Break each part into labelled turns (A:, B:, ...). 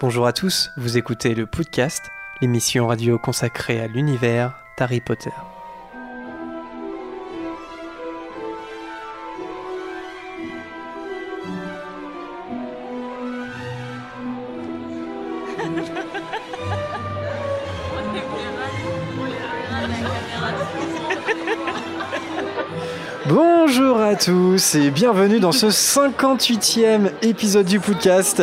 A: Bonjour à tous, vous écoutez le podcast, l'émission radio consacrée à l'univers d'Harry Potter. Bonjour à tous et bienvenue dans ce 58e épisode du podcast.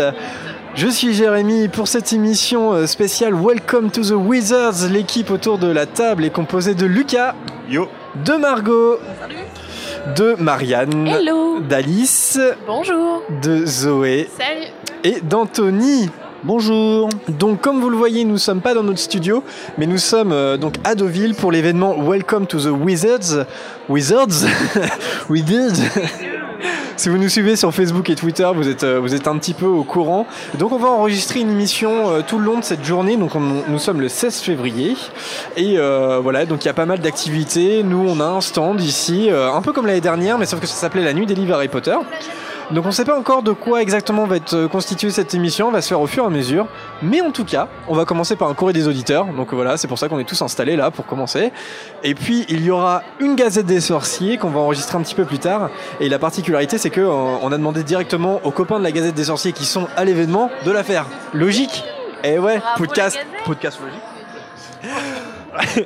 A: Je suis Jérémy pour cette émission spéciale Welcome to the Wizards. L'équipe autour de la table est composée de Lucas,
B: Yo,
A: de Margot, de Marianne,
C: Hello
A: d'Alice,
C: Bonjour
A: de Zoé
C: Salut
A: et d'Anthony. Bonjour. Donc comme vous le voyez, nous ne sommes pas dans notre studio, mais nous sommes euh, donc à Deauville pour l'événement Welcome to the Wizards. Wizards Wizards Si vous nous suivez sur Facebook et Twitter, vous êtes, euh, vous êtes un petit peu au courant. Donc on va enregistrer une émission euh, tout le long de cette journée. Donc on- nous sommes le 16 février. Et euh, voilà, donc il y a pas mal d'activités. Nous, on a un stand ici, euh, un peu comme l'année dernière, mais sauf que ça s'appelait la nuit des livres Harry Potter. Donc on ne sait pas encore de quoi exactement va être euh, constituée cette émission, on va se faire au fur et à mesure. Mais en tout cas, on va commencer par un courrier des auditeurs. Donc voilà, c'est pour ça qu'on est tous installés là pour commencer. Et puis il y aura une gazette des sorciers qu'on va enregistrer un petit peu plus tard. Et la particularité, c'est que euh, on a demandé directement aux copains de la gazette des sorciers qui sont à l'événement de la faire. Logique. Eh ouais,
C: Bravo,
A: podcast,
C: la Gazette.
A: podcast logique.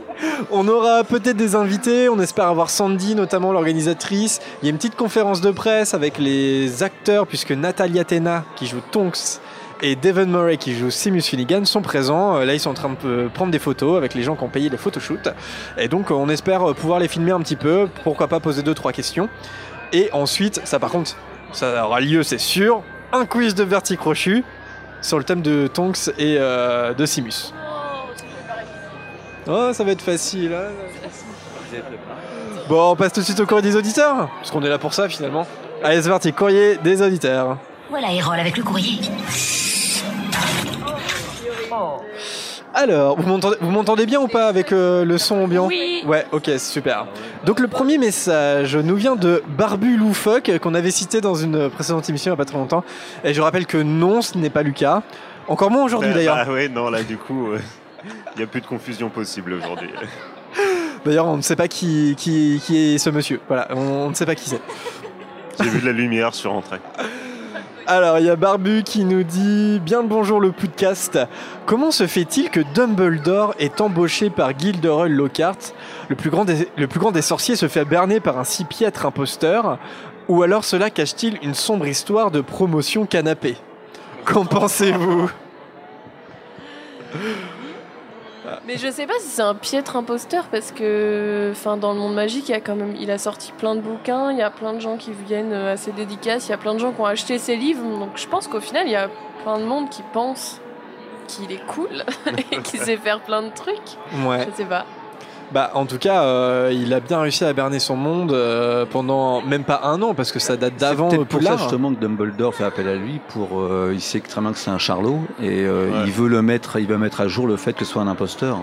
A: On aura peut-être des invités, on espère avoir Sandy, notamment l'organisatrice. Il y a une petite conférence de presse avec les acteurs, puisque Nathalie Athena, qui joue Tonks, et Devon Murray, qui joue Simus Finnegan, sont présents. Euh, Là, ils sont en train de euh, prendre des photos avec les gens qui ont payé les photoshoots. Et donc, euh, on espère euh, pouvoir les filmer un petit peu, pourquoi pas poser deux, trois questions. Et ensuite, ça par contre, ça aura lieu, c'est sûr, un quiz de Verti Crochu sur le thème de Tonks et euh, de Simus. Oh, ça va être facile. hein. Bon, on passe tout de suite au courrier des auditeurs, parce qu'on est là pour ça finalement. Allez, c'est parti, courrier des auditeurs.
D: Voilà Erol avec le courrier.
A: Alors, vous m'entendez- vous m'entendez bien ou pas avec euh, le son ambiant
C: Oui.
A: Ouais, ok, super. Donc le premier message nous vient de Barbu Loufoque, qu'on avait cité dans une précédente émission il n'y a pas très longtemps. Et je rappelle que non, ce n'est pas Lucas. Encore moins aujourd'hui
B: Bah,
A: d'ailleurs.
B: Bah ouais, non, là du coup, euh, il n'y a plus de confusion possible aujourd'hui.
A: D'ailleurs, on ne sait pas qui, qui, qui est ce monsieur. Voilà, on, on ne sait pas qui c'est.
B: J'ai vu de la lumière sur entrée.
A: Alors, il y a Barbu qui nous dit Bien le bonjour, le podcast. Comment se fait-il que Dumbledore est embauché par Gilderoy Lockhart le plus, grand des, le plus grand des sorciers se fait berner par un si piètre imposteur Ou alors cela cache-t-il une sombre histoire de promotion canapé Qu'en pensez-vous
C: Mais je sais pas si c'est un piètre imposteur parce que enfin dans le monde magique il y a quand même il a sorti plein de bouquins, il y a plein de gens qui viennent euh, à ses dédicaces, il y a plein de gens qui ont acheté ses livres donc je pense qu'au final il y a plein de monde qui pense qu'il est cool et qui sait faire plein de trucs.
A: Ouais.
C: Je sais pas.
A: Bah, en tout cas, euh, il a bien réussi à berner son monde euh, pendant même pas un an, parce que ça date d'avant
E: C'est
A: le
E: peut-être euh, pour ça
A: Poulard.
E: justement que Dumbledore fait appel à lui pour euh, il sait extrêmement que c'est un charlot et euh,
B: Ouais.
E: il veut le mettre il veut mettre à jour le fait que ce soit un imposteur.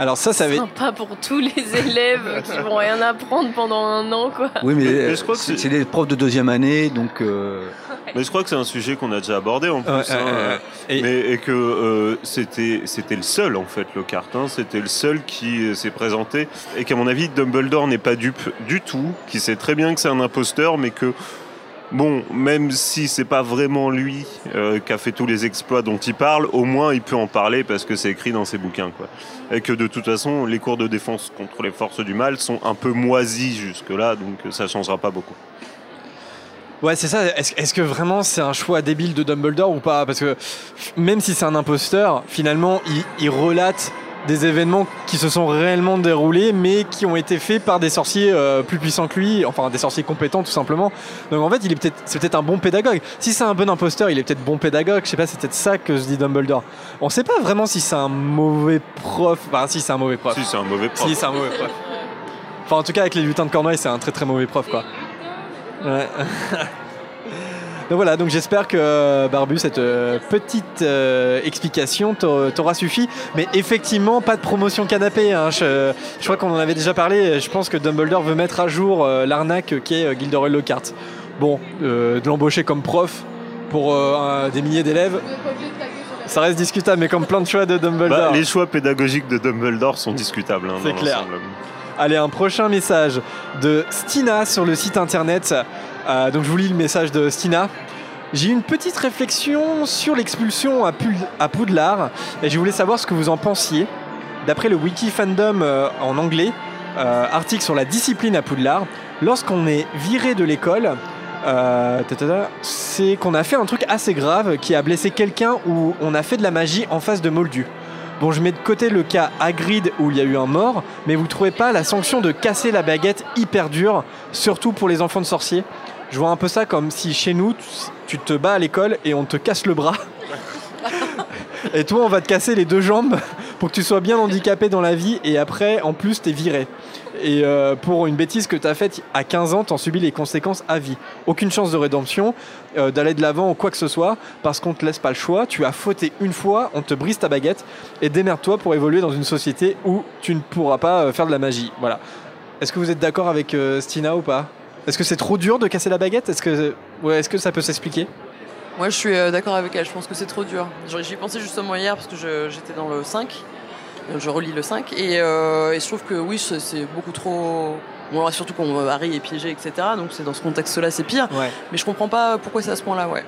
A: Alors ça, ça avait...
C: Sympa pour tous les élèves qui vont rien apprendre pendant un an quoi.
E: Oui mais,
B: Ah. Mais- mais
E: euh,
B: je crois que
E: c'est
B: c'est-
E: c'est des profs de deuxième année donc euh,
B: Mais je crois que c'est un sujet qu'on a déjà abordé en plus.
A: Ouais,
B: hein,
A: ouais,
B: euh,
A: ouais. Et-
B: Mais, et que euh, c'était c'était le seul en fait, le cartin, c'était le seul qui euh, s'est présenté et qu'à mon avis Dumbledore n'est pas dupe du tout, qui sait très bien que c'est un imposteur, mais que bon, même si c'est pas vraiment lui euh, qui a fait tous les exploits dont il parle, au moins il peut en parler parce que c'est écrit dans ses bouquins quoi. Et que de toute façon, les cours de défense contre les forces du mal sont un peu moisis jusque là, donc euh, ça changera pas beaucoup.
A: Ouais, c'est ça. Est-ce est-ce que vraiment c'est un choix débile de Dumbledore ou pas Parce que même si c'est un imposteur, finalement, il, il relate des événements qui se sont réellement déroulés, mais qui ont été faits par des sorciers euh, plus puissants que lui, enfin des sorciers compétents tout simplement. Donc en fait, il est peut-être, c'est peut-être un bon pédagogue. Si c'est un bon imposteur, il est peut-être bon pédagogue. Je sais pas, c'est peut-être ça que se dit Dumbledore. On sait pas vraiment si c'est un mauvais prof. Enfin, si c'est un mauvais prof.
B: Si c'est un mauvais prof.
A: Bah, Si, c'est un mauvais prof. Enfin, en tout cas, avec les lutins de Cornouailles, c'est un très très mauvais prof, quoi. Ouais. donc voilà, donc j'espère que euh, Barbu, cette euh, petite euh, explication t'aura t'aura suffi. Mais effectivement, pas de promotion canapé. hein. Je, je crois qu'on en avait déjà parlé. Je pense que Dumbledore veut mettre à jour euh, l'arnaque qu'est euh, Gilderoy Lockhart. Bon, euh, de l'embaucher comme prof pour euh, un- des milliers d'élèves. ça reste discutable, mais comme plein de choix de Dumbledore.
B: Bah, les choix pédagogiques de Dumbledore sont discutables. hein,
A: C'est
B: dans
A: clair.
B: l'ensemble.
A: Allez, un prochain message de Stina sur le site internet. Euh, donc je vous lis le message de Stina. J'ai eu une petite réflexion sur l'expulsion à, Pul- à Poudlard et je voulais savoir ce que vous en pensiez. D'après le wiki fandom euh, en anglais, euh, article sur la discipline à Poudlard, lorsqu'on est viré de l'école, euh, tatata, c'est qu'on a fait un truc assez grave qui a blessé quelqu'un ou on a fait de la magie en face de Moldu. Bon, je mets de côté le cas Hagrid où il y a eu un mort, mais vous trouvez pas la sanction de casser la baguette hyper dure, surtout pour les enfants de sorciers Je vois un peu ça comme si chez nous, tu- tu te bats à l'école et on te casse le bras. et toi, on va te casser les deux jambes pour que tu sois bien handicapé dans la vie et après, en plus, t'es viré. Et euh, pour une bêtise que t'as faite à 15 ans, t'en subis les conséquences à vie. Aucune chance de rédemption, euh, d'aller de l'avant ou quoi que ce soit, parce qu'on te laisse pas le choix. Tu as fauté une fois, on te brise ta baguette et démerde-toi pour évoluer dans une société où tu ne pourras pas euh, faire de la magie. Voilà. Est-ce que vous êtes d'accord avec euh, Stina ou pas Est-ce que c'est trop dur de casser la baguette Est-ce que, ouais, est-ce que ça peut s'expliquer
F: Moi, je suis euh, d'accord avec elle. Je pense que c'est trop dur. J'y j'y pensais justement hier parce que je- j'étais dans le 5. Donc, Je relis le 5. Et, euh, et je trouve que oui, c'est c'est beaucoup trop. Bon, alors, surtout qu'on euh, Harry est piégé, etc. Donc c'est dans ce contexte-là, c'est pire.
A: Ouais.
F: Mais je comprends pas pourquoi c'est à ce point-là, ouais.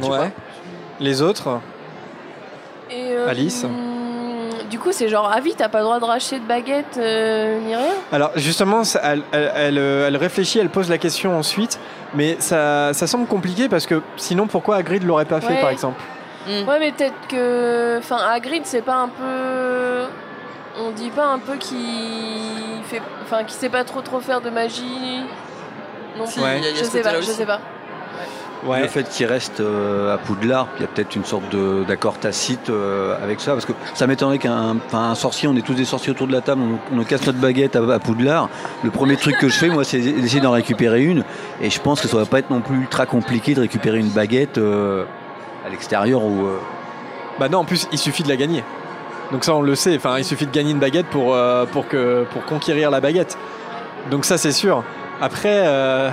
F: Tu vois.
A: Les autres
C: Et, euh,
A: Alice
C: hum, Du coup, c'est genre, ah vite, t'as pas le droit de racheter de baguette euh, ni rien.
A: Alors justement, ça- elle, elle- elle, euh, elle réfléchit, elle pose la question ensuite, mais ça, ça semble compliqué parce que sinon pourquoi Hagrid l'aurait pas fait
C: Ouais.
A: par exemple
F: Hmm.
C: Ouais, mais peut-être que. Enfin, Hagrid, c'est pas un peu. On dit pas un peu qu'il fait. Enfin, qu'il sait pas trop trop faire de magie. Non
F: Si,
C: plus.
F: il y a-
A: Ouais.
F: il y a
C: Je
F: ce
C: sais
F: côté-là
C: pas, je
F: aussi.
C: sais pas.
E: Le fait qu'il reste euh, à Poudlard, il y a peut-être une sorte de- d'accord tacite euh, avec ça, parce que ça m'étonnerait qu'un enfin, un sorcier, on est tous des sorciers autour de la table, on, on nous casse notre baguette à, à Poudlard. Le premier truc que je fais, moi, c'est d'essayer d'en récupérer une, et je pense que ça va pas être non plus ultra compliqué de récupérer une baguette euh, à l'extérieur ou. euh,
A: Bah non, en plus il suffit de la gagner. Donc ça on le sait. Enfin, il suffit de gagner une baguette pour euh, pour que pour conquérir la baguette. Donc ça c'est sûr. Après. euh,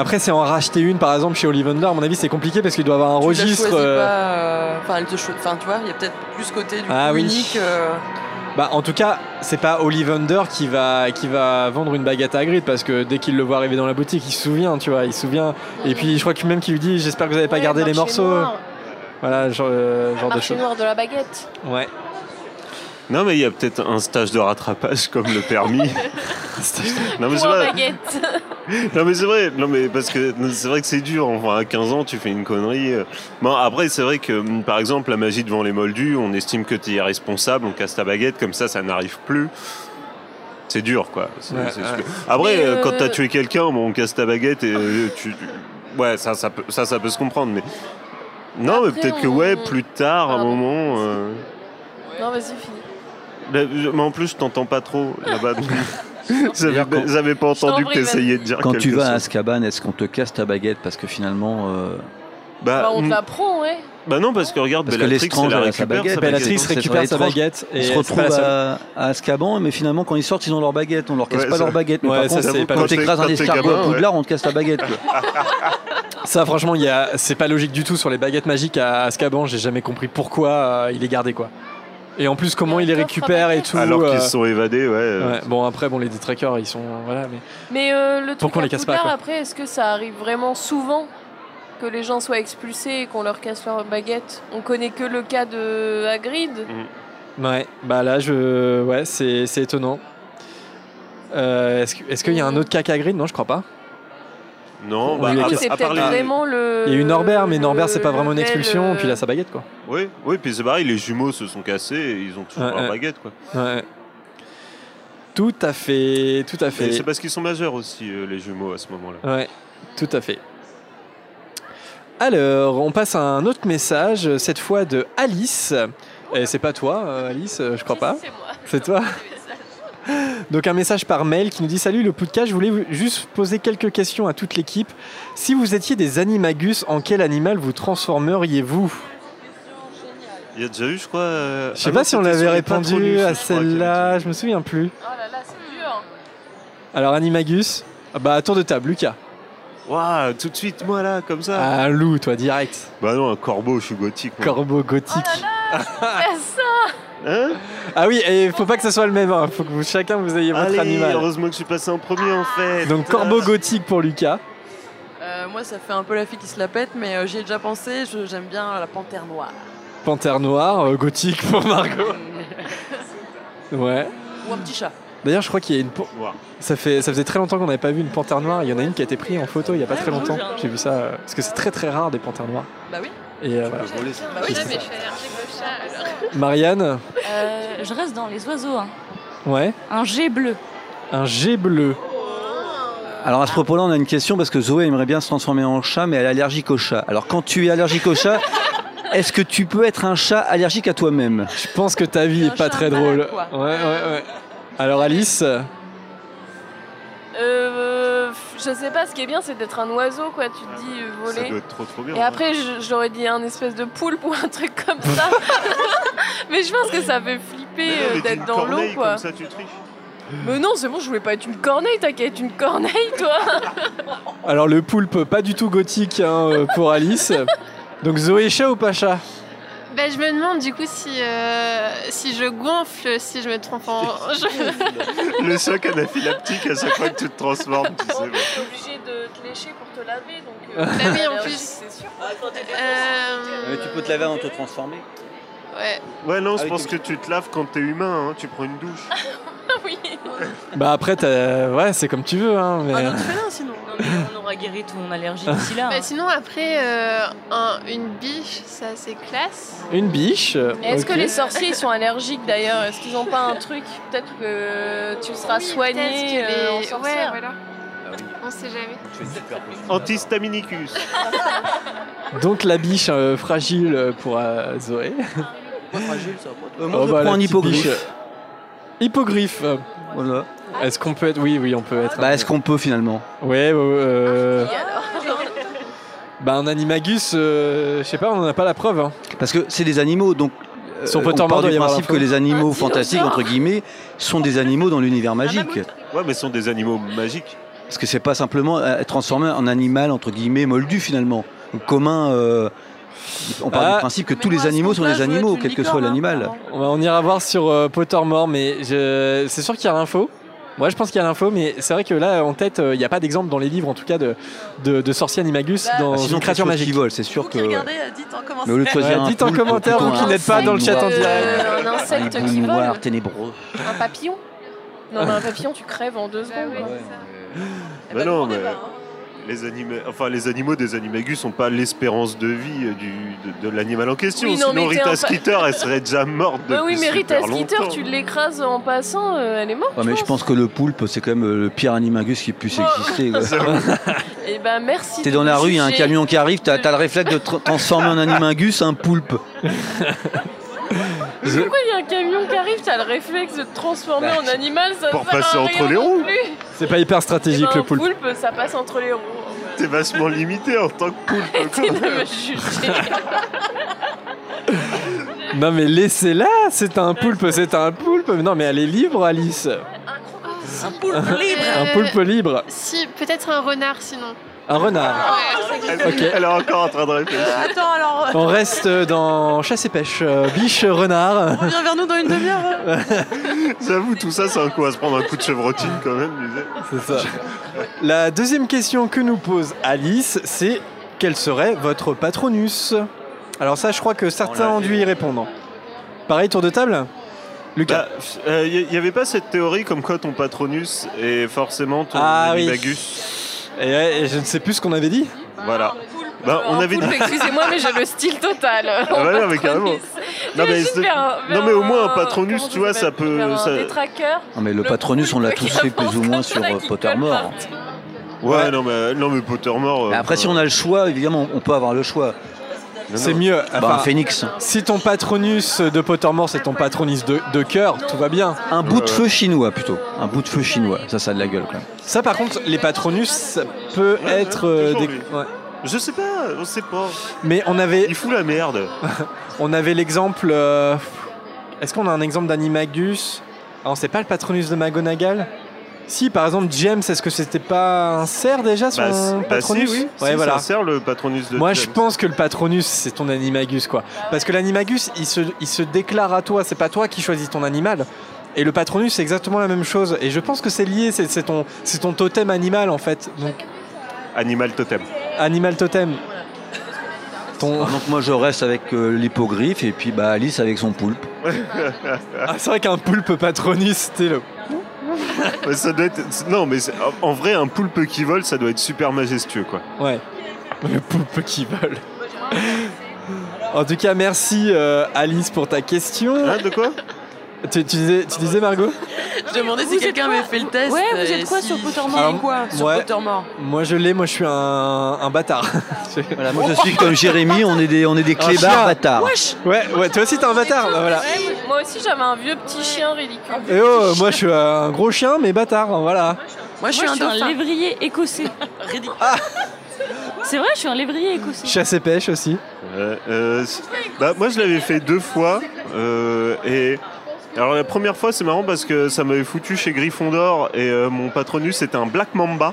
A: Après, c'est en racheter une, par exemple, chez Ollivander, à mon avis, c'est compliqué parce qu'il doit avoir un
F: Tu la
A: registre.
F: choisis
A: euh,
F: pas, euh, Enfin, elle te cho- Enfin, tu vois, il y a peut-être plus ce côté du
A: Ah
F: coup
A: oui.
F: unique. euh,
A: Bah, en tout cas, c'est pas Ollivander qui va, qui va vendre une baguette à Hagrid parce que dès qu'il le voit arriver dans la boutique, il se souvient, tu vois, il se souvient. Et puis, je crois que même qu'il lui dit J'espère que vous avez pas
C: Ouais,
A: gardé les
C: marché
A: morceaux.
C: noir.
A: Voilà, genre, euh, genre de Ah,
C: Marché
A: choses.
C: noir de la baguette.
A: Ouais.
B: Non, mais il y a peut-être un stage de rattrapage comme le permis. non, mais c'est
C: Pour la
B: vrai.
C: baguette.
B: Non, mais c'est vrai. Non, mais parce que c'est vrai que c'est dur. Enfin, à 15 ans, tu fais une connerie. euh. Bon, après, c'est vrai que, hum, par exemple, la magie devant les moldus, on estime que tu es irresponsable, on casse ta baguette, comme ça, ça n'arrive plus. C'est dur, quoi. C'est-
A: Ouais,
B: c'est
A: ouais.
B: sûr. Après,
C: Mais,
B: euh, quand
C: euh,
B: t'as tué quelqu'un, bon, on casse ta baguette et euh, tu. Ouais, ça, ça peut, ça, ça peut se comprendre, mais. Non, mais
C: Après,
B: peut-être que,
C: on-
B: ouais, plus tard, à un
C: Pardon.
B: moment. euh,
C: Non, vas-y, fini.
B: Là, je- mais en plus, je t'entends pas trop là-bas. donc- J'avais
E: quand-
B: j'avais pas
C: Je t'en
B: entendu que
C: prie,
B: t'essayais de
C: vas-y.
B: dire
E: Quand
B: quelque
E: tu vas à
B: chose.
E: Azkaban, est-ce qu'on te casse ta baguette Parce que finalement, euh,
A: Ah,
B: Bah,
C: Bah, on te
B: mm,
C: la prend, ouais.
B: bah non, parce que regarde,
E: Parce que
B: Bellatrix,
E: l'estrange,
B: elle la
E: elle a sa
B: récupère,
E: baguette.
B: sa
A: Bellatrix
E: Bah, c'est
A: récupère sa
E: étrange.
A: baguette et
E: on se
A: c'est pas
E: retrouve
A: la seule.
E: à, à Azkaban, mais finalement, quand ils sortent, ils ont leur baguette. On leur casse
B: Ouais,
E: pas
B: ça-
E: leur baguette. Mais
A: Ouais,
E: par
A: ça,
E: contre,
A: c'est pas
E: quand
B: logique.
E: t'écrases
B: Quand
E: un
B: t'es
E: escargot
B: gamin,
E: à Poudlard, on te casse ta baguette. quoi.
A: Ça, franchement, il y a- c'est pas logique du tout sur les baguettes magiques à Azkaban. J'ai jamais compris pourquoi euh, il est gardé, quoi. Et en plus, comment
C: Et
A: il les
C: on t'offre un
A: récupère et
C: paquet.
A: tout.
B: Alors
A: euh,
B: qu'ils se sont évadés, ouais. euh,
A: ouais. Bon, après, bon, les détraqueurs, ils sont. Voilà, mais.
C: Mais euh, le truc
A: Pourquoi on
C: à
A: les casse pas,
C: Poudlard,
A: quoi
C: après, est-ce que ça arrive vraiment souvent que les gens soient expulsés et qu'on leur casse leur baguette On connaît que le cas de Hagrid.
A: Ouais, bah là, je. Ouais, c'est, c'est étonnant. Euh, est-ce, que- est-ce qu'il y a un autre caca gris Non, je crois pas.
B: Non,
A: On
B: bah,
A: lui
C: Du
A: a
B: à,
C: coup,
A: cassé-
C: Ah, c'est
B: à part
C: peut-être
B: les-
C: vraiment le.
A: Il y a eu Norbert, mais Norbert, c'est pas
C: le-
A: vraiment une
C: lequel,
A: expulsion,
C: euh,
A: puis il a sa baguette, quoi.
B: Oui, oui, puis c'est pareil, les jumeaux se sont cassés et ils ont toujours
A: Ouais,
B: leur
A: ouais.
B: baguette, quoi.
A: Ouais. Tout à fait, tout à
B: Et
A: fait.
B: c'est parce qu'ils sont majeurs aussi, euh, les jumeaux, à ce moment-là.
A: Ouais, tout à fait. Alors, on passe à un autre message, cette fois de Alice. Et c'est pas toi, euh, Alice, euh, je crois
C: si,
A: pas.
C: si, c'est moi.
A: C'est toi Donc un message par mail qui nous dit Salut le podcast, je voulais vous- juste poser quelques questions à toute l'équipe. Si vous étiez des animagus, en quel animal vous transformeriez-vous
B: Il y a déjà eu, je crois. euh,
A: Je sais
B: ah
A: pas
B: non,
A: si on
B: c'était
A: l'avait
B: sur les Patronus, je
A: répondu
B: crois,
A: à
B: qu'il y avait déjà
A: celle-là,
B: eu.
A: je me souviens plus.
C: Oh là là, c'est dur.
A: Alors animagus, Ah bah tour de table, Lucas.
B: Waouh, tout de suite, moi là, comme ça.
A: Ah, un loup, toi, direct.
B: Bah non, un corbeau, je suis gothique. moi.
A: Corbeau gothique.
C: Fais ça
B: Hein
A: ah oui, et faut pas que ça soit le même. hein. Faut que vous, chacun vous ayez votre
B: Allez,
A: animal.
B: heureusement que je suis passé en premier en fait.
A: Donc corbeau gothique pour Lucas.
F: Euh, moi, ça fait un peu la fille qui se la pète, mais euh, j'y ai déjà pensé. Je- J'aime bien la panthère noire.
A: Panthère noire, euh, gothique pour Margot. Ouais.
F: Ou un petit chat.
A: D'ailleurs, je crois qu'il y a une. pan-
B: Noir.
A: Ça, fait, ça faisait très longtemps qu'on n'avait pas vu une panthère noire. Il y en a une qui a été prise en photo il y a pas très
F: Ah,
A: longtemps. J'ai vu ça. euh, Parce que c'est très très rare des panthères noires.
F: Bah oui.
A: Et euh, voilà.
F: Bah oui,
A: c'est
F: mais-
A: ça.
C: alors.
A: Marianne,
G: Euh, je reste dans les oiseaux. hein.
A: ouais.
G: Un jet bleu.
A: Un jet bleu.
E: Alors à ce propos-là, on a une question parce que Zoé aimerait bien se transformer en chat, mais elle est allergique au chat. Alors quand tu es allergique au chat, est-ce que tu peux être un chat allergique à toi-même
A: Je pense que ta vie
F: Un
A: est pas
F: chat
A: très drôle.
F: malade,
A: Ouais,
F: quoi.
A: ouais, ouais. Alors Alice,
C: Euh, je sais pas, ce qui est bien, c'est d'être un oiseau, quoi. Tu te dis euh,
B: Ça doit
C: voler.
B: être trop trop bien.
A: hein.
B: hein.
C: Et après, je- j'aurais dit un espèce de poulpe ou un truc comme ça. mais je pense que ça fait flipper
B: Mais non,
C: euh,
B: mais t'es
C: d'être
B: une
C: dans l'eau,
B: corneille,
C: quoi.
B: Comme ça, tu triches.
C: Mais non, c'est bon, je voulais pas être une corneille, t'inquiète, une corneille, toi.
A: alors le poulpe, pas du tout gothique hein, euh, pour Alice. Donc Zoé chat ou pas chat
H: Bah, je me demande du coup si, euh, si je gonfle, si je me trompe en. je-
B: Le choc anaphylactique à chaque fois que tu te transformes, tu sais. bah.
C: T'es obligé de te lécher pour te laver, donc. euh,
A: Ah
H: Bah oui, en plus.
C: C'est sûr.
H: Euh,
E: transformer.
H: Ouais.
B: Ouais, non,
E: Ah
B: je
E: oui,
B: pense que
E: comme
B: tu te laves quand t'es humain, hein, tu prends une douche.
C: oui.
A: Bah après, t'as- ouais, c'est comme tu veux. Hein, mais...
C: Ah
F: Un autre félin, sinon.
G: Non, mais on aura guéri ton allergie d'ici là. hein.
H: Bah, sinon, après, euh, un- une biche, ça c'est classe.
A: Une biche.
C: Est-ce
A: ok.
C: que les sorciers ils sont allergiques d'ailleurs Est-ce qu'ils ont pas un truc Peut-être que tu seras
H: Oui,
C: soigné
H: peut-être que
C: euh, en
H: les-
C: sorcière. Ah
H: Ouais, voilà. On sait jamais.
B: Antistaminicus.
A: Donc la biche euh, fragile euh, pour euh, Zoé.
F: Moi, fragile, ça va pas.
E: moi,
A: Oh,
E: je
A: bah, la
E: prends un
A: petite biche.
E: hippogriffe.
A: Hippogriffe. euh,
E: Voilà.
A: Est-ce qu'on peut être Oui, oui, on peut être. hein.
E: Bah, est-ce qu'on peut finalement
A: Ouais. ouais, ouais, euh,
C: Et Ah, alors
A: Bah un animagus, euh, je sais pas, on en a pas la preuve. hein.
E: Parce que c'est des animaux, donc. euh,
A: Si on
E: on
A: peut t'en
E: part
A: mordre, il
E: du
A: y aura
E: principe
A: la
E: que les animaux
C: Un
E: fantastiques,
C: dinosaure.
E: entre guillemets, sont des animaux dans l'univers magique.
B: Ouais, mais ce sont des animaux magiques.
E: Parce que c'est pas simplement euh, transformer en animal, entre guillemets, moldu finalement. Ou commun. euh, on part
A: Ah.
E: du principe que
F: Mais
E: tous
F: moi,
E: les
F: à ce
E: animaux sont des
F: compte-là, je veux
E: animaux,
F: être une
E: quel que soit
F: licorne, hein,
E: l'animal.
F: clairement.
A: On, va- on ira voir sur euh, Pottermore, mais je... c'est sûr qu'il y a l'info. Moi, je pense qu'il y a l'info, mais c'est vrai que là, en tête, euh, il n'y a pas d'exemple dans les livres, en tout cas, de, de, de sorcier animagus
F: Bah,
A: dans
E: Ah, sinon,
A: une créature
E: quelque chose qui
A: magique.
E: vole, c'est sûr
F: Vous qui
E: que.
F: regardez, euh, dites en comment
E: Mais au lieu de
F: c'est.
E: choisir
A: Ouais,
E: un
A: dites en
E: poulpe,
A: commentaire,
E: plutôt
A: vous qui
E: un
A: n'êtes pas dans le chat en
E: boule
C: Euh,
A: direct.
C: Un insecte
E: Un
C: qui
E: boule noir
C: vole.
E: ténébreux.
C: Un papillon Non, mais un papillon, tu crèves en deux
H: Bah,
C: secondes. quoi.
F: Eh
B: Bah
F: ben,
B: non,
F: demandez
B: mais-
F: pas, hein.
B: Les, anima- enfin, les animaux des animagus sont pas l'espérance de vie euh, du, de, de l'animal en question.
C: Oui, non,
B: Sinon,
C: mais t'es un
B: Rita
C: pa-
B: Skeeter, elle serait déjà morte depuis
C: Bah oui, mais Rita
B: super
C: Skeeter,
B: longtemps.
C: tu l'écrases en passant, euh, elle est morte.
E: Ouais, mais je pense que le poulpe, c'est quand même euh, le pire animagus qui puisse
C: Oh.
E: exister. quoi.
C: Et bah merci.
E: T'es
C: de
E: dans la
C: me
E: rue, il y a un
C: juger.
E: camion qui arrive, t'as t'as le réflexe de tra- transformer en animagus un poulpe.
C: Pourquoi il y a un camion qui arrive T'as le réflexe de te transformer
E: Bah,
C: en animal, ça
B: pour
C: sert à
B: passer
C: rien
B: entre les
C: non
B: roues.
C: plus.
A: C'est pas hyper stratégique,
C: Eh ben,
A: le poulpe.
C: ça passe entre les roues.
B: T'es vachement limité en tant que poulpe.
C: Arrêtez de
B: quoi.
C: me juger.
A: Non, mais laissez-la, c'est un poulpe, c'est un poulpe. Non, mais elle est libre, Alice.
C: Ah.
F: Un poulpe libre.
A: Un
H: Euh,
A: poulpe libre.
H: Oh. Si, peut-être un renard sinon.
A: Un renard.
B: Elle,
A: Ok.
B: elle est encore en train de réfléchir.
F: Attends, alors, euh,
A: On reste dans chasse et pêche. euh, biche, renard.
F: reviens vers nous dans une demi-heure. hein.
B: J'avoue, tout ça, c'est un coup à se prendre un coup de chevrotine quand même. tu sais.
A: C'est ça. La deuxième question que nous pose Alice, c'est quel serait votre patronus Alors ça, je crois que certains
E: l'a
A: ont dû y répondre. Pareil, tour de table Lucas.
B: Bah, Il n'y avait pas cette théorie comme quoi ton patronus est forcément ton
A: Ah oui.
B: animagus.
A: Et, ouais, et je ne sais plus ce qu'on avait dit.
B: Voilà. Bah, on
C: Un
B: avait dit.
C: poulpe, Excusez-moi, mais j'ai le style total.
B: Ah bah non, mais carrément. Non, mais c'est- non, mais au moins, un patronus, tu vois, ça peut- ça-
C: Des traqueurs.
E: Non mais le, patronus, on l'a tous fait plus ou moins sur euh, Pottermore.
B: Ouais, Non, mais, non, mais Pottermore. euh,
E: Mais Après, si on a le choix, évidemment, on peut avoir le choix.
A: C'est mieux.
E: Bah, un
A: Enfin,
E: phénix,
A: si ton patronus de Pottermore, c'est ton patronus de, de cœur, tout va bien.
E: un bout de feu chinois plutôt, un bout de feu chinois. Ça, ça a de la gueule quand même.
A: Ça, par contre, les patronus, ça peut
B: Ouais,
A: être... euh,
B: toujours
A: des-
B: lui.
A: ouais.
B: Je sais pas, on sait pas.
A: Mais on avait,
B: Il fout la merde.
A: Ah, on avait l'exemple... euh, Est-ce qu'on a un exemple d'animagus Ah, on sait pas le patronus de Magonagal Si, par exemple, James, est-ce que c'était pas un cerf déjà son
B: Bah, si- bah,
A: patronus
B: si, oui.
A: Ouais,
B: Si,
A: voilà.
B: Ça sert le patronus de
A: Moi, je
B: James.
A: pense que le patronus, c'est ton animagus, quoi. Parce que l'animagus, il se, il se déclare à toi. C'est pas toi qui choisis ton animal. Et le patronus, c'est exactement la même chose. Et je pense que c'est lié. C'est c'est ton, c'est ton totem animal, en fait. Donc,
B: Animal totem.
A: animal totem. Ton...
E: Donc moi je reste avec euh, l'hippogriffe et puis bah, Alice avec son poulpe.
A: Ah, c'est vrai qu'un poulpe patronus, c'était le.
B: Ouais, ça doit être... Non, mais c'est- en vrai, un poulpe qui vole, ça doit être super majestueux, quoi.
A: Ouais. Le poulpe qui vole. En tout cas, merci euh, Alice pour ta question.
B: Hein, de quoi
A: Tu, tu disais, tu disais Margot
F: Je demandais
G: Vous
F: si
G: êtes
F: quelqu'un
G: quoi
F: avait fait le test.
G: Ouais, vous
F: et
G: êtes quoi
F: si-
G: sur Pottermore
A: Alors,
F: quoi Sur
A: ouais.
F: Pottermore.
A: Moi je l'ai, moi je suis un, un bâtard.
E: Voilà, moi je suis comme Jérémy, on est des, on est des
A: chien.
E: clébards bâtards.
A: Ouais, ouais, toi aussi t'es un bâtard, bah, voilà.
C: Ouais, moi- moi aussi j'avais un vieux petit chien ridicule.
A: Eh oh, moi je suis un gros chien mais bâtard, hein, voilà.
F: Moi, je suis
G: Moi,
F: un dauphin.
G: lévrier écossais.
F: Ridicule.
G: C'est vrai, je suis un lévrier écossais.
A: Chasse et pêche aussi.
B: Euh, euh, c- bah, moi, je l'avais fait deux fois. euh, et alors la première fois, c'est marrant parce que ça m'avait foutu chez Gryffondor et euh, mon patronus c'était un Black Mamba.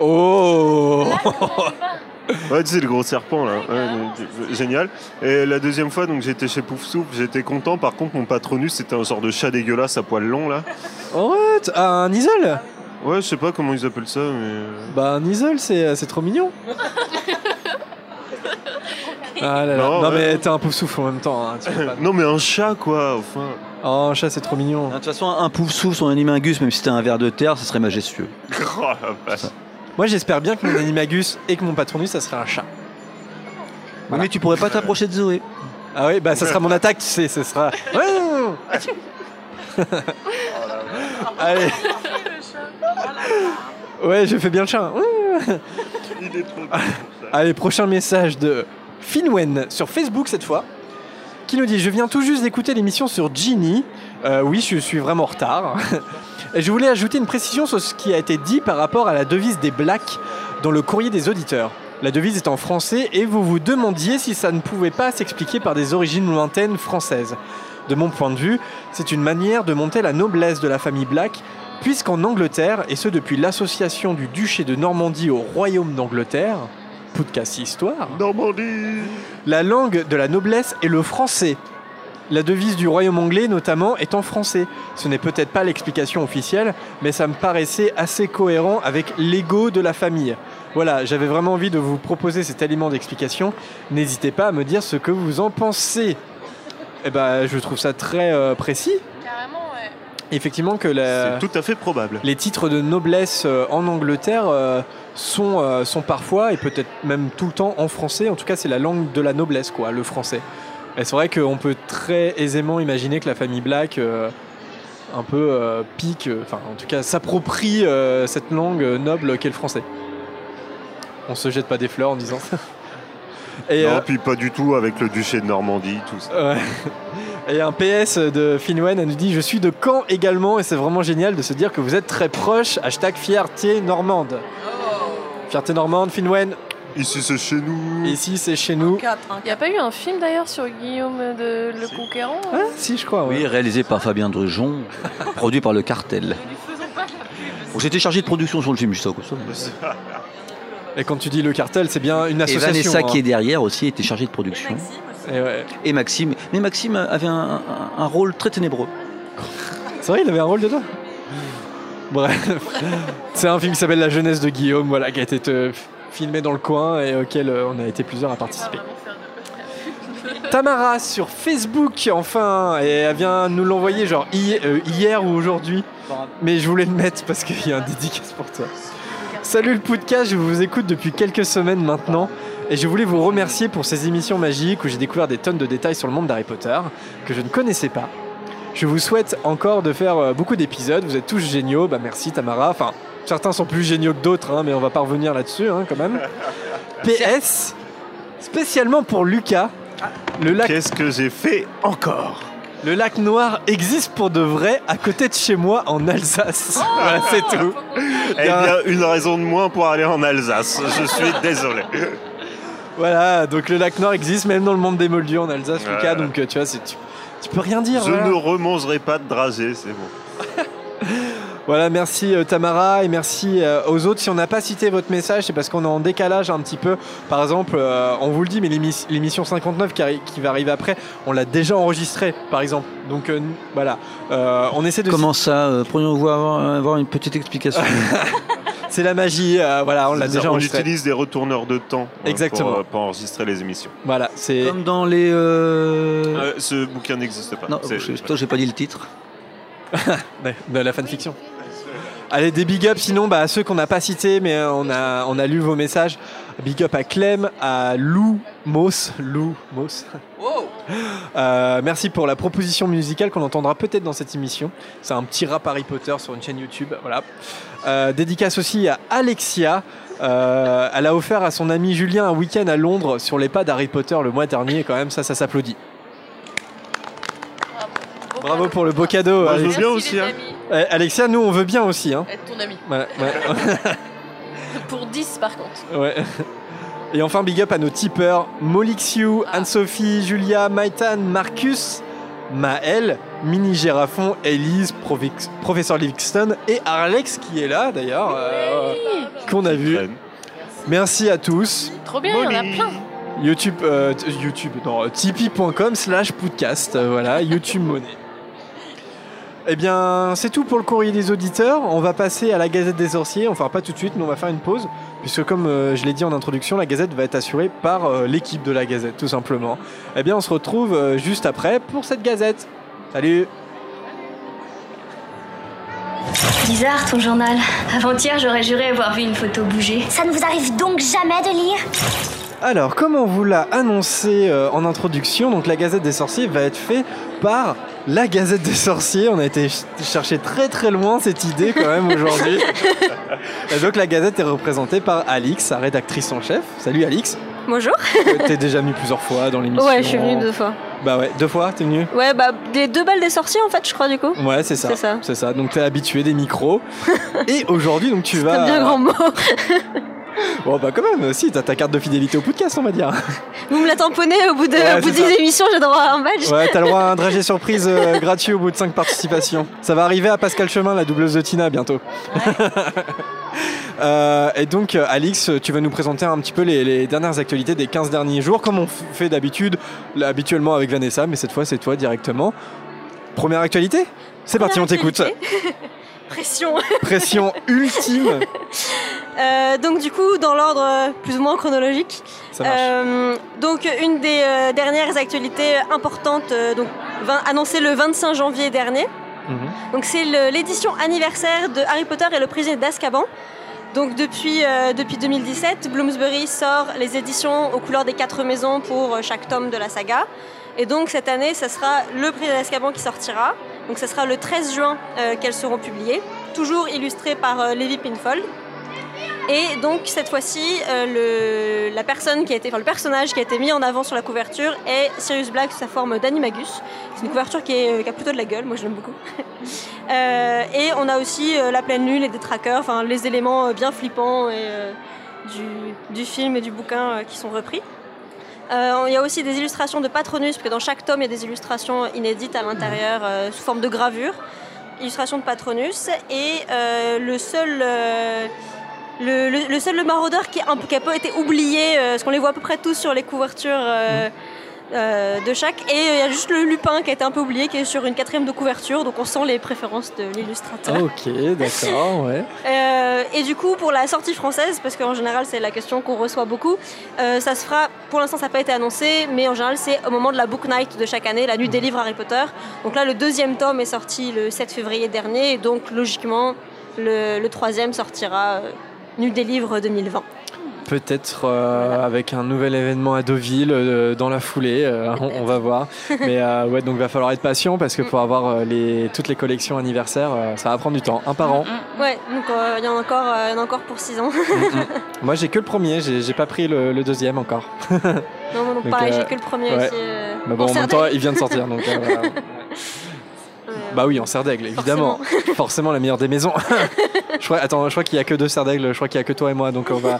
A: Oh
B: Ouais, tu sais le gros serpent là, Ouais, donc, euh, génial. Et la deuxième fois, donc j'étais chez Pouf Soupe, j'étais content. Par contre, mon patronus c'était un genre de chat dégueulasse à poil long là.
A: What Oh. Un isole
B: Ouais, je sais pas comment ils appellent ça, mais euh,
A: Bah un isole c'est c'est trop mignon. Ah là là. Non,
B: Non, ouais.
A: mais t'es un pouf souffle en même temps. hein, tu peux pas-
B: non, mais un chat quoi. Enfin,
A: Oh chat c'est trop
E: De
A: mignon.
E: toute façon, un pouf souffle, son animagus, même si c'était un verre de terre, ça serait majestueux.
B: Oh, la vache.
A: Moi j'espère bien que mon animagus et que mon patronus ça serait un chat. Voilà.
E: Mais tu pourrais pas t'approcher de Zoé.
A: Ah oui bah ça sera mon attaque tu sais, ce sera. Allez. Ouais je fais bien le chat.
B: il est trop. con, ça.
A: Allez, prochain message de Finwen sur Facebook cette fois, qui nous dit Je viens tout juste d'écouter l'émission sur Genie. Euh, oui, je suis vraiment en retard. Et je voulais ajouter une précision sur ce qui a été dit par rapport à la devise des Blacks dans le courrier des auditeurs. La devise est en français et vous vous demandiez si ça ne pouvait pas s'expliquer par des origines lointaines françaises. De mon point de vue, c'est une manière de monter la noblesse de la famille Black, puisqu'en Angleterre, et ce depuis l'association du duché de Normandie au royaume d'Angleterre, podcast histoire,
B: Normandie.
A: la langue de la noblesse est le français. La devise du royaume anglais, notamment, est en français. Ce n'est peut-être pas l'explication officielle, mais ça me paraissait assez cohérent avec l'ego de la famille. Voilà, j'avais vraiment envie de vous proposer cet élément d'explication. N'hésitez pas à me dire ce que vous en pensez. Eh ben, je trouve ça très euh, précis.
H: Carrément, ouais.
A: Effectivement que la...
B: C'est tout à fait probable.
A: les titres de noblesse euh, en Angleterre euh, sont, euh, sont parfois et peut-être même tout le temps en français. En tout cas, c'est la langue de la noblesse, quoi, le français. Et c'est vrai qu'on peut très aisément imaginer que la famille Black euh, un peu euh, pique, euh, enfin en tout cas s'approprie euh, cette langue euh, noble qu'est le français. On se jette pas des fleurs en disant ça. Et,
B: non,
A: euh,
B: puis pas du tout avec le duché de Normandie, tout ça.
A: Ouais. Et un PS de Finwen, elle nous dit Je suis de Caen également, et c'est vraiment génial de se dire que vous êtes très proche. Hashtag fierté normande.
F: Oh,
A: Fierté normande, Finwen,
B: Ici, c'est chez nous.
A: ici c'est chez nous.
F: 4, hein,
C: Il n'y a pas eu un film d'ailleurs sur Guillaume de Le
B: Si.
C: Conquérant
A: Ah, si, je crois. ouais.
E: Oui, réalisé par Fabien Drujon, produit par le cartel. Bon, J'étais chargé de production sur le film, juste au courant.
A: Et quand tu dis le cartel, c'est bien une
E: Et
A: association.
E: Vanessa qui est
A: hein.
E: derrière aussi était chargée de production.
A: Et ouais.
E: Et Maxime. Mais Maxime avait un, un- un rôle très ténébreux.
A: C'est vrai, il avait un rôle dedans. Bref, c'est un film qui s'appelle La jeunesse de Guillaume, voilà, qui a été euh, filmé dans le coin et auquel euh, on a été plusieurs à
C: Ah,
A: participer. Tamara sur Facebook, enfin, et elle vient nous l'envoyer genre hi- euh, hier ou aujourd'hui. Mais je voulais le mettre parce qu'il y a un dédicace pour toi. Salut le podcast, je vous écoute depuis quelques semaines maintenant. Et je voulais vous remercier pour ces émissions magiques où j'ai découvert des tonnes de détails sur le monde d'Harry Potter que je ne connaissais pas. Je vous souhaite encore de faire euh, beaucoup d'épisodes. Vous êtes tous géniaux. Bah merci Tamara. Enfin, certains sont plus géniaux que d'autres, hein, mais on va pas revenir là-dessus hein, quand même. PS, spécialement pour Lucas, le lac,
B: Qu'est-ce que j'ai fait encore
A: le lac noir existe pour de vrai à côté de chez moi en Alsace. voilà, c'est
C: euh,
A: tout.
B: Eh
A: Bien.
B: bien, une raison de moins pour aller en Alsace. Je suis désolé.
A: Voilà, donc le lac noir existe même dans le monde des moldus en Alsace,
B: Ouais.
A: Lucas. Donc euh, tu vois, c'est- tu, tu peux rien dire.
B: Je
A: voilà.
B: ne remangerai pas de dragée, c'est bon.
A: Voilà, merci euh, Tamara et merci euh, aux autres. Si on n'a pas cité votre message, c'est parce qu'on est en décalage un petit peu. Par exemple, euh, on vous le dit, mais l'émis- l'émission 59 qui, arri- qui va arriver après, on l'a déjà enregistrée, par exemple. Donc euh, n- voilà, Euh, on essaie de.
E: Comment ça euh, Pourrions-vous avoir, avoir une petite explication
A: C'est la magie, euh, voilà, on l'a
B: C'est
A: déjà
B: ça, on
A: enregistrée.
B: utilise des retourneurs de temps euh,
A: Exactement.
B: Pour, euh, pour enregistrer les émissions.
A: Voilà, c'est.
E: Comme dans les. euh,
A: Ah
B: Euh, ce bouquin n'existe pas.
E: Non,
B: C'est-
E: je- toi, j'ai pas dit le titre.
A: Ouais, de la fanfiction. Allez, des big ups sinon bah, à ceux qu'on n'a pas cités, mais euh, on a, on a lu vos messages. Big up à Clem, à Lou Moss. Lou Moss.
F: Wow
A: Euh, merci pour la proposition musicale qu'on entendra peut-être dans cette émission. C'est un petit rap Harry Potter sur une chaîne YouTube. Voilà. Euh, dédicace aussi à Alexia. Euh, elle a offert à son ami Julien un week-end à Londres sur les pas d'Harry Potter le mois dernier. Quand même, ça, ça s'applaudit. Bravo pour le beau cadeau.
B: Bravo.
A: Alex-
B: bien aussi, hein.
A: Eh, Alexia, nous, on veut bien aussi. Hein.
C: Être ton ami.
A: Ouais, ouais.
C: Pour 10 par contre.
A: Ouais. Et enfin, big up à nos tipeurs Molixiu, Anne-Sophie, Julia, Maïtan, Marcus, Maël, Mini Gérafon, Elise, Provex- Professeur Livingston et Alex qui est là d'ailleurs, euh, qu'on a vu.
B: Traîne.
A: Merci à tous.
C: Trop bien, il y en a
B: Molly.
C: plein.
A: YouTube, euh, t- YouTube, non, euh, tipeee.com slash podcast, euh, voilà, YouTube Money. Eh bien, c'est tout pour le courrier des auditeurs. On va passer à la Gazette des sorciers. Enfin, pas tout de suite, mais on va faire une pause. Puisque, comme euh, je l'ai dit en introduction, la Gazette va être assurée par euh, l'équipe de la Gazette, tout simplement. Eh bien, on se retrouve euh, juste après pour cette Gazette. Salut
D: Bizarre ton journal. Avant-hier, j'aurais juré avoir vu une photo bouger.
I: Ça ne vous arrive donc jamais de lire
A: Alors, comme on vous l'a annoncé euh, en introduction, donc la Gazette des Sorciers va être faite par la Gazette des Sorciers. On a été ch- chercher très très loin cette idée quand même aujourd'hui. Et donc la Gazette est représentée par Alix, sa rédactrice en chef. Salut Alix.
J: Bonjour.
A: Euh, T'es déjà venue plusieurs fois dans l'émission.
J: Ouais, je suis venue deux fois.
A: Bah ouais, deux fois, t'es venue.
J: Ouais, bah des deux balles des sorciers en fait, je crois du coup.
A: Ouais, c'est ça.
J: C'est ça.
A: C'est ça. Donc t'es habituée des micros. Et aujourd'hui, donc tu
J: C'est un
A: vas.
J: bien grand mot.
A: Bon bah quand même, si t'as ta carte de fidélité au podcast, on va dire.
J: Vous me la tamponnez au bout de
A: Ouais,
J: au bout
A: c'est ça.
J: des émissions, j'ai droit à un badge.
A: Ouais, t'as le droit à un dragé surprise euh, gratuit au bout de 5 participations. Ça va arriver à Pascal Chemin, la doubleuse de Tina, bientôt. Euh, et donc, euh, Alix, tu vas nous présenter un petit peu les, les dernières actualités des 15 derniers jours, comme on f- fait d'habitude, là, habituellement avec Vanessa, mais cette fois, c'est toi directement. Première actualité C'est parti, on t'écoute.
J: Pression.
A: Pression ultime.
J: Euh, donc du coup, dans l'ordre euh, plus ou moins chronologique.
A: Ça marche.
J: Euh, donc une des euh, dernières actualités importantes, euh, donc vingt- annoncée le 25 janvier dernier.
A: Mhm.
J: Donc c'est le- l'édition anniversaire de Harry Potter et le prisonnier d'Azkaban. Donc depuis, euh, depuis 2017, Bloomsbury sort les éditions aux couleurs des quatre maisons pour euh, chaque tome de la saga. Et donc cette année, ça sera le prisonnier d'Azkaban qui sortira. Donc ça sera le 13 juin euh, qu'elles seront publiées, toujours illustrées par euh, Levi Pinfold. Et donc cette fois-ci, euh, le, la personne qui a été, enfin, le personnage qui a été mis en avant sur la couverture est Sirius Black sous sa forme d'animagus. C'est une couverture qui, est- qui a plutôt de la gueule, moi je l'aime beaucoup. Euh, et on a aussi euh, la pleine lune et des trackers, enfin les éléments euh, bien flippants et, euh, du, du film et du bouquin euh, qui sont repris. Euh, Il y a aussi des illustrations de Patronus, parce que dans chaque tome, il y a des illustrations inédites à l'intérieur euh, sous forme de gravure. Illustrations de Patronus. Et euh, le seul. euh, le, le- le seul le maraudeur qui, est un, qui a peu été oublié, euh, parce qu'on les voit à peu près tous sur les couvertures euh, euh, de chaque. Et euh, il y a juste le Lupin qui a été un peu oublié, qui est sur une quatrième de couverture, donc on sent les préférences de l'illustrateur.
A: ok, d'accord, ouais.
J: Euh, et du coup, pour la sortie française, parce qu'en général c'est la question qu'on reçoit beaucoup, euh, ça se fera, pour l'instant ça n'a pas été annoncé, mais en général c'est au moment de la Book Night de chaque année, la nuit des livres Harry Potter. Donc là, le deuxième tome est sorti le 7 février dernier, et donc logiquement, le, le troisième sortira euh, nuit des livres 2020.
A: Peut-être euh, avec un nouvel événement à Deauville euh, dans la foulée, euh, on, on va voir. Mais euh, ouais, donc va falloir être patient parce que pour avoir euh, les, toutes les collections anniversaires, euh, ça va prendre du temps, un par an.
J: Ouais, donc euh, il y en a encore, euh, il y en a encore pour 6 ans.
A: Moi j'ai que le premier, j'ai j'ai pas pris le, le deuxième encore.
J: non, moi non,
A: Donc,
J: pareil,
A: euh,
J: j'ai que le premier
A: ouais.
J: aussi. euh,
A: Mais bon,
J: en
A: en même
J: Sardaigne.
A: temps, il vient de sortir donc. euh, voilà.
J: Euh,
A: Bah oui, en serre d'aigle, évidemment. Forcément. la meilleure des maisons. je crois, attends, je crois qu'il y a que deux serres d'aigle, je crois qu'il y a que toi et moi, donc on va.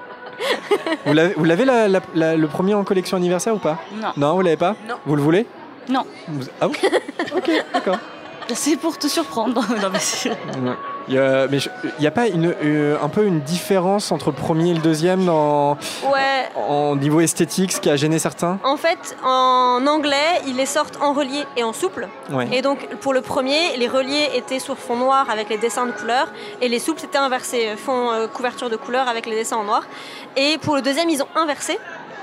A: vous l'avez, vous l'avez la- la- la- le premier en collection anniversaire ou pas
G: Non.
A: Non, vous l'avez pas
F: Non.
A: Vous le voulez
G: Non.
A: Vous- Ah bon Ok, d'accord.
G: C'est pour te surprendre. non, mais c'est-
A: Ouais. Il y a- mais je- il n'y a pas une, euh, un peu une différence entre le premier et le deuxième dans,
J: Ouais.
A: en niveau esthétique, ce qui a gêné certains
J: En fait, en anglais, ils les sortent en relié et en souple.
A: Ouais.
J: Et donc, pour le premier, les reliés étaient sur fond noir avec les dessins de couleurs, et les souples c'était inversé, fond euh, couverture de couleurs avec les dessins en noir. Et pour le deuxième, ils ont inversé.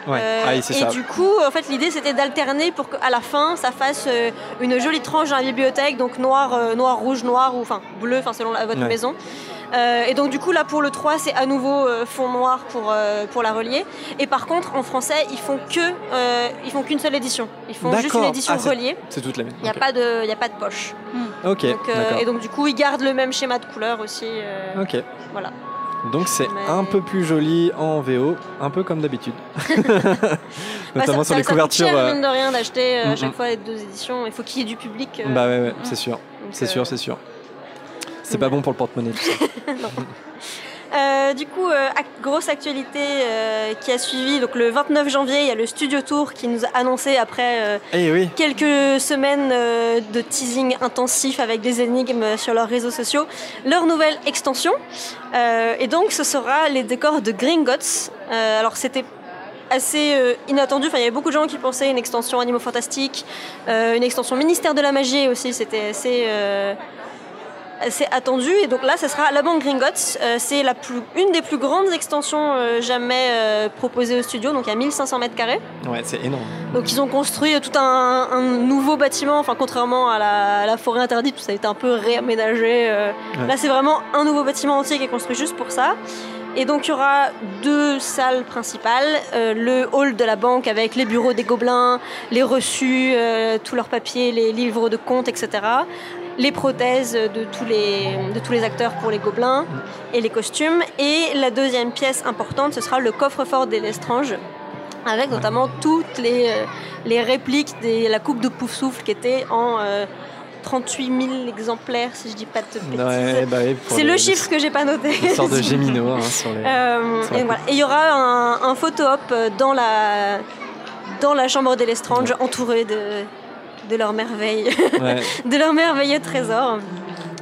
A: Ouais.
J: Euh,
A: Ah oui, c'est
J: et
A: ça.
J: du coup, en fait, l'idée c'était d'alterner pour qu'à la fin, ça fasse euh, une jolie tranche dans la bibliothèque, donc noir, euh, noir, rouge, noir ou enfin bleu, enfin selon la- votre
K: Ouais.
J: maison. Euh, et donc du coup là pour le 3 c'est à nouveau euh, fond noir pour, euh, pour la relier et par contre en français ils font que euh, ils font qu'une seule édition ils font juste une
A: D'accord.
J: édition
A: Ah, c'est-
J: reliée
A: C'est toute la même.
J: il n'y a,
A: Ok.
J: pas de- il y a pas de poche
A: Ok,
J: donc, euh,
A: d'accord.
J: et donc du coup ils gardent le même schéma de couleur aussi euh,
A: Ok.
J: voilà
A: Donc c'est
J: Mais-
A: un peu plus joli en VO, un peu comme d'habitude.
J: Bah,
A: Notamment sur
J: ça- ça-
A: les
J: ça coûte
A: couvertures.
J: cher,
A: euh,
J: mine de rien d'acheter euh, à
A: mm,
J: chaque
A: mm.
J: fois les deux éditions il faut qu'il y ait du public euh,
A: Bah ouais, ouais,
J: mm.
A: c'est sûr.
J: Donc,
A: C'est
J: euh,
A: sûr, c'est sûr. C'est pas bon pour le porte-monnaie. tout ça.
J: Non. Euh, du coup, euh, ac- grosse actualité euh, qui a suivi. Donc le 29 janvier, il y a le Studio Tour qui nous a annoncé après euh,
A: Eh oui.
J: quelques semaines euh, de teasing intensif avec des énigmes sur leurs réseaux sociaux, leur nouvelle extension. Euh, et donc, ce sera les décors de Gringotts. Euh, alors, c'était assez euh, inattendu. Enfin, il y avait beaucoup de gens qui pensaient une extension Animaux Fantastiques, euh, une extension Ministère de la Magie aussi. C'était assez. euh, assez attendu et donc là ça sera la banque Gringotts Euh, c'est la plus une des plus grandes extensions euh, jamais euh, proposées au studio donc à 1500 mètres carrés
A: Ouais, c'est énorme.
J: donc ils ont construit tout un, un nouveau bâtiment, enfin contrairement à la, à la forêt interdite où ça a été un peu réaménagé. euh,
K: Ouais.
J: Là c'est vraiment un nouveau bâtiment entier qui est construit juste pour ça. Et donc il y aura deux salles principales, euh, le hall de la banque avec les bureaux des gobelins, les reçus, euh, tous leurs papiers, les livres de comptes, etc. Les prothèses de tous les, de tous les acteurs pour les gobelins et les costumes. Et la deuxième pièce importante, ce sera le coffre-fort des Lestranges avec notamment toutes les, euh, les répliques de la coupe de Pouf Souffle qui était en euh, 38 000 exemplaires, si je dis pas de bêtises.
A: Ouais, bah ouais, pour
J: C'est
A: les-
J: le chiffre que j'ai pas noté.
A: les sortes de Gémino hein, sur les.
J: Euh,
A: sur
J: et
A: la
J: voilà. Et il y aura un, un photo op dans la, dans la chambre des Lestrange, entouré de, de leurs merveilles,
A: Ouais.
J: de leurs merveilleux trésors.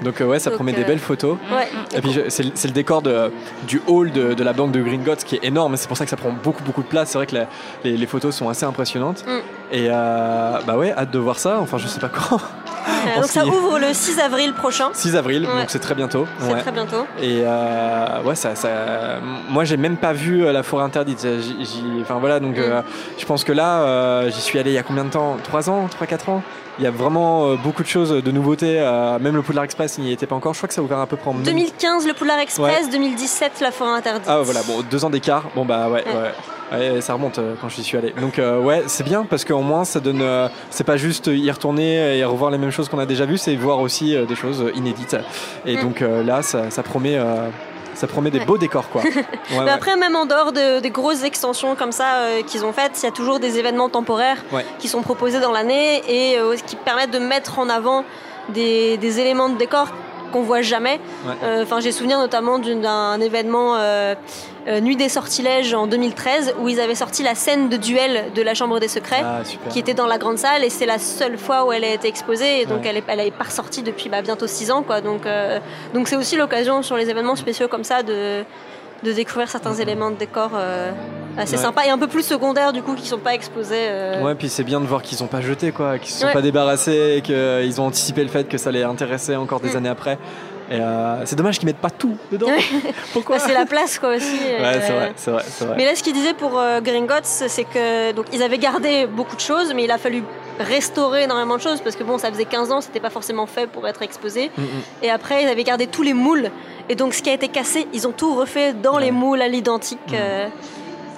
A: Donc euh, ouais, ça
J: Donc,
A: promet des
J: euh,
A: belles photos.
J: ouais.
A: Et puis je- c'est le c'est le décor de- du hall de, de la banque de Gringotts qui est énorme. C'est pour ça que ça prend beaucoup beaucoup de place. C'est vrai que la- les, les photos sont assez
J: Mm.
A: impressionnantes. Et euh, bah ouais, hâte de voir ça. Enfin, je sais pas quand.
J: Euh,
A: En
J: donc
A: ce
J: ça
A: qui-
J: ouvre le 6 avril prochain.
A: 6 avril,
J: Ouais.
A: donc c'est très bientôt.
J: C'est
A: Ouais.
J: très bientôt.
A: Et euh, ouais, ça, ça- moi j'ai même pas vu euh, la forêt interdite. J'y- j'y- Enfin voilà,
J: Mm.
A: donc euh, je pense que là, euh, j'y suis allé il y a combien de temps 3 ans 3-4 ans Il y a vraiment euh, beaucoup de choses, de nouveautés. euh, même le Poudlard Express n'y était pas encore. Je crois que ça a ouvert à peu près en même-
J: 2015 le Poulard Express,
A: Ouais.
J: 2017 la forêt interdite.
A: Ah voilà, bon, deux ans d'écart. Bon bah ouais,
J: Ouais.
A: ouais. Ouais, ça remonte euh, quand j'y suis allé. Donc euh, ouais, c'est bien parce qu'au moins ça donne. euh, c'est pas juste y retourner et revoir les mêmes choses qu'on a déjà vues, c'est voir aussi euh, des choses inédites. Et
J: Mm.
A: donc euh, là, ça, ça promet, euh, ça promet des
J: Ouais.
A: beaux décors quoi. Ouais,
J: Mais
A: ouais.
J: après, même en dehors de- des grosses extensions comme ça euh, qu'ils ont faites, il y a toujours des événements temporaires
A: Ouais.
J: qui sont proposés dans l'année et euh, qui permettent de mettre en avant des, des éléments de décor qu'on voit jamais.
K: Ouais.
J: Euh, Enfin, j'ai souvenir notamment d'une- d'un événement euh, euh, Nuit des Sortilèges en 2013 où ils avaient sorti la scène de duel de la Chambre des Secrets
K: Ah, super.
J: euh, qui était dans la grande salle et c'est la seule fois où elle a été exposée et donc
K: Ouais.
J: elle est- elle n'est pas ressortie depuis bah, bientôt 6 ans quoi. Donc euh, donc c'est aussi l'occasion sur les événements spéciaux comme ça de de découvrir certains éléments de décor euh,
A: Mhm.
J: assez
A: Ouais.
J: sympa et un peu plus secondaires du coup qui sont pas exposés. euh.
A: Ouais, puis c'est bien de voir qu'ils ont pas jeté quoi, qu'ils se sont
J: Ouais.
A: pas débarrassés, et qu'ils ont anticipé le fait que ça les intéressait encore des
J: Mm.
A: années après. Et euh, c'est dommage qu'ils mettent pas tout dedans. Pourquoi
J: Bah, C'est la place quoi aussi.
A: Ouais, c'est
J: euh.
A: vrai, c'est vrai, c'est vrai.
J: Mais là, ce qu'ils disaient pour euh, Gringotts, c'est que donc ils avaient gardé beaucoup de choses, mais il a fallu restaurer énormément de choses parce que bon, ça faisait 15 ans, c'était pas forcément fait pour être exposé.
A: Mm,
K: Mhm.
J: Et après, ils avaient gardé tous les moules. Et donc, ce qui a été cassé, ils ont tout refait dans les moules à l'identique. euh,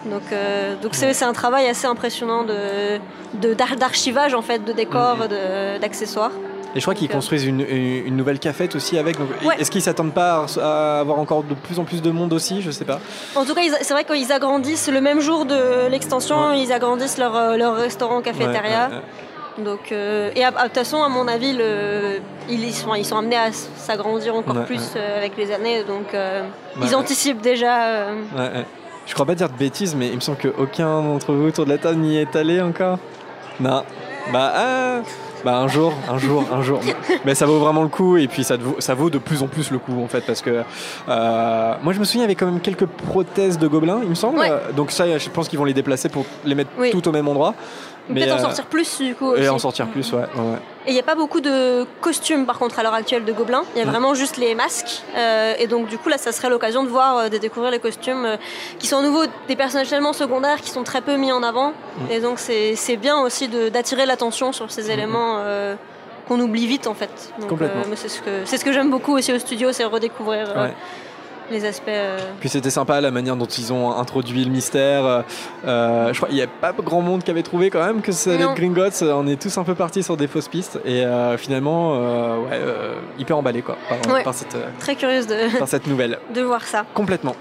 J: donc, euh, donc c'est, c'est un travail assez impressionnant de, de- d'ar- d'archivage en fait, de décors, de- d'accessoires.
A: Et je crois qu'ils
J: Donc, euh,
A: construisent une, une- une nouvelle cafette aussi avec. donc,
J: Ouais.
A: Est-ce qu'ils s'attendent pas à, à avoir encore de plus en plus de monde aussi Je sais pas.
J: En tout cas, ils- c'est vrai qu'ils agrandissent le même jour de l'extension, ils agrandissent leur, euh, leur restaurant cafétéria.
A: Ouais, ouais,
J: Donc, euh, et à- à- de toute façon, à mon avis, le, ils, y sont, ils sont amenés à s- s'agrandir encore
A: Ouais,
J: plus
A: ouais.
J: euh, avec les années, donc euh,
A: Ouais,
J: ils
A: ouais.
J: anticipent déjà. euh,
A: ouais. Ouais, ouais. Je crois pas dire de bêtises, mais il me semble qu'aucun d'entre vous autour de la table n'y est allé encore. Non. Bah, ah, Bah un jour, un jour, un jour. Mais ça vaut vraiment le coup et puis ça, te vaut, ça vaut de plus en plus le coup en fait parce que euh, moi je me souviens il y avait quand même quelques prothèses de gobelins il me semble. Euh,
J: Ouais.
A: Donc ça je pense qu'ils vont les déplacer pour les mettre
J: Oui.
A: tout au même endroit. Mais,
J: Peut-être en
A: euh,
J: sortir plus du coup.
A: Et
J: aussi. Mm.
A: en sortir plus ouais. ouais, ouais.
J: Et il n'y a pas beaucoup de costumes par contre à l'heure actuelle de gobelins. Il y a
A: Mm.
J: vraiment juste les masques. Euh, et donc du coup là, ça serait l'occasion de voir, euh, de découvrir les costumes euh, qui sont à nouveau des personnages tellement secondaires qui sont très peu mis en avant.
A: Mm.
J: Et donc c'est c'est bien aussi de- d'attirer l'attention sur ces éléments euh, qu'on oublie vite en fait. Donc, euh,
A: Complètement.
J: moi, c'est ce que c'est ce que j'aime beaucoup aussi au studio, c'est redécouvrir euh,
A: Ouais.
J: les aspects. euh,
A: Puis c'était sympa la manière dont ils ont introduit le mystère. Euh, euh, je crois qu'il n'y a pas grand monde qui avait trouvé quand même que ça allait
J: Non.
A: être Gringotts. Euh, On est tous un peu partis sur des fausses pistes et euh, finalement, euh, ouais, euh, hyper emballé quoi par,
J: Ouais.
A: par cette, euh,
J: Très curieuse de,
A: par cette nouvelle.
J: de voir ça.
A: Complètement.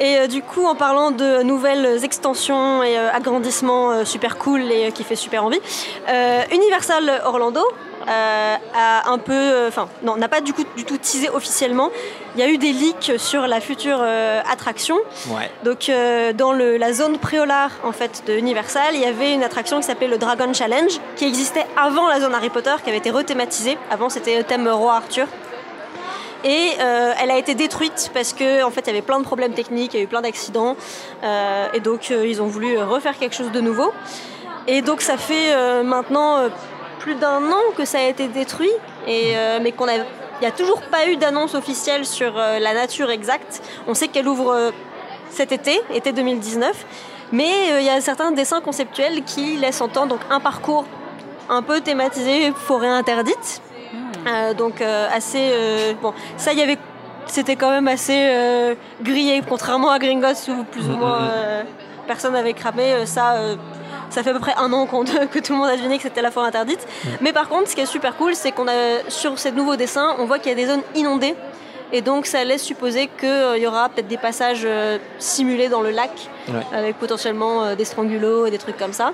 J: Et euh, du coup, en parlant de nouvelles extensions et euh, agrandissements euh, super cool et euh, qui fait super envie, euh, Universal Orlando euh, a un peu, euh, enfin non, n'a pas du coup du tout teasé officiellement. Il y a eu des leaks sur la future euh, attraction.
A: Ouais.
J: Donc euh, dans le- la zone préolar en fait de Universal, il y avait une attraction qui s'appelait le Dragon Challenge qui existait avant la zone Harry Potter, qui avait été rethématisée. Avant c'était thème roi Arthur. Et euh, elle a été détruite parce que en fait il y avait plein de problèmes techniques, il y a eu plein d'accidents, Euh, et donc euh, ils ont voulu euh, refaire quelque chose de nouveau. Et donc ça fait euh, maintenant euh, plus d'un an que ça a été détruit, et, euh, mais qu'on a, il n'y a toujours pas eu d'annonce officielle sur euh, la nature exacte. On sait qu'elle ouvre euh, cet été, été 2019, mais euh, il y a certains dessins conceptuels qui laissent entendre donc un parcours un peu thématisé forêt interdite. Euh, donc euh, assez euh, bon ça il y avait c'était quand même assez euh, grillé contrairement à Gringotts où plus ou moins euh, personne avait cramé euh, ça euh, ça fait à peu près un an qu'on- que tout le monde a deviné que c'était la forêt interdite mais par contre ce qui est super cool c'est qu'on a sur ces nouveaux dessins on voit qu'il y a des zones inondées et donc ça laisse supposer qu'il y aura peut-être des passages euh, simulés dans le lac
A: Ouais.
J: avec potentiellement euh, des strangulots et des trucs comme ça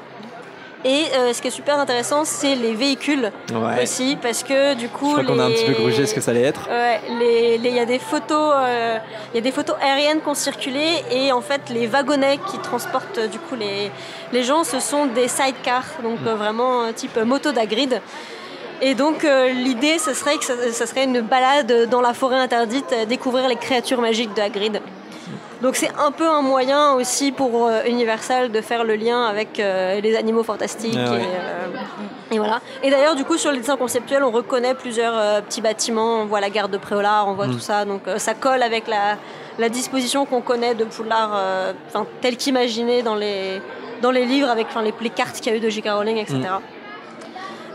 J: et euh, ce qui est super intéressant c'est les véhicules
A: Ouais.
J: aussi parce que du
A: Je
J: coup
A: crois qu'on a un petit peu
J: les-
A: grugé ce que ça allait être.
J: Ouais, les- les- il y a des photos, euh, il y a des photos aériennes qui ont circulé et en fait les wagonnets qui transportent euh, du coup les, les gens, ce sont des sidecars,
A: Mm.
J: donc euh, vraiment euh, type moto d'agrid. Et donc euh, l'idée, ce serait que ça, ça serait une balade dans la forêt interdite, euh, découvrir les créatures magiques de Hagrid. Donc c'est un peu un moyen aussi pour euh, Universal de faire le lien avec euh, les animaux fantastiques.
A: Ah ouais.
J: et, euh, et voilà. Et d'ailleurs, du coup, sur les dessins conceptuels, on reconnaît plusieurs euh, petits bâtiments. On voit la gare de Préolard, on voit
A: Mm.
J: tout ça. Donc euh, ça colle avec la, la disposition qu'on connaît de Poudlard, euh, enfin, telle qu'imaginée dans les, dans les livres, avec enfin, les, les cartes qu'il y a eu de J.K. Rowling, etc.
A: Mm.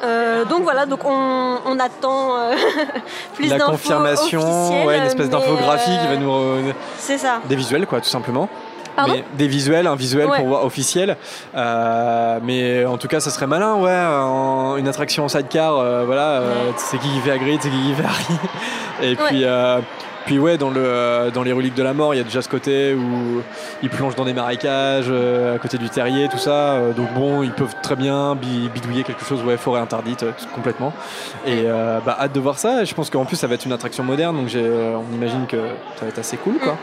J: Euh, donc voilà, donc on, on attend euh, plus
A: La
J: d'infos
A: confirmation,
J: officielles,
A: ouais, une espèce
J: mais,
A: d'infographie qui va
J: euh,
A: nous re-
J: C'est ça.
A: des visuels quoi tout simplement.
J: Pardon
A: mais des visuels, un visuel
J: Ouais.
A: pour voir officiel. Euh, mais en tout cas, ça serait malin, ouais. en- une attraction en sidecar, euh, voilà. euh, c'est qui qui fait Hagrid, c'est qui qui fait Harry. Et puis,
J: Ouais.
A: euh, puis ouais, dans, le, euh, dans les reliques de la mort, il y a déjà ce côté où ils plongent dans des marécages, euh, à côté du terrier, tout ça. Euh, donc bon, ils peuvent très bien bi- bidouiller quelque chose, ouais, forêt interdite, euh, tout- complètement. Et euh, bah, hâte de voir ça. Et Je pense qu'en plus, ça va être une attraction moderne, donc j'ai- euh, on imagine que ça va être assez cool, quoi.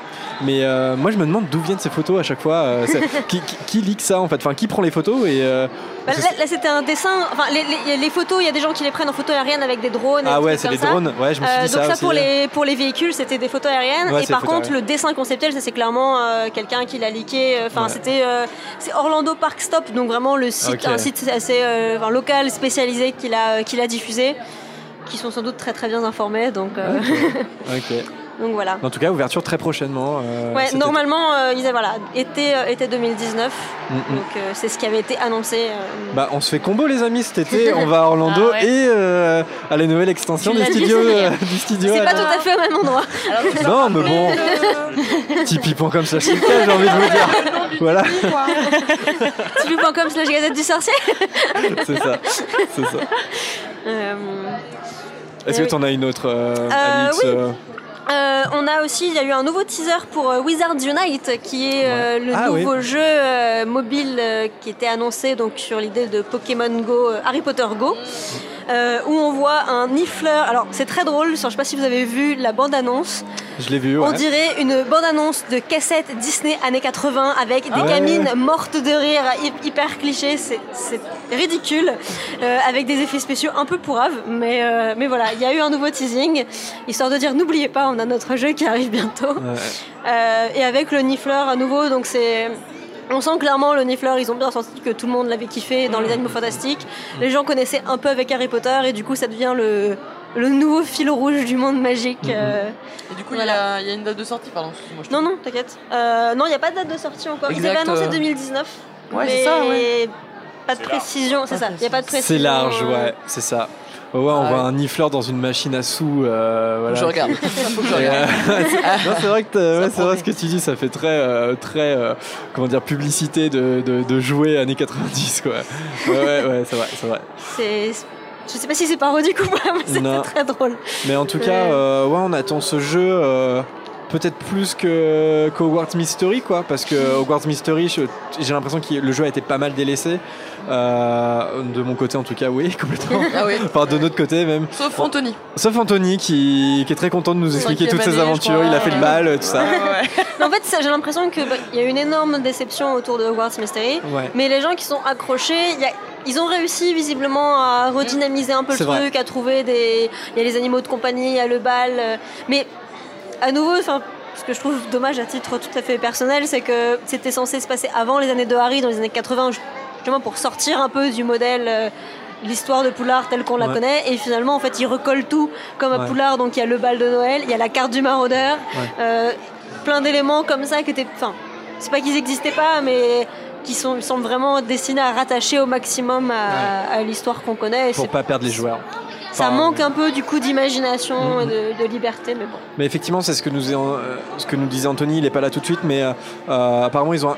A: Mais euh, moi, je me demande d'où viennent ces photos à chaque fois. euh, c'est- qui, qui, qui leak ça en fait Enfin, qui prend les photos et euh,
J: Bah,
A: parce que
J: là, là, c'était un dessin. Enfin, les, les- les photos, il y a des gens qui les prennent en photo aérienne avec des drones. et
A: Ah
J: des
A: ouais,
J: trucs
A: c'est
J: comme
A: des drones. Ouais, je me suis
J: Euh,
A: dit
J: donc
A: ça
J: ça,
A: aussi.
J: pour les pour les véhicules, c'était des photos aériennes.
A: Ouais,
J: et
A: c'est
J: par
A: des photos
J: contre, le dessin conceptuel, ça c'est clairement euh, quelqu'un qui l'a leaké. Enfin,
A: Ouais.
J: c'était euh, c'est Orlando Park Stop, donc vraiment le site,
A: Ok.
J: un site assez euh, enfin, local, spécialisé, qui l'a euh, qui l'a diffusé, qui sont sans doute très très bien informés. Donc euh,
A: Ah Ok.
J: donc voilà.
A: En tout cas, ouverture très prochainement. euh,
J: ouais,
A: cet été.
J: normalement, euh, ils avaient voilà été euh, été 2019.
A: Mm, mm.
J: Donc euh, c'est ce qui avait été annoncé. euh,
A: Bah, on se fait combo les amis cet été. on va à Orlando
J: Ah ouais.
A: et euh, à la nouvelle extension
J: Tu
A: du
J: l'as dit,
A: studio.
J: ça y est.
A: euh, du studio
J: C'est
A: à
J: pas
A: la-
J: tout à fait au même endroit.
A: Non, mais bon. Tipeee.com slash Lucas, j'ai envie de vous dire. Voilà,
J: Tipeee.com slash gazette du sorcier.
A: c'est ça. C'est ça.
J: Euh,
A: Est-ce
J: Eh
A: que
J: oui.
A: t'en as une autre, euh,
J: Euh,
A: Alix,
J: oui.
A: euh,
J: euh, euh, on a aussi, il y a eu un nouveau teaser pour euh, Wizards Unite, qui est euh, le
A: Ah,
J: nouveau
A: oui.
J: jeu euh, mobile euh, qui était annoncé donc sur l'idée de Pokémon Go, euh, Harry Potter Go, euh, où on voit un Niffleur. Alors c'est très drôle, je ne sais pas si vous avez vu la bande annonce.
A: Je l'ai vu, ouais.
J: On dirait une bande-annonce de cassette Disney années 80 avec des
A: Ah ouais.
J: gamines mortes de rire, hy- hyper cliché, c'est c'est ridicule, euh, avec des effets spéciaux un peu pourraves, mais, euh, mais voilà, il y a eu un nouveau teasing, histoire de dire n'oubliez pas, on a notre jeu qui arrive bientôt. Euh, et avec le Nifleur à nouveau, donc c'est. On sent clairement le Nifleur, ils ont bien senti que tout le monde l'avait kiffé dans les animaux fantastiques. Les gens connaissaient un peu avec Harry Potter et du coup ça devient le, le nouveau fil rouge du monde magique.
A: Mhm.
J: euh,
F: Et du coup, il y a- il y, a une date de sortie, pardon. excuse-moi, je te-
J: non, non, t'inquiète. Euh, non, il n'y a pas de date de sortie encore. Ils avaient
F: Exact,
J: annoncé
F: euh.
J: 2019.
F: Ouais,
J: mais
F: c'est ça, ouais.
J: Pas de précision, c'est ça. Il n'y a pas de précision.
A: C'est large,
J: euh,
A: ouais, c'est ça. Ouais, on voit un nifleur dans une machine à sous. euh, voilà.
F: Je regarde. Faut que je
A: Et,
F: regarde.
A: euh, non, c'est vrai que t'as- ouais, c'est vrai ce que tu dis, ça fait très, euh, très, euh, comment dire, publicité de, de, de jouets années 90, quoi. Ouais, ouais, ouais, c'est vrai, c'est vrai.
J: C'est... Je sais pas si c'est parodique ou pas, mais c'était
A: Non.
J: très drôle.
A: Mais en tout
J: Ouais.
A: cas, euh, ouais, on attend ce jeu euh, peut-être plus que qu'Hogwarts Mystery, quoi, parce que Hogwarts Mystery, je- j'ai l'impression que le jeu a été pas mal délaissé. Euh, de mon côté, en tout cas, oui, complètement.
F: Ah oui.
A: Enfin, de notre côté, même.
F: Sauf Anthony.
A: Sauf Anthony qui, qui est très content de nous expliquer
F: Cinquième
A: toutes ses
F: année, je
A: aventures.
F: crois.
A: Il a fait le bal, tout ça.
J: Mais en fait, ça, j'ai l'impression qu'il y a eu une énorme déception autour de Hogwarts Mystery.
A: Ouais.
J: Mais les gens qui sont accrochés, il y a- ils ont réussi visiblement à redynamiser un peu le
A: C'est
J: truc,
A: vrai.
J: à trouver des. Il y a les animaux de compagnie, il y a le bal. euh, Mais à nouveau, enfin. Ce que je trouve dommage à titre tout à fait personnel, c'est que c'était censé se passer avant les années de Harry, dans les années 80, justement pour sortir un peu du modèle euh, l'histoire de Poulard telle qu'on la
A: Ouais.
J: connaît. Et finalement, en fait, il recolle tout comme à
A: Ouais.
J: Poulard. Donc il y a le bal de Noël, il y a la carte du maraudeur,
A: Ouais.
J: euh, plein d'éléments comme ça qui étaient. Enfin, c'est pas qu'ils n'existaient pas, mais qui sont, ils sont vraiment destinés à rattacher au maximum à, à l'histoire qu'on connaît. Et
A: Pour
J: c'est-
A: pas perdre les joueurs.
J: ça
A: Enfin,
J: manque un peu du coup d'imagination
A: Mhm.
J: et de, de liberté, mais bon.
A: Mais effectivement, c'est ce que nous euh, ce que nous disait Anthony. Il est pas là tout de suite, mais euh, euh, apparemment ils ont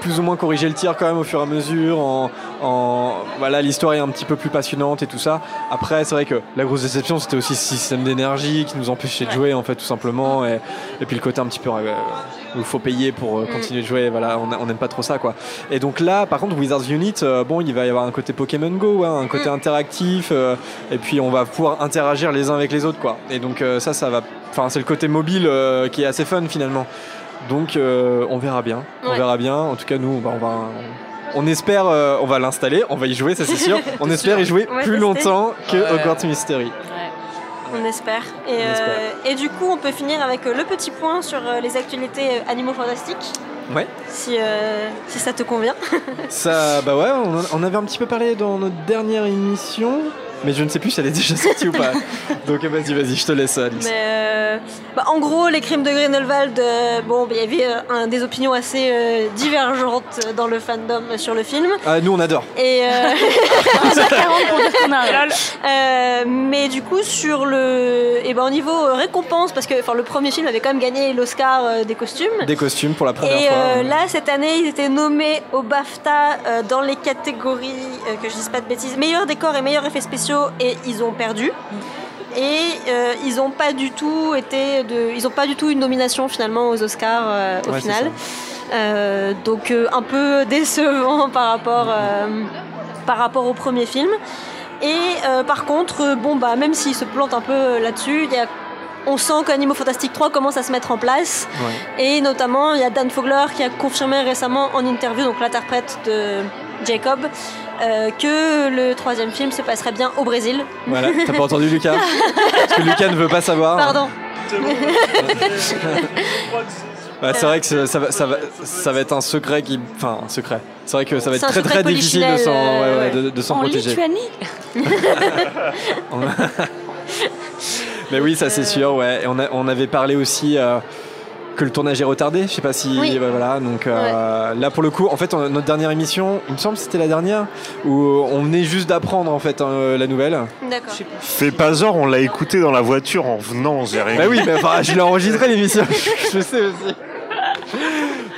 A: plus ou moins corrigé le tir quand même au fur et à mesure. En, en- voilà, l'histoire est un petit peu plus passionnante et tout ça. Après, c'est vrai que la grosse déception, c'était aussi ce système d'énergie qui nous empêchait de jouer en fait tout simplement, et, et puis le côté un petit peu euh, où il faut payer pour euh,
F: Mm.
A: continuer de jouer. Voilà, on a- on n'aime pas trop ça quoi. Et donc là, par contre, Wizards Unit, euh, bon, il va y avoir un côté Pokémon Go, hein, un côté interactif, euh, et puis on va pouvoir interagir les uns avec les autres, quoi. Et donc euh, ça, ça va. Enfin, c'est le côté mobile euh, qui est assez fun finalement. Donc euh, on verra bien, on
J: Ouais.
A: verra bien. En tout cas, nous, on va, on va- on espère, euh, on va l'installer, on va y jouer, ça c'est sûr. On espère y jouer
J: On va
A: plus
J: tester.
A: longtemps que
F: Ouais.
A: Hogwarts Mystery.
J: On espère. Et, euh,
A: espère.
J: et du coup, on peut finir avec euh, le petit point sur euh, les actualités euh, animaux fantastiques,
A: Ouais.
J: si, euh, si ça te convient.
A: Ça, bah ouais, on, en- on avait un petit peu parlé dans notre dernière émission, mais je ne sais plus si elle est déjà sortie ou pas. Donc vas-y, vas-y, je te laisse, Alice.
J: Mais euh, bah, en gros, les crimes de Grindelwald, euh, bon, bah, il y avait euh, un- des opinions assez euh, divergentes euh, dans le fandom euh, sur le film.
A: Ah, nous on adore.
J: Et euh,
G: Lol.
J: Euh, mais du coup sur le et ben au niveau euh, récompense parce que enfin le premier film avait quand même gagné l'Oscar euh, des costumes.
A: Des costumes pour la première
J: Et
A: fois.
J: euh, là, cette année, ils étaient nommés au BAFTA euh, dans les catégories, euh, que je dise pas de bêtises, meilleur décor et meilleurs effets spéciaux, et ils ont perdu. Et euh, ils n'ont pas du tout été, de, ils ont pas du tout une nomination finalement aux Oscars euh, au
A: Ouais, c'est
J: final. Euh, donc euh, un peu décevant par rapport, euh, par rapport au premier film. Et euh, par contre, euh, bon bah même s'ils se plantent un peu euh, là-dessus, il y a- on sent qu'Animaux Fantastiques 3 commence à se mettre en place.
A: Ouais.
J: Et notamment, il y a Dan Fogler qui a confirmé récemment en interview, donc l'interprète de Jacob, euh, que le troisième film se passerait bien au Brésil.
A: Voilà, t'as pas entendu Lucas Parce que Lucas ne veut pas savoir.
J: Pardon.
A: Ouais, c'est vrai que ça, ça va, ça, va, ça va être un secret qui. Enfin, un secret. C'est vrai que ça va
J: C'est
A: être très
J: un secret
A: très difficile de s'en
J: polichinelle,
A: ouais, ouais,
J: euh,
A: de- de s'en
G: En
A: protéger.
G: Lituanie
A: Mais oui, ça
J: Euh.
A: c'est sûr, ouais. Et on, a- on avait parlé aussi euh, que le tournage est retardé. Je sais pas si.
J: Oui.
A: bah, voilà, donc euh, là pour le coup, en fait, on- notre dernière émission, il me semble que c'était la dernière, où on venait juste d'apprendre en fait hein, la nouvelle.
J: D'accord.
B: Fais pas genre, on l'a écouté dans la voiture en venant, j'ai rien.
A: Bah oui, mais enfin, je l'ai enregistré l'émission, je sais aussi.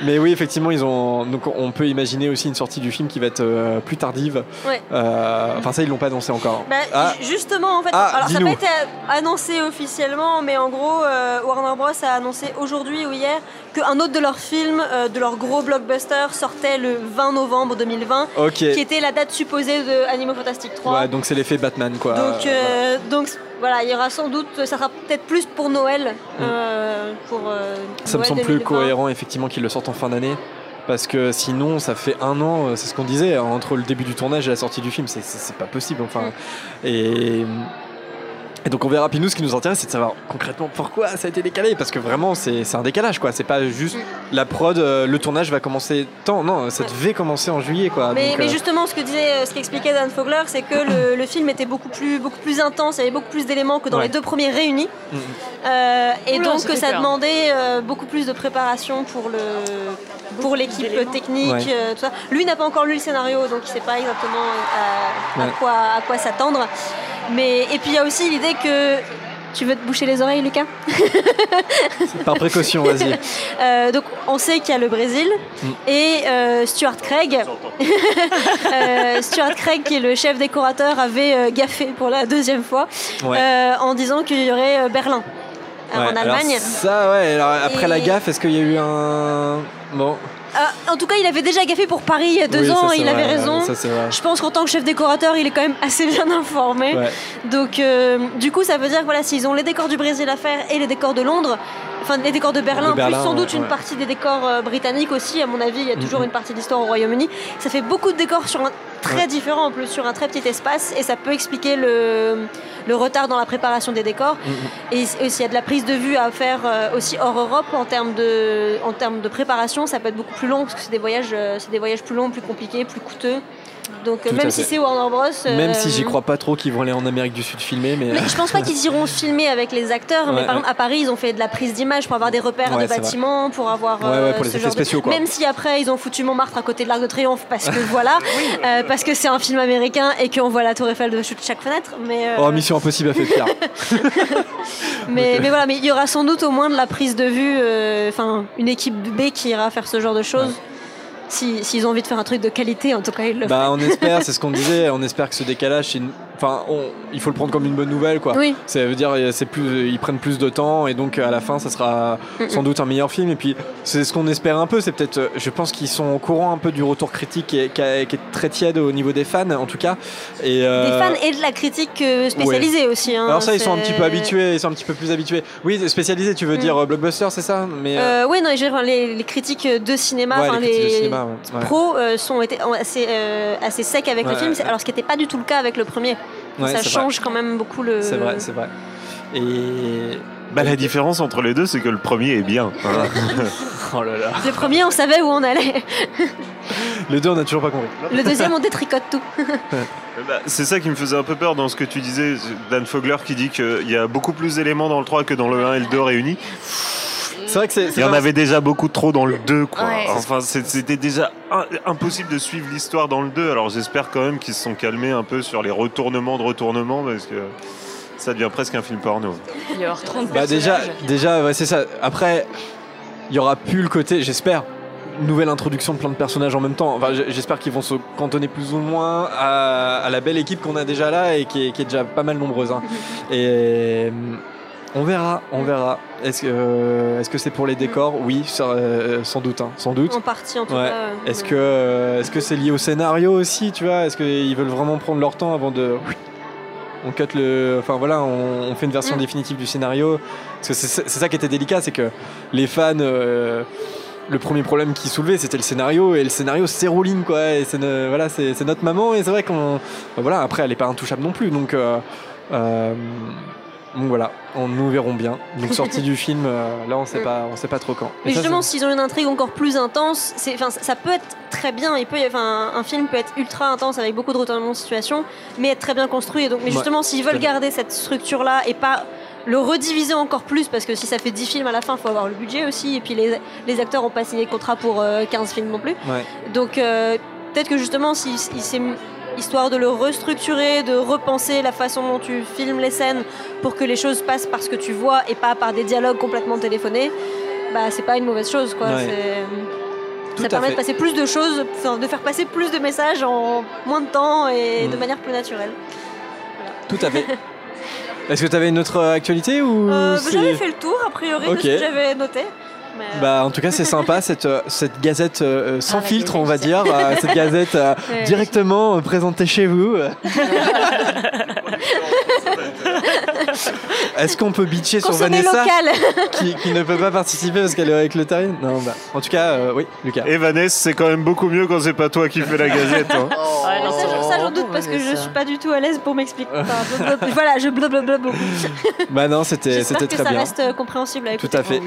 A: Mais oui, effectivement, ils ont. Donc, on peut imaginer aussi une sortie du film qui va être euh, plus tardive.
J: Ouais.
A: Euh, Enfin, ça, ils l'ont pas annoncé encore.
J: Bah,
A: Ah.
J: ju- Justement, en fait,
A: Ah,
J: alors ça n'a
A: dis-nous.
J: pas été a- annoncé officiellement, mais en gros, euh, Warner Bros. a annoncé aujourd'hui ou hier qu'un autre de leurs films, euh, de leur gros blockbuster, sortait le 20 novembre 2020,
A: Ok.
J: qui était la date supposée de Animaux Fantastiques 3.
A: Ouais, donc c'est l'effet Batman, quoi.
J: donc, euh, donc voilà, il y aura sans doute, ça sera peut-être plus pour Noël. euh, pour, euh,
A: Mm. Ça me
J: Noël
A: semble plus
J: 2020.
A: cohérent, effectivement, qu'ils le sortent en fin d'année. Parce que sinon, ça fait un an, euh, c'est ce qu'on disait, hein, entre le début du tournage et la sortie du film, c'est- c'est c'est pas possible. Enfin,
J: Mm.
A: et, et donc on verra. Puis nous, ce qui nous intéresse, c'est de savoir concrètement pourquoi ça a été décalé. Parce que vraiment, c'est c'est un décalage, quoi. C'est pas juste
J: Mm.
A: la prod, euh, le tournage va commencer tant. Non, ça devait commencer en juillet, quoi.
J: Mais,
A: Donc,
J: mais
A: euh,
J: justement, ce que disait, ce qu'expliquait Dan Fogler, c'est que le, le film était beaucoup plus, beaucoup plus intense, il y avait beaucoup plus d'éléments que dans
A: Ouais.
J: les deux premiers réunis.
A: mm.
J: Euh, et
G: Oula,
J: donc
G: c'était
J: que ça
G: clair.
J: demandait euh, beaucoup plus de préparation pour le pour l'équipe technique,
A: Ouais.
J: euh, tout ça. Lui n'a pas encore lu le scénario, donc il ne sait pas exactement euh, à, à
A: Ouais.
J: quoi à quoi s'attendre. Mais et puis il y a aussi l'idée que tu veux te boucher les oreilles, Lucas
A: Par précaution, vas-y.
J: Euh, donc on sait qu'il y a le Brésil
A: Mm.
J: et euh, Stuart Craig. Euh, Stuart Craig, qui est le chef décorateur, avait euh, gaffé pour la deuxième fois
A: Ouais.
J: euh, en disant qu'il y aurait euh, Berlin euh,
A: Ouais,
J: en
A: alors
J: Allemagne.
A: ça, ouais. alors après
J: Et-
A: la gaffe, est-ce qu'il y a eu un. Bon.
J: Euh, en tout cas, il avait déjà gaffé pour Paris il y a deux
A: Oui, ça,
J: ans, hein,
A: c'est
J: il
A: vrai,
J: avait raison.
A: Ça, c'est vrai.
J: Je pense qu'en tant que chef décorateur, il est quand même assez bien informé.
A: Ouais.
J: Donc, euh, du coup, ça veut dire que voilà, s'ils ont les décors du Brésil à faire et les décors de Londres, enfin les décors de Berlin,
A: De Berlin,
J: plus sans doute
A: ouais, ouais.
J: une partie des décors euh, britanniques aussi, à mon avis, il y a toujours
A: Mhm.
J: une partie de l'histoire au Royaume-Uni. Ça fait beaucoup de décors sur un très
A: Ouais.
J: différent en plus, sur un très petit espace, et ça peut expliquer le, le retard dans la préparation des décors.
A: Mm,
J: Et s- aussi, il y a de la prise de vue à faire euh, aussi hors Europe en termes de, en termes de préparation. Ça peut être beaucoup plus long parce que c'est des voyages, euh, c'est des voyages plus longs, plus compliqués, plus coûteux. Donc euh,
A: Tout à
J: même si
A: fait.
J: c'est Warner Bros.
A: Même
J: euh,
A: si j'y crois pas trop qu'ils vont aller en Amérique du Sud filmer, mais. euh,
J: Mais je pense pas qu'ils iront filmer avec les acteurs.
A: Ouais,
J: mais par
A: ouais.
J: exemple, à Paris, ils ont fait de la prise d'image pour avoir des repères
A: Ouais,
J: de
A: c'est vrai.
J: bâtiments, pour avoir.
A: Ouais,
J: euh,
A: ouais, pour les
J: ce
A: effets
J: genre de-
A: spéciaux, quoi.
J: Même si après, ils ont foutu Montmartre à côté de l'Arc de Triomphe parce que voilà, euh, parce que c'est un film américain et qu'on voit la Tour Eiffel de chaque fenêtre. Mais. euh,
A: Oh, Mission Impossible a fait pire.
J: mais,
A: Ok.
J: mais voilà, mais il y aura sans doute au moins de la prise de vue, euh, enfin une équipe B qui ira faire ce genre de choses. Si- S'ils ont envie de faire un truc de qualité, en tout cas ils le
A: bah, on espère, c'est ce qu'on disait, on espère que ce décalage, c'est une- enfin, on- il faut le prendre comme une bonne nouvelle, quoi.
J: font. Oui.
A: Ça veut dire euh, c'est plus, ils prennent plus de temps et donc euh, à la fin ça sera
J: Mm-mm.
A: sans doute un meilleur film. Et puis c'est ce qu'on espère un peu, c'est peut-être, euh, je pense qu'ils sont au courant un peu du retour critique qui est, qui a- qui est très tiède au niveau des fans en tout cas. Et,
J: Des
A: euh,
J: fans et de la critique euh, spécialisée aussi. hein,
A: Alors ça ils sont un petit peu
J: c'est-
A: habitués, ils sont un petit peu plus habitués. Oui, spécialisé, tu veux
J: Mm.
A: dire euh, blockbuster, c'est ça Mais euh,
J: Euh, oui, non, j'ai- enfin, les, les critiques de cinéma,
A: ouais,
J: enfin,
A: les critiques de
J: les
A: cinéma, ouais, ouais.
J: pros euh, sont été ont assez, euh, assez secs avec
A: Ouais,
J: le film,
A: ouais.
J: alors ce qui n'était pas du tout le cas avec le premier.
A: Ouais,
J: ça
A: c'est vrai.
J: change quand même beaucoup le.
A: C'est vrai, c'est vrai. Et
B: Bah, la différence entre les deux, c'est que le premier est bien. hein.
A: oh là là.
J: Le premier, on savait où on allait.
A: Les deux, on n'a toujours pas compris.
J: Le deuxième, on détricote tout.
B: Eh ben, c'est ça qui me faisait un peu peur dans ce que tu disais, Dan Fogler qui dit qu'il y a beaucoup plus d'éléments dans le 3 que dans le 1 et le 2 réunis.
A: C'est vrai que c'est. c'est
B: Il y en
A: pas-
B: avait déjà beaucoup trop dans le 2, quoi.
G: Ouais.
B: Enfin, c'est- c'était déjà un- impossible de suivre l'histoire dans le 2. Alors j'espère quand même qu'ils se sont calmés un peu sur les retournements de retournements parce que ça devient presque un film porno.
F: Il y a 30
A: Bah déjà,
F: personnages.
A: déjà, ouais, c'est ça. Après, il y aura plus le côté, j'espère, nouvelle introduction de plein de personnages en même temps. Enfin, j- j'espère qu'ils vont se cantonner plus ou moins à, à la belle équipe qu'on a déjà là et qui est, qui est déjà pas mal nombreuse. hein. Et euh, on verra, on verra. Est-ce que, euh, est-ce que c'est pour les décors Oui, ça, euh, sans doute, hein, sans doute.
J: En partie, en tout
A: Ouais.
J: cas. euh,
A: Est-ce que euh, est-ce que c'est lié au scénario aussi, tu vois Est-ce qu'ils veulent vraiment prendre leur temps avant de on cut le, enfin voilà, on, on fait une version
J: Mm.
A: définitive du scénario parce que c'est c'est ça qui était délicat, c'est que les fans euh, le premier problème qu'ils soulevaient, c'était le scénario et le scénario c'est Rowling quoi et c'est ne- voilà, c'est c'est notre maman et c'est vrai qu'on ben voilà, après elle est pas intouchable non plus donc euh, euh, donc voilà, on nous verrons bien. Donc sortie du film, euh, là on sait
J: Mm.
A: pas, on sait pas trop quand. Et
J: Mais
A: ça,
J: justement,
A: c'est-
J: s'ils ont une intrigue encore plus intense, c'est, enfin, ça ça peut être très bien. Il peut, y- enfin, un film peut être ultra intense avec beaucoup de retournements de situation, mais être très bien construit. Et donc, mais
A: Ouais,
J: justement, s'ils
A: tout à
J: veulent
A: fait.
J: garder cette structure-là et pas le rediviser encore plus, parce que si ça fait 10 films à la fin, il faut avoir le budget aussi. Et puis, les, les acteurs n'ont pas signé de contrat pour euh, 15 films non plus.
A: Ouais.
J: Donc, euh, peut-être que justement, si, si c'est histoire de le restructurer, de repenser la façon dont tu filmes les scènes pour que les choses passent par ce que tu vois et pas par des dialogues complètement téléphonés, bah c'est pas une mauvaise chose quoi.
A: Ouais.
J: c'est-
E: Tout
J: ça
E: à
J: permet
E: fait.
J: de passer plus de choses, enfin, de faire passer plus de messages en moins de temps et
A: Mm.
J: de manière plus naturelle.
A: Tout à fait. Est-ce que tu avais une autre euh, actualité ou
J: Euh, bah,
A: c'est-
J: j'avais fait le tour, a priori,
A: Ok.
J: de ce que j'avais noté. Mais, euh,
A: Bah, en tout cas, c'est sympa cette, euh, cette gazette euh, sans filtre, on va dire, euh, cette gazette euh,
J: Ouais.
A: directement euh, présentée chez vous. Est-ce qu'on peut bitcher sur
J: Consommez
A: Vanessa
J: local.
A: qui, qui ne peut pas participer parce qu'elle est avec le tarif Non, bah, en tout cas, euh, oui, Lucas.
B: Et Vanessa, c'est quand même beaucoup mieux quand c'est pas toi qui fais la gazette. hein.
E: Oh.
A: Oh.
J: ça, j'en- ça, j'en
F: Oh,
J: doute parce que je suis pas du tout à l'aise pour m'expliquer. Enfin, blablabla. voilà, je blablabla beaucoup.
A: Bah non, c'était
J: J'espère
A: c'était
J: que
A: très
J: ça
A: bien.
J: reste euh, compréhensible avec
A: Tout à fait.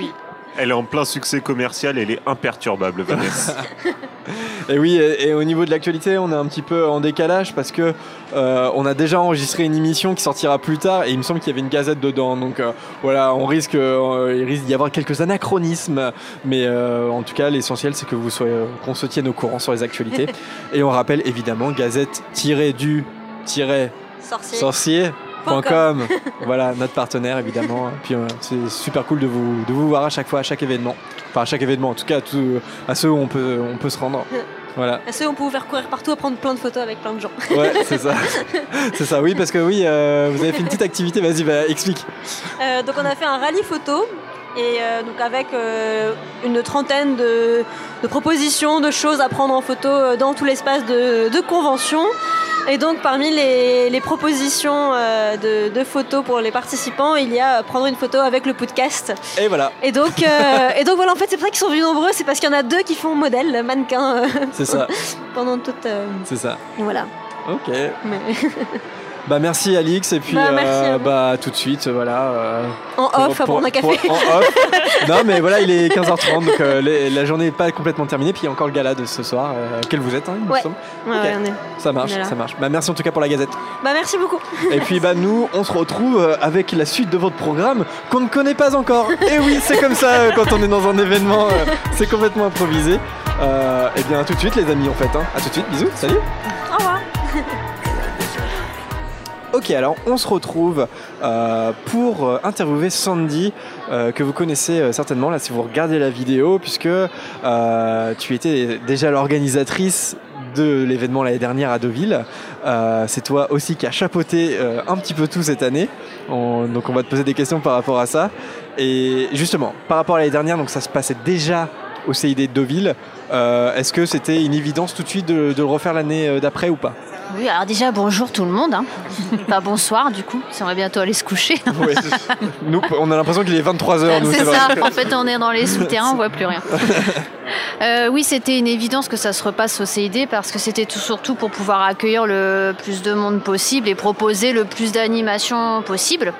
B: Elle est en plein succès commercial, elle est imperturbable, Vanessa.
A: Et oui, et, et au niveau de l'actualité, on est un petit peu en décalage parce que euh, on a déjà enregistré une émission qui sortira plus tard et il me semble qu'il y avait une gazette dedans. Donc euh, voilà, on risque, euh, il risque d'y avoir quelques anachronismes, mais euh, en tout cas, l'essentiel c'est que vous soyez, euh, qu'on se tienne au courant sur les actualités. et on rappelle évidemment gazette du
J: Sorcier.
A: sorcier.com. voilà notre partenaire évidemment. Et Puis euh, c'est super cool de vous de vous voir à chaque fois à chaque événement. Enfin à chaque événement en tout cas à, tout- à ceux où on peut on peut se rendre. Voilà.
J: À ceux, on peut vous faire courir partout et prendre plein de photos avec plein de gens.
A: Ouais, c'est ça. C'est ça, oui, parce que oui, euh, vous avez fait une petite activité, vas-y, bah, explique.
J: Euh, donc on a fait un rallye photo et euh, donc avec euh, une trentaine de, de propositions, de choses à prendre en photo euh, dans tout l'espace de, de convention. Et donc parmi les, les propositions euh, de, de photos pour les participants, il y a euh, prendre une photo avec le podcast.
A: Et voilà.
J: Et donc, euh, et donc voilà, en fait c'est pour ça qu'ils sont venus nombreux, c'est parce qu'il y en a deux qui font modèle, mannequin. euh,
A: C'est ça.
J: pendant toute... euh,
A: C'est ça.
J: voilà.
A: Ok.
J: Mais-
A: Bah, merci, Alix, et puis,
J: Bah, merci à vous.
A: bah, tout de suite, voilà. euh,
J: En off, à prendre un café.
A: pour- en off. non, mais voilà, il est 15h30, donc euh, les- la journée n'est pas complètement terminée, puis il y a encore le gala de ce soir, euh, quel vous êtes, hein, il me
J: Ouais.
A: semble.
J: Ouais,
A: Ok.
J: ouais, on est-
A: Ça marche,
J: on est là.
A: ça marche. Bah, merci en tout cas pour la gazette.
J: Bah merci beaucoup.
A: Et puis bah nous, on se retrouve euh, avec la suite de votre programme qu'on ne connaît pas encore. Et oui, c'est comme ça euh, quand on est dans un événement, euh, c'est complètement improvisé. Euh, et bien à tout de suite les amis en fait. Hein. À tout de suite, bisous, salut.
J: Au revoir.
A: Ok, alors on se retrouve euh, pour euh, interviewer Sandy, euh, que vous connaissez euh, certainement là si vous regardez la vidéo, puisque euh, tu étais déjà l'organisatrice de l'événement l'année dernière à Deauville. Euh, c'est toi aussi qui as chapeauté euh, un petit peu tout cette année. On- donc on va te poser des questions par rapport à ça. Et justement, par rapport à l'année dernière, donc ça se passait déjà au CID de Deauville. Euh, Est-ce que c'était une évidence tout de suite de, de le refaire l'année euh, d'après ou pas
G: Oui, alors déjà, bonjour tout le monde. Hein. Pas bonsoir, du coup, si on va bientôt aller se coucher.
A: Ouais. Nous, on a l'impression qu'il est 23h.
G: C'est ça, en fait, on est dans les souterrains, on voit plus rien. Euh, oui, c'était une évidence que ça se repasse au CID parce que c'était tout surtout pour pouvoir accueillir le plus de monde possible et proposer le plus d'animations possible.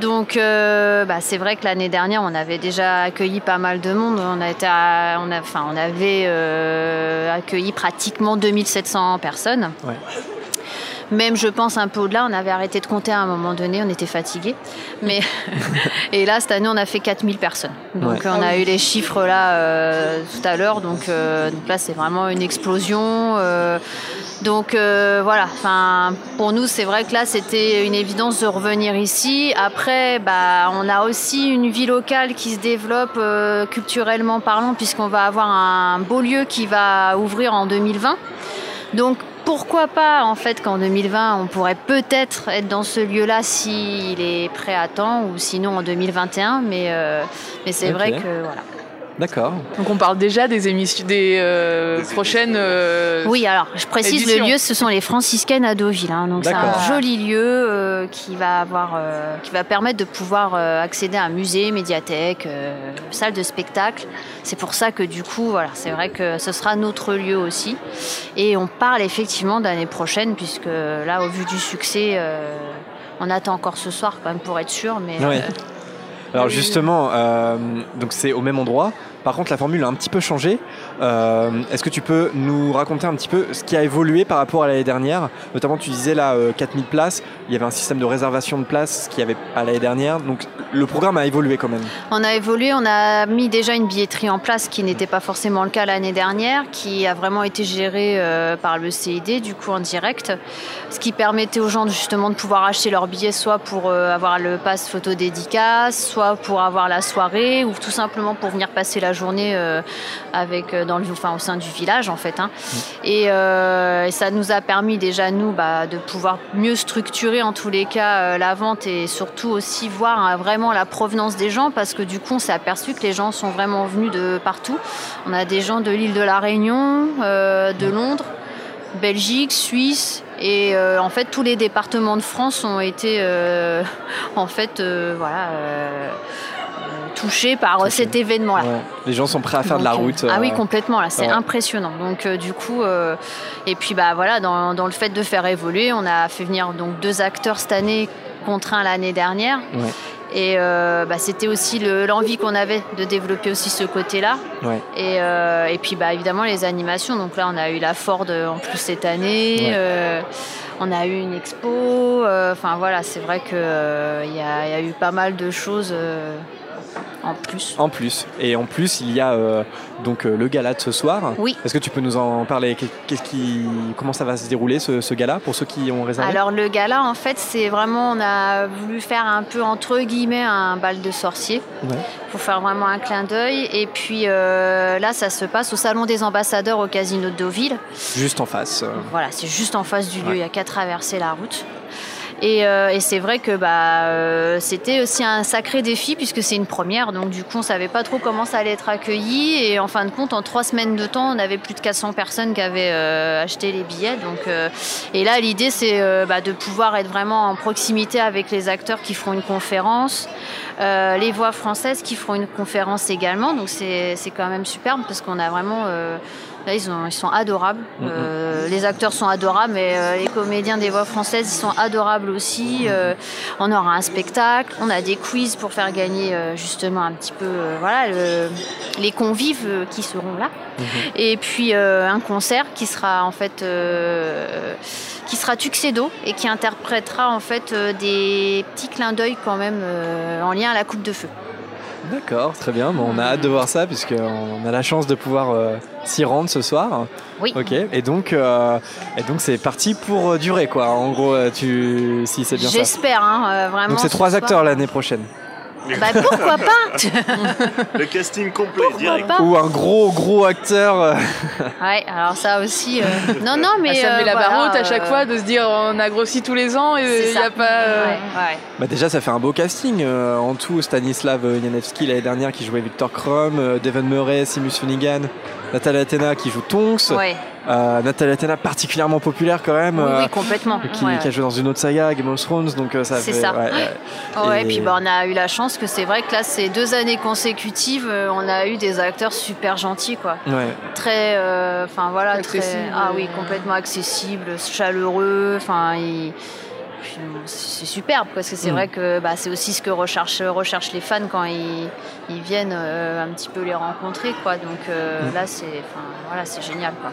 G: Donc, euh, bah, c'est vrai que l'année dernière, on avait déjà accueilli pas mal de monde. On, a été à- on, a- enfin, on avait euh, accueilli pratiquement 2700 personnes. Même, je pense, un peu au-delà, on avait arrêté de compter à un moment donné, on était fatigué. Mais... Et là, cette année, on a fait 4000 personnes. Donc,
K: Ouais.
G: on
K: Ah
G: a
K: oui.
G: eu les chiffres là euh, tout à l'heure. Donc, euh, donc là, c'est vraiment une explosion. euh, donc euh, voilà, enfin, pour nous c'est vrai que là c'était une évidence de revenir ici. Après, bah, on a aussi une vie locale qui se développe euh, culturellement parlant puisqu'on va avoir un beau lieu qui va ouvrir en 2020. Donc pourquoi pas en fait qu'en 2020 on pourrait peut-être être dans ce lieu-là s'il est prêt à temps ou sinon en 2021. Mais, euh, mais c'est
A: Ok.
G: vrai que voilà.
A: D'accord.
K: Donc on parle déjà des émissions, des, euh, prochaines. euh,
G: Oui, alors je précise
K: édition.
G: le lieu, ce sont les franciscaines à Deauville. hein. donc c'est un
K: D'accord.
G: joli lieu euh, qui va avoir, euh, qui va permettre de pouvoir euh, accéder à un musée, médiathèque, euh, salle de spectacle. C'est pour ça que du coup, voilà, c'est vrai que ce sera notre lieu aussi. Et on parle effectivement d'année prochaine, puisque là, au vu du succès, euh, on attend encore ce soir quand même pour être sûr, mais.
A: Ouais.
G: euh,
A: Alors
G: oui.
A: justement, euh, donc c'est au même endroit. Par contre, la formule a un petit peu changé. Euh, Est-ce que tu peux nous raconter un petit peu ce qui a évolué par rapport à l'année dernière Notamment, tu disais là euh, 4000 places. Il y avait un système de réservation de places qui avait à l'année dernière. Donc le programme a évolué quand même.
G: On a évolué, on a mis déjà une billetterie en place qui n'était pas forcément le cas l'année dernière, qui a vraiment été gérée euh, par le CID, du coup en direct, ce qui permettait aux gens justement de pouvoir acheter leurs billets soit pour euh, avoir le pass photo dédicace, soit pour avoir la soirée, ou tout simplement pour venir passer la journée euh, avec, dans le, enfin, au sein du village en fait. hein. Et, euh, et ça nous a permis déjà nous bah, de pouvoir mieux structurer en tous les cas euh, la vente et surtout aussi voir hein, vraiment la provenance des gens parce que du coup on s'est aperçu que les gens sont vraiment venus de partout. On a des gens de l'île de la Réunion, euh, de Londres, Belgique, Suisse et euh, en fait tous les départements de France ont été euh, en fait euh, voilà euh, touchés par euh, cet événement là.
A: Ouais. Les gens sont prêts à faire de la
G: Donc, euh,
A: route.
G: Ah oui,
A: euh,
G: complètement, là, c'est
A: ouais.
G: impressionnant. Donc, euh, du coup, euh, et puis, bah voilà, dans, dans le fait de faire évoluer, on a fait venir donc deux acteurs cette année contre un l'année dernière. Et euh, bah, c'était aussi le- l'envie qu'on avait de développer aussi ce côté-là.
A: Ouais.
G: Et, euh, et puis bah, évidemment les animations. Donc là on a eu la Ford euh, en plus cette année.
A: Ouais.
G: Euh, on a eu une expo. Euh, Enfin voilà, c'est vrai qu'il y, a- il y a eu pas mal de choses euh, en plus.
A: En plus. Et en plus, il y a euh, donc euh, le gala de ce soir.
G: Oui.
A: Est-ce que tu peux nous en parler Qu'est- Qu'est-ce qui, comment ça va se dérouler ce, ce gala pour ceux qui ont réservé
G: Alors le gala en fait c'est vraiment on a voulu faire un peu entre guillemets un bal de sorcier.
A: Ouais.
G: pour faire vraiment un clin d'œil. Et puis euh, là, ça se passe au Salon des Ambassadeurs au Casino de Deauville.
A: Juste en face. euh.
G: Voilà, c'est juste en face du lieu,
A: Ouais.
G: il n'y a qu'à traverser la route. Et, euh, et c'est vrai que bah, euh, c'était aussi un sacré défi puisque c'est une première, donc du coup on savait pas trop comment ça allait être accueilli. Et en fin de compte, en trois semaines de temps, on avait plus de 400 personnes qui avaient euh, acheté les billets. Donc, euh, et là, l'idée c'est euh, bah, de pouvoir être vraiment en proximité avec les acteurs qui feront une conférence, euh, les voix françaises qui feront une conférence également. Donc c'est c'est quand même superbe parce qu'on a vraiment euh, là ils, ont- ils sont adorables.
L: Mhm.
G: Euh, les acteurs sont adorables, mais euh, les comédiens des voix françaises, ils sont adorables aussi. Euh, on aura un spectacle, on a des quiz pour faire gagner euh, justement un petit peu euh, voilà, le- les convives euh, qui seront là.
A: Mhm.
G: Et puis euh, un concert qui sera en fait euh, qui sera Tuxedo et qui interprétera en fait euh, des petits clins d'œil quand même euh, en lien à la coupe de feu.
A: D'accord, très bien. Bon, on a hâte de voir ça puisque on a la chance de pouvoir euh, s'y rendre ce soir.
G: Oui.
A: Ok. Et donc, euh, et donc c'est parti pour euh, durer quoi. En gros, euh, tu, si c'est bien ça.
G: J'espère hein, euh, vraiment.
A: Donc c'est
G: ce
A: trois
G: soir.
A: acteurs l'année prochaine.
G: Bah pourquoi pas
B: Le casting complet, direct.
G: pas
A: Ou un gros gros acteur. euh,
G: Ouais, alors ça aussi. euh, Non, non,
C: Ah,
G: mais.
K: ça
G: euh,
K: met la
G: voilà,
K: baroute à chaque
G: euh,
K: fois de se dire on a grossi tous les ans et
G: C'est
K: il n'y a
G: ça.
K: pas. euh,
G: Ouais, ouais.
A: Bah déjà, ça fait un beau casting. euh, en tout, Stanislav euh, Yanevski l'année dernière qui jouait Victor Crumb, euh, Devon Murray, Simus Finnegan, Nathalie Athena qui joue Tonks.
G: Ouais.
A: Euh, Nathalie Athena particulièrement populaire quand même.
G: Oui, oui,
A: euh,
G: complètement.
A: Qui,
G: Ouais,
A: qui a joué dans une autre saga, Game of Thrones. Donc euh, ça
G: C'est
A: fait-
G: ça.
A: ouais, ouais.
G: Ouais,
A: Et-
G: puis bah, on a eu la chance que c'est vrai que là, ces deux années consécutives, euh, on a eu des acteurs super gentils, quoi.
A: Ouais.
G: Très, euh, enfin voilà,
K: Accessible.
G: très, ah
A: euh.
G: oui, complètement accessible, chaleureux, enfin, il- puis, bon, c'est c'est superbe parce que c'est
K: Mm.
G: vrai que bah, c'est aussi ce que recherchent, recherchent les fans quand ils, ils viennent euh, un petit peu les rencontrer, quoi. Donc euh,
A: Mm.
G: là, c'est, enfin voilà, c'est génial, quoi.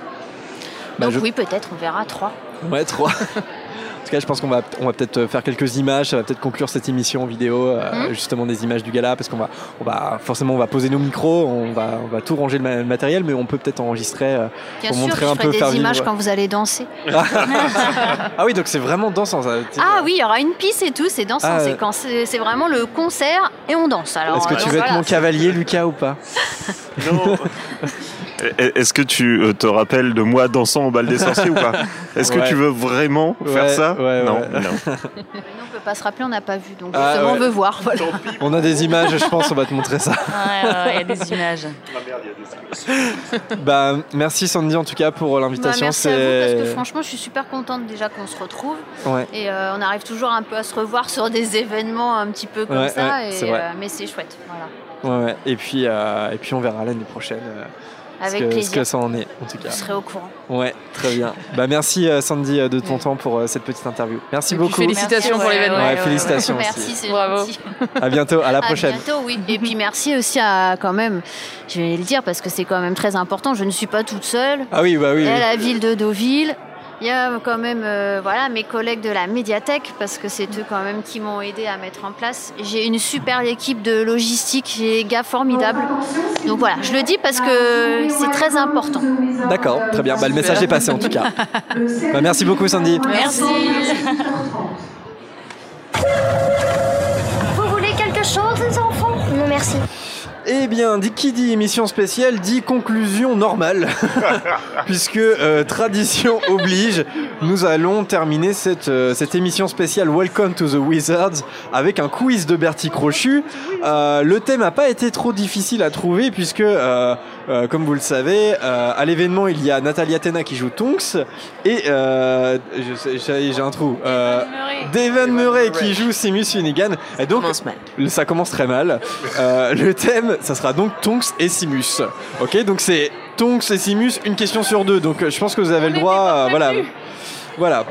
A: Bah,
G: Donc
A: je-
G: oui, peut-être on verra trois.
A: Ouais, trois. En tout cas, je pense qu'on va, on va peut-être euh, faire quelques images. Ça va peut-être conclure cette émission en vidéo, euh,
G: Mhm.
A: justement des images du gala, parce qu'on va, on va forcément, on va poser nos micros, on va, on va tout ranger le ma- le matériel, mais on peut peut-être enregistrer euh,
G: Bien
A: pour
G: sûr,
A: montrer
G: je
A: un
G: ferai
A: peu, faire
G: des
A: vivre.
G: images quand vous allez danser.
A: ah oui, donc c'est vraiment dansant. Ça.
G: Ah oui, il y aura une piste et tout, c'est dansant.
A: Ah,
G: c'est
A: euh.
G: quand c'est c'est vraiment le concert et on danse. Alors,
A: Est-ce que
G: euh,
A: tu
G: donc
A: veux être
G: voilà.
A: mon cavalier, Lucas, ou pas
B: Non. E-, Est-ce que tu euh, te rappelles de moi dansant au bal des sorciers ou pas Est-ce que
A: Ouais.
B: tu veux vraiment
A: Ouais,
B: faire ça
A: ouais,
B: Non,
A: ouais.
B: non.
G: On ne peut pas se rappeler, on n'a pas vu. Donc
A: Ah,
G: justement,
A: ouais.
G: on veut voir. voilà.
A: On a des images, je pense, on va te montrer ça.
L: ouais, il y a des images.
A: Ah, Bah, merci Sandy en tout cas pour euh,
G: Bah,
A: l'invitation.
G: merci à vous parce que
A: c'est-
G: franchement, je suis super contente déjà qu'on se retrouve.
A: Ouais.
G: Et euh, on arrive toujours un peu à se revoir sur des événements un petit peu comme
A: Ouais,
G: ça.
A: ouais,
G: et,
A: c'est vrai.
G: euh, mais c'est chouette. Voilà.
A: Ouais, ouais. Et puis, euh, et puis on verra l'année prochaine. euh,
G: Avec
A: ce que,
G: plaisir.
A: ce que ça en est, en tout cas.
G: Vous serez au courant.
A: Ouais, très bien. Bah merci euh, Sandy euh, de ton temps pour euh, cette petite interview. Merci
K: Et puis
A: beaucoup.
K: félicitations pour l'événement.
A: Ouais, félicitations
G: Merci,
A: aussi.
G: c'est
K: Bravo.
G: gentil.
A: À bientôt, à la prochaine.
G: bientôt, oui. Et puis merci aussi à quand même, je vais le dire parce que c'est quand même très important, je ne suis pas toute seule.
A: Ah oui, bah oui.
G: Il y a
A: oui.
G: la ville de Deauville, Il y a quand même euh, voilà, mes collègues de la médiathèque, parce que c'est eux quand même qui m'ont aidé à mettre en place. J'ai une super équipe de logistique, j'ai des gars formidables. Donc voilà, je le dis parce que c'est très important.
A: D'accord, très bien. Bah, le message est passé en tout cas. Bah, merci beaucoup Sandy.
G: Merci.
I: Vous voulez quelque chose, les enfants Non, merci.
A: Eh bien, dit- qui dit émission spéciale dit conclusion normale, puisque euh, tradition oblige, nous allons terminer cette, euh, cette émission spéciale Welcome to the Wizards avec un quiz de Bertie Crochu. Euh, le thème n'a pas été trop difficile à trouver, puisque, euh, euh, comme vous le savez, euh, à l'événement, il y a Nathalie Athena qui joue Tonks, et euh, je sais- j'ai j'ai un trou, euh, Devon Murray qui joue Simus Finnegan. Et donc, ça commence très mal. Euh, le thème, ça sera donc Tonks et Simus. Ok, donc c'est Tonks et Simus, une question sur deux. Donc euh, je pense que vous avez le droit. euh, voilà. Voilà.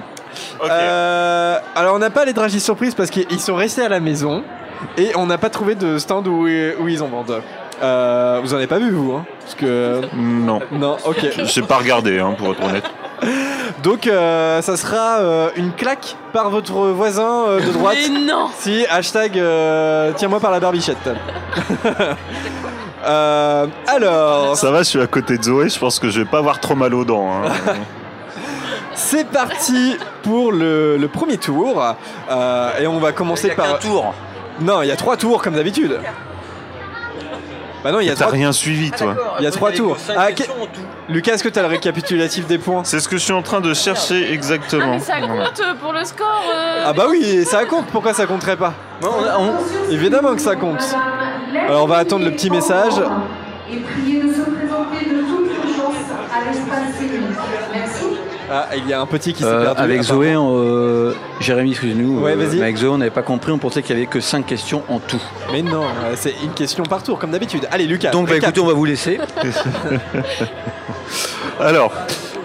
A: Euh, alors on n'a pas les dragis surprises parce qu'ils sont restés à la maison et on n'a pas trouvé de stand où, où ils en vendent. Euh, vous en avez pas vu vous hein Parce que
B: non.
A: Non, ok.
B: Je sais pas regarder, hein, pour être honnête.
A: Donc euh, ça sera euh, une claque par votre voisin euh, de droite.
F: Mais non
A: Si, hashtag euh, tiens-moi par la barbichette. Euh, alors.
B: Ça va, je suis à côté de Zoé, je pense que je vais pas avoir trop mal aux dents. hein.
A: C'est parti pour le, le premier tour. Euh, et on va commencer par. Un tour. Non, il y a trois tours comme d'habitude. Bah non, il y a
B: T'as
A: trois.
B: rien suivi, toi.
A: Il y a trois tours. Ah, que- Lucas, est-ce que t'as le récapitulatif des points
B: C'est ce que je suis en train de chercher
C: Ah,
B: exactement.
C: mais ça compte euh, pour le score euh,
A: Ah bah oui, ça compte. Pourquoi ça compterait pas Évidemment que ça compte. Alors on va attendre le petit message.
M: Et priez de se présenter de toute urgence à l'espace scénique. Merci.
A: Ah, il y a un petit qui s'est
E: Euh,
A: perdu.
E: avec
A: Ah,
E: Zoé, on, euh, Jérémy, excuse-nous.
A: Ouais,
E: euh,
A: vas-y.
E: mais avec Zoé, on n'avait pas compris, on pensait qu'il n'y avait que 5 questions en tout.
A: Mais non, euh, c'est une question par tour, comme d'habitude. Allez, Lucas.
E: Donc, bah,
A: récap.
E: écoutez, on va vous laisser.
B: Alors,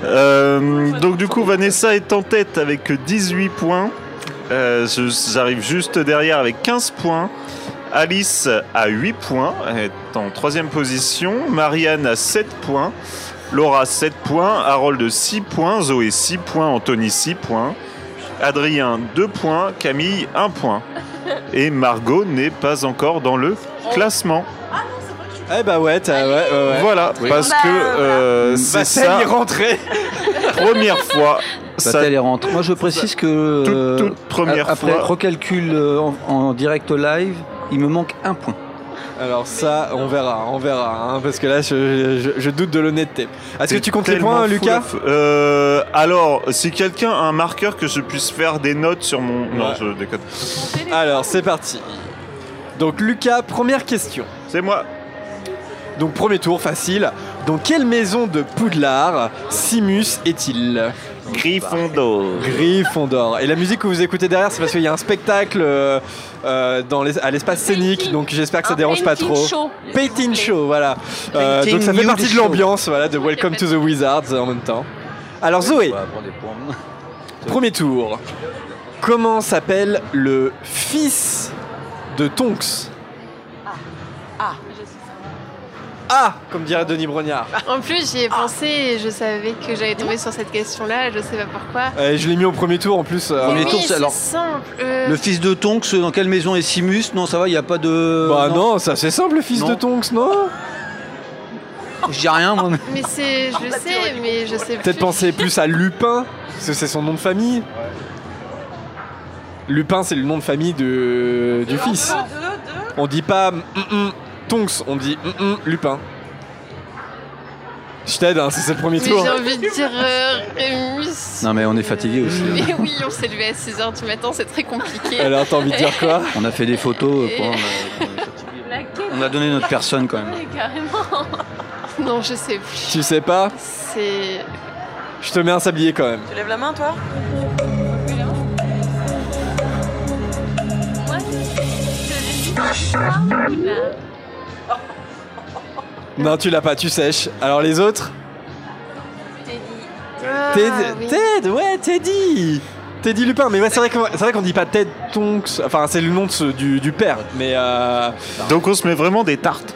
B: euh, donc du coup, Vanessa est en tête avec 18 points. Euh, je- J'arrive juste derrière avec 15 points. Alice à 8 points, est en troisième position. Marianne à 7 points. Laura 7 points. Harold 6 points. Zoé 6 points. Anthony 6 points. Adrien 2 points. Camille 1 point. Et Margot n'est pas encore dans le classement.
A: Eh bah ouais, t'as- ouais, ouais, ouais.
B: Voilà, parce
C: Bah,
B: que euh, c'est
A: Vassel
B: ça.
A: est rentré.
B: Première fois.
E: Ça... est rentre. Moi, je précise que
B: Toute- toute
E: euh,
B: première
E: a- après
B: fois.
E: recalcul euh, en, en direct live, il me manque un point.
A: Alors ça, on verra, on verra, hein, parce que là, je, je- je doute de l'honnêteté. Est-ce que tu comptes les points, Lucas
B: Euh, Alors, si quelqu'un a un marqueur que je puisse faire des notes sur mon. Non,
A: Ouais.
B: je déconne.
A: Alors, c'est parti. Donc, Lucas, première question.
B: C'est moi.
A: Donc, premier tour, facile. Dans quelle maison de Poudlard Simus est-il
B: Gryffondor.
A: Gryffondor. Et la musique que vous écoutez derrière, c'est parce qu'il y a un spectacle euh, euh, dans les- à l'espace scénique, donc j'espère que ça
C: Un
A: dérange pas
C: painting
A: trop.
C: show.
A: Painting show, voilà. Euh, donc ça fait
E: Painting
A: partie de
E: show.
A: l'ambiance, voilà, de Welcome to the Wizards euh, en même temps. Alors Zoé, Premier tour. Comment s'appelle le fils de Tonks
H: Ah.
A: Ah, comme dirait Denis Brognard.
H: En plus, j'y ai pensé et je savais que j'allais tomber sur cette question-là, je sais pas pourquoi.
A: Euh, je l'ai mis au premier tour en plus. euh,
E: Premier
H: Oui,
E: tour, c'est
H: c'est
E: Ah, alors-
H: simple. euh,
E: Le fils de Tonks, dans quelle maison est Simus Non, ça va, il n'y a pas de.
A: Bah non, ça c'est simple, le fils de Tonks, non
E: Je dis rien, moi.
H: Mais c'est, je sais, mais je sais plus.
A: Peut-être penser plus à Lupin, parce que c'est son nom de famille. Lupin, c'est le nom de famille de, du fils. On dit pas mm, mm, Tonks, on dit mm, mm, Lupin. Je t'aide, hein, c'est le premier
H: Mais j'ai
A: tour.
H: envie de dire euh, Rémus.
E: Non, mais on est fatigué aussi. hein.
H: Mais oui, on s'est levé à 6h du matin, c'est très compliqué.
E: Alors,
A: t'as envie
H: de dire quoi
E: On a fait des photos. euh,
H: Et-
E: pour- on a- On a donné notre personne quand même.
H: Ouais, carrément. Non, je sais plus.
A: Tu sais pas
H: C'est.
A: Je te mets un sablier quand même.
F: Tu lèves la main, toi
A: Non, tu l'as pas, tu sèches. Alors les autres
H: Ah,
C: Ah,
A: Ted, Ted, ouais, Teddy Teddy Lupin, mais ouais, c'est vrai qu'on c'est vrai qu'on dit pas Ted Tonks, enfin c'est le nom de ce- du, du père, mais euh...
B: Donc on se met vraiment des tartes.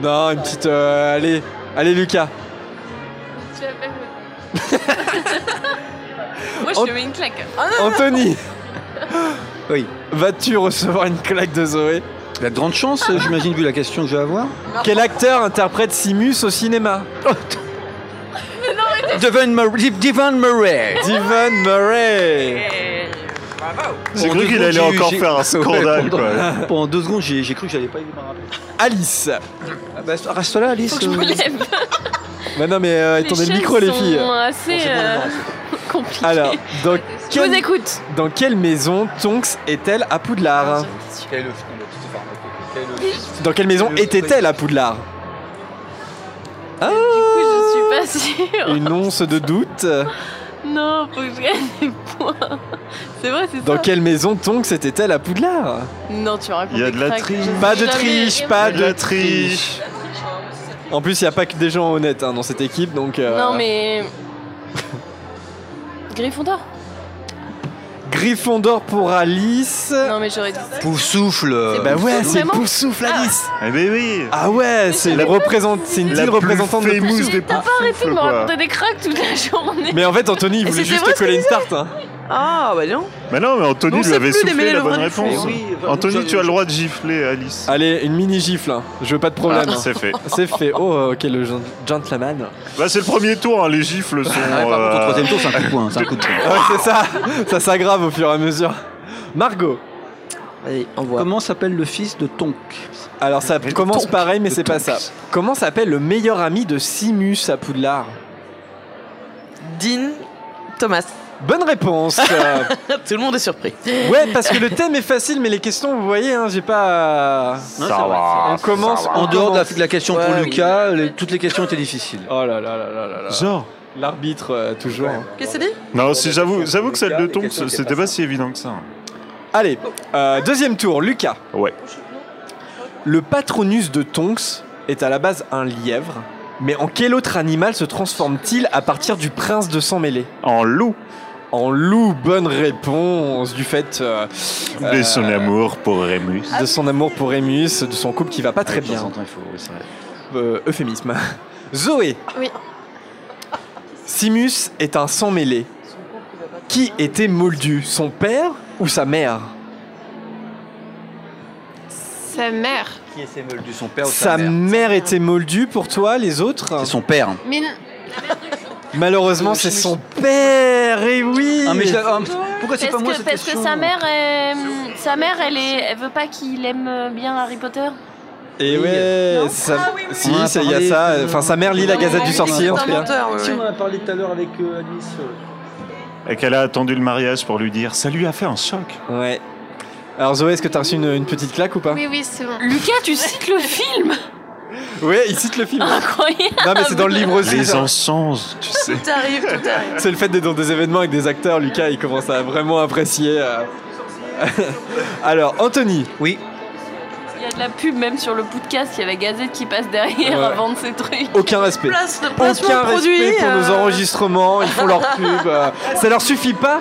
A: non, une petite... euh, allez, allez Lucas
H: Tu vas pas me- Moi, je te mets une claque.
C: Ah.
A: Anthony,
E: Oui.
A: vas-tu recevoir une claque de Zoé
E: La grande chance, euh, j'imagine, vu la question que je vais avoir.
A: Quel acteur interprète Simus au cinéma
E: Devon Murray. Devon Murray.
A: Devon Murray
F: Bravo
B: J'ai
E: Pour
B: cru
E: deux
B: qu'il
E: secondes,
B: allait
E: j'ai eu-
B: encore
E: j'ai-
B: faire un scandale,
E: Ouais, pendant-
B: quoi.
E: Pendant deux secondes, j'ai j'ai cru que j'allais pas y me rappeler.
A: Alice
E: Ah bah, reste là, Alice.
C: Faut que je
E: euh,
C: me lève.
A: Bah non, mais euh, étendez le micro, les filles.
C: sont assez euh, compliquées.
A: Alors, dans,
C: je vous
A: quelle-
C: écoute.
A: dans quelle maison Tonks est-elle à Poudlard
G: Ah,
A: Dans quelle maison était-elle à Poudlard
C: Je suis pas sûre.
A: Ah, Une once de doute.
C: Non, faut que je gagne des points. C'est vrai, c'est ça.
A: Dans quelle maison Tonks était-elle à Poudlard
C: Non, tu racontes.
B: Il y a
C: des
B: de la
C: craques,
B: triche.
C: je sais
A: Pas de
C: jamais.
A: triche, pas
B: De la
A: de
B: triche.
A: triche. En plus, il n'y a pas que des gens honnêtes hein, dans cette équipe, donc. euh,
C: Non, mais. Gryffondor
A: Gryffondor pour Alice.
C: Non, mais j'aurais dit.
E: Pouf souffle. euh,
A: Bah ouais, c'est
C: Vraiment Ah.
A: Poufsouffle Alice.
B: Eh ben oui
A: Ah ouais, c'est le représent- c'est une
B: La
A: ville
B: plus
A: représentante de
B: famous
A: Poufsouffle.
B: des
C: T'as pas arrêté de me
B: quoi.
C: raconter des cracks toute la journée.
A: Mais en fait, Anthony, il
C: Et
A: voulait
C: c'était
A: juste
C: vrai
A: te
C: ce que
A: coller une
C: disait.
A: tarte. Hein.
F: Ah, bah non
B: Mais non, mais
F: Nous, on
B: Anthony lui
F: sait
B: avait
F: plus
B: soufflé
F: démêler
B: la
F: le
B: bonne
F: vrai du faux.
E: Eh
B: réponse.
F: Oui, vraiment,
B: Anthony,
F: je-
B: tu as le droit de gifler Alice.
A: Allez, une mini gifle. hein. Je veux pas de problème.
B: Ah,
A: hein.
B: c'est fait.
A: C'est fait. Oh, ok, le gen- gentleman.
B: Bah, c'est le premier tour, hein, les gifles sont.
E: Ah ouais, par contre, au
B: euh,
E: troisième tour, c'est un coup de poing. C'est un coup de poing.
A: Ouais, c'est ça. Ça s'aggrave au fur et à mesure. Margot.
F: Allez, on voit.
E: Comment s'appelle le fils de Tonk
A: Alors ça commence pareil, mais c'est pas ça. Comment s'appelle le meilleur ami de Simus à Poudlard
F: Dean Thomas.
A: Bonne réponse. euh,
F: Tout le monde est surpris.
A: ouais, parce que le thème est facile, mais les questions, vous voyez, hein, j'ai pas.
E: Non,
B: Ça
E: c'est vrai,
B: va,
A: On
B: ça
A: commence
B: va.
E: En
A: on
E: dehors de la,
A: commence.
E: de la question pour
F: Ouais,
E: Lucas, les- toutes les questions étaient difficiles.
A: Oh là là là là là là.
B: Genre.
A: L'arbitre euh, toujours. hein.
F: Qu'est-ce que c'est dit
B: Non, si j'avoue, j'avoue que celle de
E: Les
B: Tonks,
E: questions étaient
B: c'était
E: pas
B: pas si évident que ça.
A: Allez, euh, deuxième tour, Lucas.
B: Ouais.
A: Le patronus de Tonks est à la base un lièvre, mais en quel autre animal se transforme-t-il à partir du prince de sang mêlé
B: En loup.
A: En loup, bonne réponse du fait euh,
B: De son
A: euh,
B: amour pour Remus.
A: de son amour pour Remus, de son couple qui va pas très
E: De temps en
A: bien.
E: temps, il faut- oui, c'est vrai.
A: Euh, euphémisme. Zoé.
H: Oui.
A: Simus est un sang mêlé. Qui était Moldu, son père ou sa mère
H: Sa mère.
E: Qui est Sémol du son père ou
A: Sa
E: sa mère
A: mère était Moldu pour toi, les autres
E: C'est son père.
H: Mais non.
A: Malheureusement, c'est son père, et oui
E: Ah, mais je l'ai- ah, pourquoi c'est
C: Parce
E: pas moi
C: que,
E: cette
C: parce que
E: question
C: sa mère, est- sa mère elle, est, elle veut pas qu'il aime bien Harry Potter.
A: Et ouais,
C: Non
A: sa- si,
E: On en a
A: c'est- il y a
E: parlé,
A: ça.
E: euh,
A: Enfin, sa mère lit la
C: Non,
A: Gazette
C: mais
A: du
C: oui,
A: Sorcier, en tout cas.
F: menteur, ouais, ouais.
E: en a parlé tout à l'heure avec euh, Alice.
B: Et qu'elle a attendu le mariage pour lui dire ça lui a fait un choc.
A: Ouais. Alors, Zoé, est-ce que t'as reçu une, une petite claque ou pas
H: Oui, oui, c'est bon.
C: Lucas, tu cites le film
A: Ouais, il cite le film.
C: Ah,
A: non,
C: Incroyable
A: mais c'est dans le livre aussi.
B: Les
A: ça.
B: encens, tu sais.
F: Tout arrive, tout arrive.
A: C'est le fait d'être dans des événements avec des acteurs, Lucas, il commence à vraiment apprécier. euh. Alors, Anthony,
E: Oui,
C: Il y a de la pub même sur le podcast, il y a la gazette qui passe derrière
A: Ouais.
C: avant de ces trucs.
A: aucun respect.
F: Place de placement
A: Aucun
F: produit.
A: respect pour
F: euh,
A: nos enregistrements, ils font leur pub. euh. Ça leur suffit pas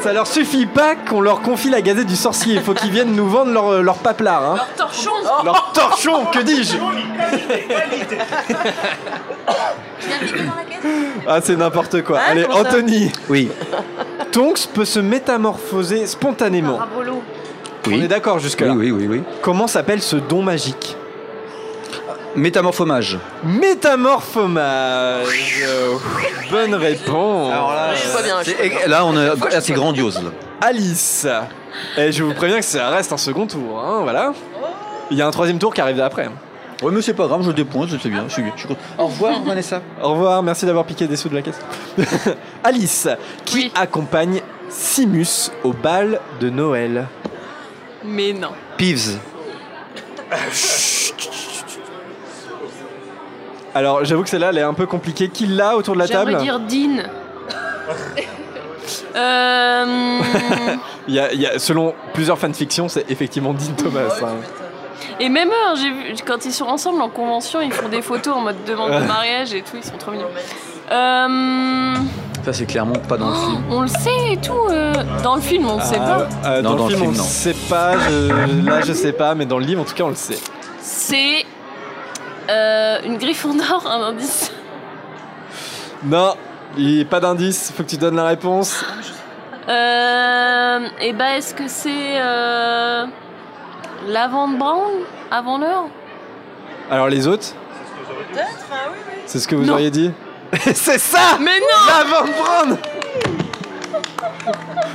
A: Ça leur suffit pas qu'on leur confie la gazette du sorcier. Il faut qu'ils viennent nous vendre leur, leur paplard. hein.
C: Torchon
A: Leur torchon, que dis-je Ah, c'est n'importe quoi.
F: Hein,
A: Allez,
F: comment ça
A: Anthony,
E: oui.
A: Tonks peut se métamorphoser spontanément.
F: Ah,
C: Parabolo.
A: On est d'accord jusque-là.
E: Oui, oui, oui, oui.
A: Comment s'appelle ce don magique
E: Métamorphomage.
A: Métamorphomage. Euh, Bonne réponse.
E: là,
F: Je vois bien, je vois bien.
E: on a, là, c'est grandiose. là.
A: Alice. Et je vous préviens que ça reste un second tour. hein, voilà. Il y a un troisième tour qui arrive après.
E: Ouais, mais c'est pas grave, je dépointe, c'est bien, je suis bien. Je suis content. Au revoir, Vanessa.
A: Au revoir, merci d'avoir piqué des sous de la caisse. Alice, qui
C: Oui.
A: accompagne Simus au bal de Noël
C: Mais non.
E: Peeves.
A: Alors, j'avoue que celle-là, elle est un peu compliquée. Qui l'a autour de la
C: J'aimerais
A: table
C: dire Dean. Euh,
A: Il y a- il y a- Selon plusieurs fanfictions, c'est effectivement Dean Thomas. hein.
C: Et même eux, j'ai vu, quand ils sont ensemble en convention, ils font des photos en mode demande de mariage et tout, ils sont trop mignons. Euh,
E: Ça, c'est clairement pas dans le film.
C: on le sait et tout. euh, dans le film, on le sait
A: Ah,
C: pas.
A: euh,
E: Non,
A: dans,
E: dans
A: le film, on
E: non.
A: sait pas. je- Là, je sais pas, mais dans le livre, en tout cas, on le sait.
C: C'est euh, une Gryffondor, un indice.
A: Non, Il n'y a pas d'indice, faut que tu donnes la réponse.
C: Euh, et ben, est-ce que c'est euh, l'avant de Brown Avant l'heure
A: Alors les autres
C: Peut-être, hein, oui, oui.
A: C'est ce que vous auriez dit C'est ça
C: Mais
A: La Van Braun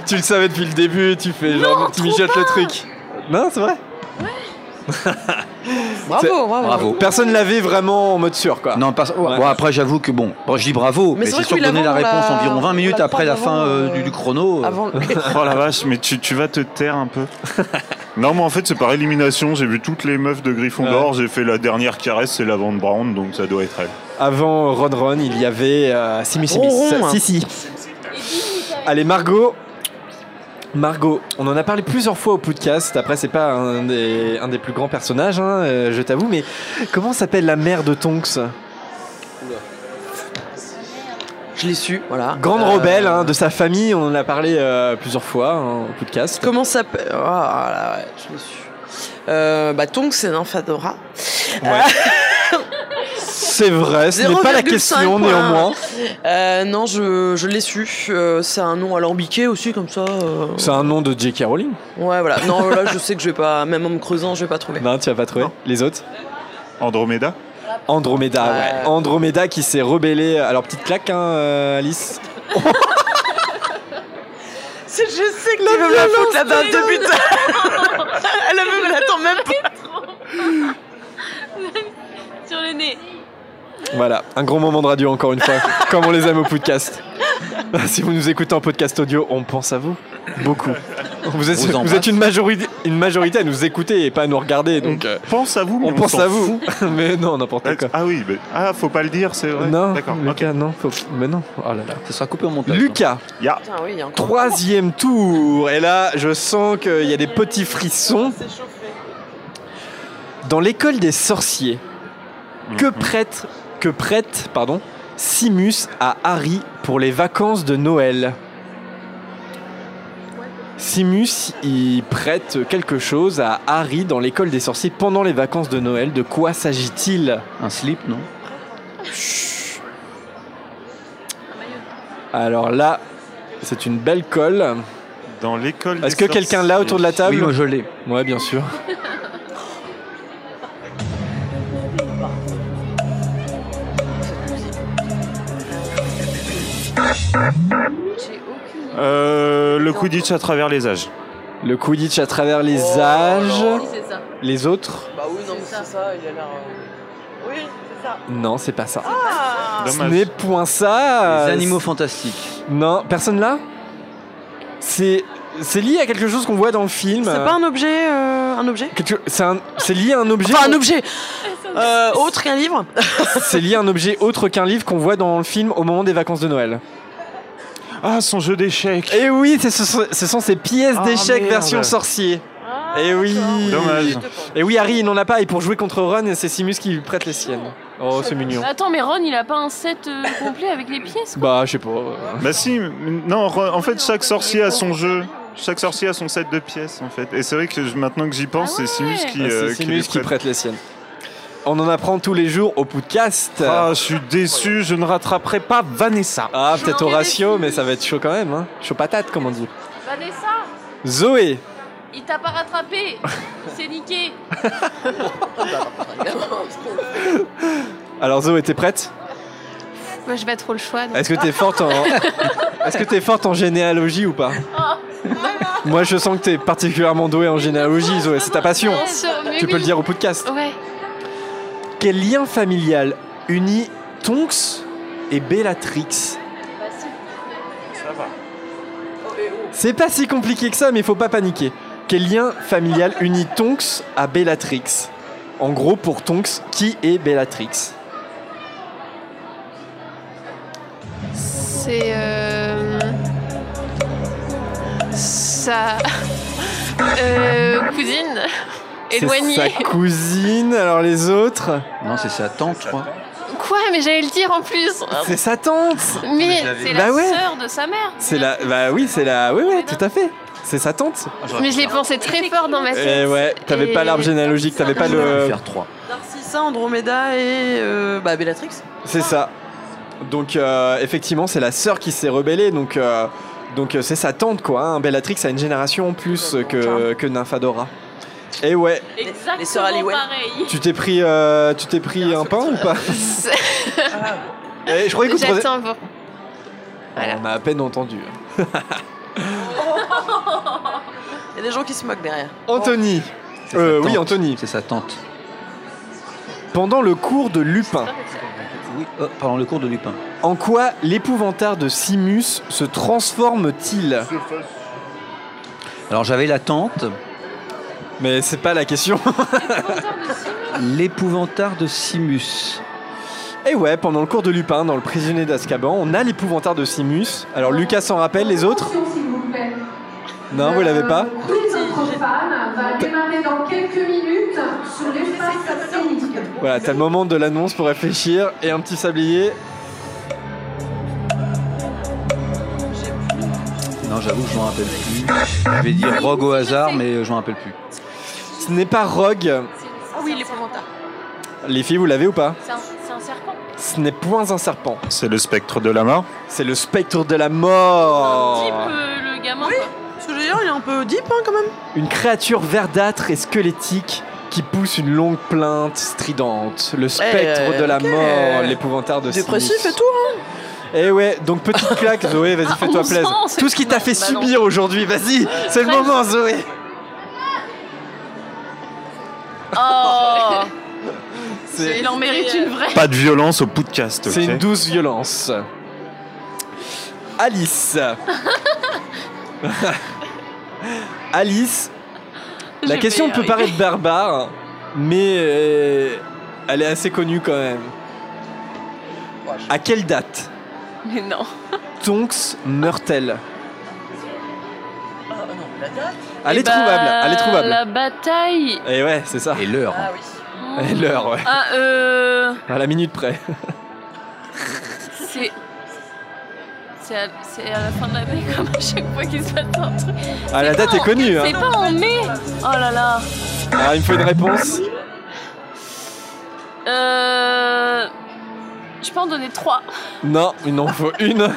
A: Tu le savais depuis le début et tu fais genre tu mijotes le truc. Non, c'est vrai
F: Bravo,
A: C'est-
F: bravo.
A: Personne l'avait vraiment en mode sûr, quoi.
E: Oh. Non, parce- bon, après, j'avoue que bon, bon, je dis bravo,
A: Mais
E: mais,
A: c'est vrai
E: c'est sûr
A: que
E: que donner la
A: oui, l'avant,
E: réponse
A: on l'a-
E: environ
A: on
E: 20 minutes
A: l'a
E: après
A: pas
E: la
A: vraiment,
E: fin euh, du, du chrono. euh,
B: oh la vache, mais tu, tu vas te taire un peu. Non, mais en fait, c'est par élimination. J'ai vu toutes les meufs de Gryffondor. J'ai fait la dernière caresse, c'est la Van Brown, donc ça doit être elle.
A: Avant Ron Ron, il y avait euh, Simi Simi.
B: Ronron.
A: Si, si. Allez, Margot. Margot, on en a parlé plusieurs fois au podcast. Après, c'est pas un des, un des plus grands personnages, hein, euh, je t'avoue. Mais comment s'appelle la mère de Tonks
F: Je l'ai su, voilà.
A: Grande
F: Euh,
A: rebelle hein, de sa famille, on en a parlé euh, plusieurs fois hein, au podcast.
F: Comment s'appelle Oh là, ouais, je l'ai su. Euh, bah, Tonks, c'est Nymphadora.
A: C'est vrai, ce n'est pas la
F: 0,5
A: question
F: points.
A: néanmoins.
F: Euh, non, je, je l'ai su. Euh, c'est un nom alambiqué aussi, comme ça. euh.
A: C'est un nom de J.K. Rowling
F: Ouais, voilà. Non, là, je sais que je vais pas, même en me creusant, je vais pas trouver.
A: Non, tu vas pas trouver. Les autres
B: Andromeda
A: Andromeda, ouais. Andromeda qui s'est rebellée. Alors, petite claque, hein, euh, Alice
F: C'est- Je sais que tu veux me la foutre la date de but. Elle a même, elle attend même pas.
C: Sur le nez.
A: Voilà, un grand moment de radio encore une fois, comme on les aime au podcast. si vous nous écoutez en podcast audio, on pense à vous. Beaucoup. Vous êtes,
B: Vous
A: vous
B: embrasse.
A: êtes une, majorité, une majorité à nous écouter et pas à nous regarder. Donc, euh,
B: Pense à vous, mais
A: on, pense
B: s'en
A: à vous.
B: fout.
A: mais non, n'importe quoi.
B: Ah oui, mais ah, faut pas le dire, c'est vrai.
A: non,
B: D'accord.
A: Lucas, non, faut- mais non. Oh là là.
E: Ça sera coupé au montage.
A: Lucas,
B: Ya.
F: Putain, oui, il y a encore.
A: troisième tour. Et là, je sens qu'il y a des petits frissons. Dans l'école des sorciers, que prête, que prête, pardon, Simus à Harry pour les vacances de Noël Simus y prête quelque chose à Harry dans l'école des sorciers pendant les vacances de Noël. De quoi s'agit-il
E: hein. Un slip, non
A: Alors là, c'est une belle colle.
B: Dans l'école.
A: Est-ce que quelqu'un là autour de la table Ouais, bien sûr.
B: Euh, le Quidditch à travers les âges.
A: Le Quidditch à travers les
F: Oh,
A: âges.
F: non.
C: C'est ça.
A: Les autres
F: Bah oui, non, mais c'est ça. Il a l'air. euh, Oui, c'est ça.
A: Non, c'est pas ça.
F: Ah.
A: Ce n'est point ça.
E: Les animaux fantastiques.
A: Non, personne là C'est c'est lié à quelque chose qu'on voit dans le film.
F: C'est pas un objet, euh, un objet.
A: Quelque- C'est un- c'est lié à un objet.
F: Enfin, un objet euh, autre qu'un livre.
A: C'est lié à un objet autre qu'un livre qu'on voit dans le film au moment des vacances de Noël.
B: Ah, son jeu d'échecs.
A: Et oui, c'est- ce sont, ce sont ces pièces
B: Ah,
A: d'échecs
B: merde.
A: version sorcier. Et oui.
B: Dommage.
A: Et oui, Harry, il n'en a pas. Et pour jouer contre Ron, c'est Simus qui lui prête les siennes. Oh, c'est mignon.
C: Attends, mais Ron, il a pas un set euh, complet avec les pièces
A: Bah, je sais pas.
B: Bah si, mais- non, re- en fait, chaque sorcier a son jeu. Chaque sorcier a son set de pièces, en fait. Et c'est vrai que je- maintenant que j'y pense, c'est Simus qui,
A: Ah,
B: euh,
A: c'est
B: qui
A: Simus
B: les
A: qui prête les siennes. On en apprend tous les jours au podcast. Ah,
B: je suis déçu, je ne rattraperai pas Vanessa.
A: Ah, peut-être Horatio, mais ça va être chaud quand même. Hein. Chaud patate, comme on dit.
C: Vanessa,
A: Zoé,
C: il t'a pas rattrapé. C'est niqué.
A: alors Zoé, t'es prête
H: Moi, j'ai pas trop le choix. donc.
A: Est-ce que t'es forte en... Est-ce que t'es forte en généalogie ou pas Moi, je sens que t'es particulièrement douée en généalogie, Zoé. C'est ta passion.
H: Bien sûr, mais
A: Eh, Tu peux
H: oui.
A: le dire au podcast.
H: Ouais.
A: Quel lien familial unit Tonks et Bellatrix
B: Ça va.
A: C'est pas si compliqué que ça, mais faut pas paniquer. Quel lien familial unit Tonks à Bellatrix En gros, pour Tonks, qui est Bellatrix
H: C'est. euh, Sa. euh, cousine.
A: C'est
H: Éloignée.
A: sa cousine, alors les autres
E: Non, c'est sa tante, je crois.
H: Quoi Mais j'allais le dire en plus.
A: C'est sa tante
H: Mais
A: Ah, l'avais.
H: c'est
A: Bah
H: la
A: ouais.
H: sœur de sa mère.
A: C'est la. Bah oui, c'est la. Oui, oui, tout à fait. C'est sa tante.
H: Mais je l'ai pensé très fort dans ma
A: Et
H: tête.
A: Eh ouais, t'avais pas l'arbre généalogique, t'avais pas le.
E: faire trois.
F: Narcissa, Andromeda et euh, bah, Bellatrix.
A: C'est ça. Donc euh, effectivement, c'est la sœur qui s'est rebellée. Donc euh, donc euh, c'est sa tante quoi. hein. Bellatrix a une génération en plus euh, que que Nymphadora. Et ouais.
C: Exactement
F: Les sœurs Halliwell.
C: pareil.
A: Tu t'es pris euh, tu t'es pris un pain ou pas Eh, Je croyais que vous prenez-
H: J'attends pour...
A: On a à peine entendu. hein.
F: Il y a des gens qui se moquent derrière.
A: Anthony. Euh, oui, Anthony. C'est sa tante. Pendant le cours de Lupin. Oui,
E: oh,
A: pendant le cours de Lupin. En quoi l'épouvantard de Simus se transforme-t-il
E: Alors j'avais la tante.
A: Mais c'est pas la question.
E: L'épouvantard de Simus.
A: Et Eh ouais, pendant le cours de Lupin, dans Le Prisonnier d'Azkaban, on a l'épouvantard de Simus. Alors Lucas s'en rappelle, les autres
M: Attention, s'il vous plaît.
A: Non, vous l'avez pas
M: Toute notre fan va démarrer dans quelques minutes sur l'espace scénique.
A: Voilà, t'as le moment de l'annonce pour réfléchir et un petit sablier.
E: Non, j'avoue que je m'en rappelle plus. Je vais dire Rogue au hasard, mais euh, je m'en rappelle plus.
A: Ce n'est pas Rogue.
C: Ah oui, l'épouvantard.
A: Les filles, vous l'avez ou pas
C: C'est un, c'est un serpent.
A: Ce n'est point un serpent.
B: C'est le spectre de la mort
A: C'est le spectre de la
C: Oh.
A: mort.
C: Type euh, le gamin.
F: Oui,
C: quoi.
F: parce que d'ailleurs, il est un peu deep hein, quand même.
A: Une créature verdâtre et squelettique qui pousse une longue plainte stridente. Le spectre
F: Eh,
A: de la
F: ok.
A: mort, l'épouvantard de
F: Dépressif
A: Simus.
F: et tout. Hein.
A: Eh ouais, donc petite claque, Zoé, vas-y, fais-toi
F: on sent,
A: plaisir.
F: c'est-
A: Tout ce qui t'a
F: non,
A: fait
F: bah non.
A: subir aujourd'hui, vas-y, c'est le
F: Presque.
A: moment, Zoé.
H: Oh
A: C'est-
H: Il en mérite une vraie.
B: Pas de violence au podcast.
A: C'est
B: ok
A: une douce violence. Alice. Alice, la
M: Je
A: question
M: vais y
A: peut
M: arriver.
A: paraître barbare, mais euh, elle est assez connue quand même. À quelle date
C: Mais non.
A: Tonks meurt-elle
F: Ah non, la date.
A: Elle
C: Eh
A: est trouvable,
C: bah,
A: elle est trouvable.
C: La bataille.
A: Et ouais, c'est ça.
E: Et l'heure.
F: Ah oui.
A: Et l'heure, ouais.
C: Ah, euh.
A: À la minute près.
C: C'est. C'est à, c'est à la fin de l'année, comme à chaque fois qu'il se passe un truc.
A: Ah, la
C: C'est
A: date
C: pas
A: est
C: en-
A: connue, hein.
C: C'est pas en mai Oh là là
A: Ah, il me faut une réponse.
C: Euh. Je peux en donner trois.
A: Non, il en faut une.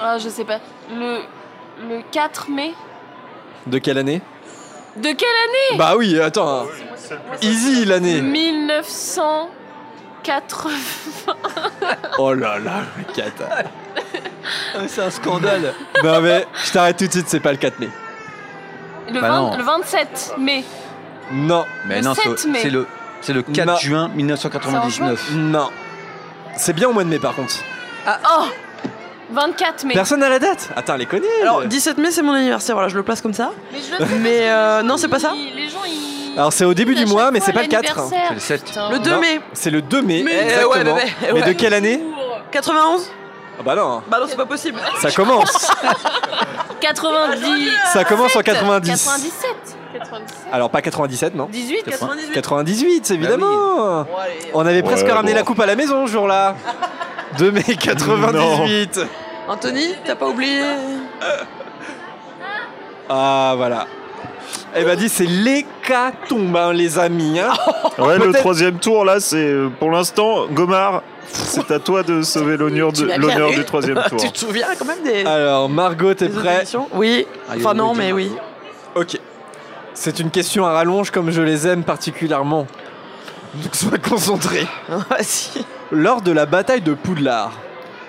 C: Ah, je sais pas. Le. Le 4 mai
A: De quelle année
C: De quelle année
A: Bah oui, attends. Easy l'année.
C: 1980.
A: Oh là là, le 4.
E: Ah, C'est un scandale.
A: Non mais, Bah je t'arrête tout de suite, c'est pas le 4 mai.
C: Le,
E: Bah
C: 20
E: non.
C: le 27 mai.
A: Non.
E: Mais
C: Le
E: non, c'est
C: 7 mai.
E: c'est le, c'est le 4
A: Non.
E: juin
C: C'est en
E: 1999.
A: Non. C'est bien au mois de mai par contre.
C: Ah. Oh 24 mai.
A: Personne n'a la date Attends, elle les connaît. elle.
F: Alors, 17 mai, c'est mon anniversaire. Voilà, je le place comme ça.
C: Mais je le fais
F: Mais euh, non, c'est pas ça.
C: Les gens, ils.
A: Alors c'est au début du mois, mais
C: fois,
A: c'est pas le 4. hein.
C: l'anniversaire. C'est le
A: 7.
C: Putain. Le 2 mai.
A: C'est le 2 mai.
F: Mais-
A: exactement.
F: ouais, ouais, ouais,
A: Mais de
F: ouais.
A: quelle année
F: 91
A: Ah Bah non.
F: Bah non, c'est pas possible.
A: Ça commence.
C: 90.
A: Ça commence en 90.
C: 97. 97.
A: Alors pas 97, non
C: 18, 98.
A: 98, évidemment.
F: allez.
A: On avait presque
B: Ouais,
A: ramené
B: bon.
A: la coupe à la maison ce jour-là. 2 mai 98.
F: Anthony, t'as pas oublié
A: Ah voilà. Eh ben dis, c'est l'hécatombe, hein, les amis. hein.
B: Ouais, le
A: Peut-être-
B: troisième tour, là, c'est euh, pour l'instant, Gomard, c'est à toi de sauver l'honneur
F: Tu
B: de-
F: l'as bien
B: l'honneur
F: eu.
B: du troisième tour.
F: Ah, tu te souviens quand même des.
A: Alors, Margot, Ah, t'es
F: des autres
A: prêt Ah,
F: émissions Oui. Enfin, non, mais oui.
A: Ok. C'est une question à rallonge comme je les aime particulièrement. Donc sois concentré.
F: Vas-y.
A: Lors de la bataille de Poudlard,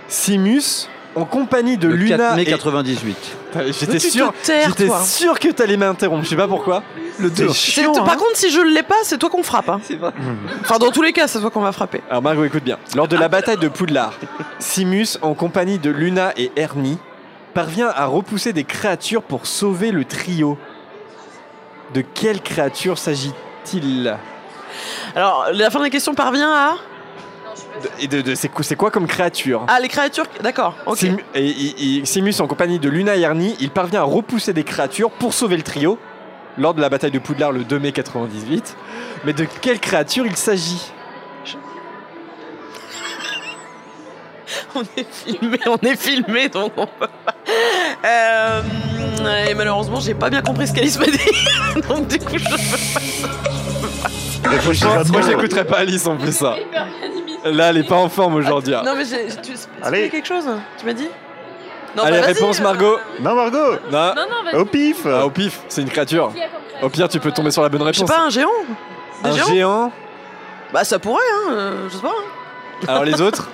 A: Simus, en compagnie de
E: Le 4
A: Luna
E: mai
A: et-
E: 98.
A: Putain, J'étais
F: Mais tu te
A: sûr,
F: taires,
A: j'étais
F: toi.
A: sûr que t'allais m'interrompre. Je sais pas pourquoi. hein. Le
F: C'est- Par contre, si je l'ai pas, c'est toi qu'on frappe. hein. Enfin, dans tous les cas, c'est toi qu'on va frapper.
A: Alors Margot, écoute bien. Lors de la bataille de Poudlard, Simus, en compagnie de Luna et Ernie, parvient à repousser des créatures pour sauver le trio. De quelle créature s'agit-il
F: Alors, la fin de la question parvient à.
A: De- Et de, de- c'est quoi- c'est quoi comme créature
F: Ah, les créatures. D'accord, ok.
A: Simu- et, et- et Simus, en compagnie de Luna et Ernie, il parvient à repousser des créatures pour sauver le trio lors de la bataille de Poudlard le 2 mai 98. Mais de quelle créature il s'agit
F: On est filmé, on est filmé, donc on peut pas. Euh, et malheureusement, j'ai pas bien compris ce qu'Alice m'a dit. donc, du coup, je peux pas. je peux pas.
A: Franchement, moi j'écouterais pas Alice en plus ça. Là, elle est pas en forme aujourd'hui. hein.
F: Non, mais j'ai- j'ai- tu expliqué
A: Ah. Allez.
F: quelque chose Tu m'as dit
A: Allez,
F: bah, vas-y,
A: réponse
F: euh,
A: Margot.
B: Non, Margot.
A: Non,
F: Non, non, vas-y.
A: au pif.
F: Ah
A: au pif, c'est une créature. Oh. Au pire, tu peux tomber sur la bonne
F: Je sais
A: réponse.
F: pas, un géant Des
A: un
F: géants
A: géant.
F: Bah, ça pourrait, hein, euh, je sais pas. hein.
A: Alors les autres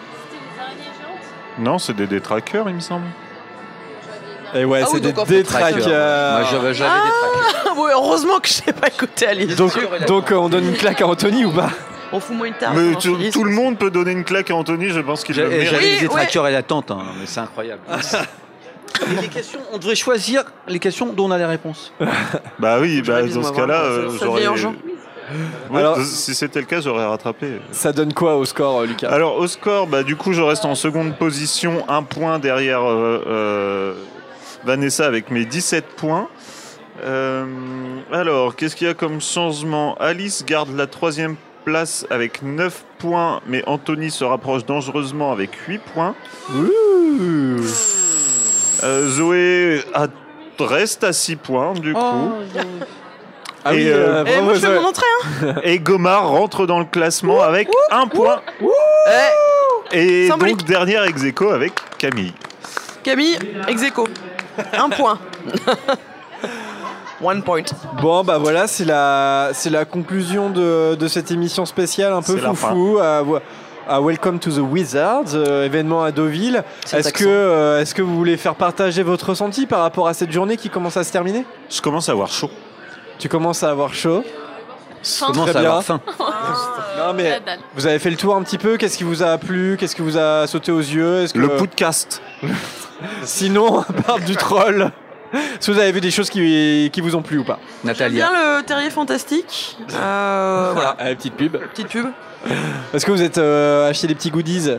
A: Eh,
B: Non, c'est des détraqueurs, il me semble.
A: Et Eh ouais,
F: Ah oui,
A: c'est des
F: donc en fait,
A: détraqueurs.
F: Moi, j'aurais jamais Ah, ouais, heureusement que je sais pas écouter Alice.
A: Donc,
F: Sûr, elle a-
A: donc euh, on donne une claque à Anthony ou pas
F: On fout moins une
E: Ah,
F: tarte.
B: Mais
F: hein,
B: tout,
F: Phyllis.
B: tout le monde peut donner une claque à Anthony, je pense qu'il le
E: J'avais
B: mérite.
E: j'avais les détracteurs et la tente, hein, mais c'est incroyable. Et les questions, on devrait choisir les questions dont on a les réponses.
B: Bah oui, bah, dans ce
E: moi,
B: cas-là,
E: vraiment,
B: euh,
E: ça- ça
B: j'aurais.
E: devient urgent.
B: Ouais,
A: Alors-
B: si c'était le cas, j'aurais rattrapé.
A: Ça donne quoi au score, euh, Lucas
B: Alors au score, bah, du coup, je reste en seconde position, un point derrière euh, euh, Vanessa avec mes 17 points. Euh, alors, qu'est-ce qu'il y a comme changement Alice garde la troisième place avec 9 points, mais Anthony se rapproche dangereusement avec 8 points. Euh, Zoé a- reste à 6 points, du coup.
A: Ah oui, euh,
F: Eh,
A: bravo, Zoé.
F: hein.
B: Et Gomard rentre dans le classement avec un point.
F: Eh,
B: Et
F: Symbolique.
B: donc dernière ex aequo avec Camille.
F: Camille, ex aequo. Un point. One point.
A: Bon, bah voilà, c'est la, c'est la conclusion de, de cette émission spéciale un peu
B: C'est la
A: foufou. À, à Welcome to the Wizards, euh, événement à Deauville.
B: Cet
A: Est-ce
B: accent.
A: que, euh, est-ce que vous voulez faire partager votre ressenti par rapport à cette journée qui commence à se terminer
B: Je commence à avoir chaud.
A: Tu commences à avoir chaud
E: Je commence à avoir faim.
A: Non,
C: Euh,
A: mais vous avez fait le tour un petit peu. Qu'est-ce qui vous a plu Qu'est-ce qui vous a sauté aux yeux Est-ce que...
B: Le podcast.
A: Sinon, à part du troll, est-ce que vous avez vu des choses qui, qui vous ont plu ou pas
F: Bien le terrier fantastique. Euh, voilà.
A: Allez, Ah, petite pub.
F: Petite pub.
A: Est-ce que vous êtes euh, acheté des petits goodies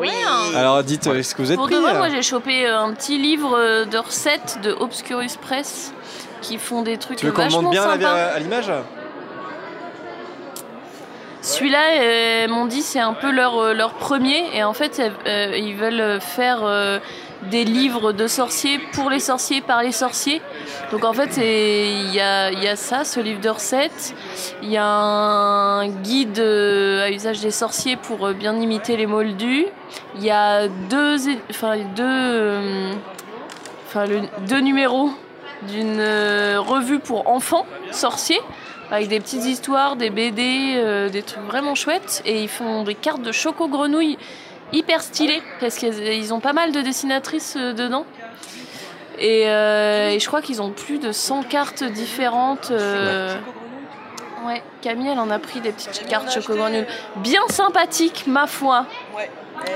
C: Oui.
A: Alors dites, euh, est-ce que vous êtes
C: hein. Pour
A: pris
C: de vrai,
A: euh
C: moi j'ai chopé euh, un petit livre euh, de recettes de Obscurus Press qui font des trucs
A: Tu veux qu'on
C: vachement
A: monte bien la-
C: sympas.
A: à l'image
C: Celui-là, euh, m'ont dit, c'est un peu leur, euh, leur premier. Et en fait, euh, ils veulent faire euh, des livres de sorciers pour les sorciers, par les sorciers. Donc en fait, c'est- il y a, il y a ça, ce livre de recettes. Il y a un guide euh, à usage des sorciers pour euh, bien imiter les moldus. Il y a deux... é- Enfin, deux... euh, enfin le, deux numéros d'une euh, revue pour enfants sorciers avec des petites histoires, des BD, euh, des trucs vraiment chouettes et ils font des cartes de choco grenouille hyper stylées parce qu'ils ils ont pas mal de dessinatrices euh, dedans. Et, euh, et je crois qu'ils ont plus de 100 cartes différentes. euh, Ouais, Camille, elle en a pris des petites cartes choco grenouille bien sympathiques, ma foi.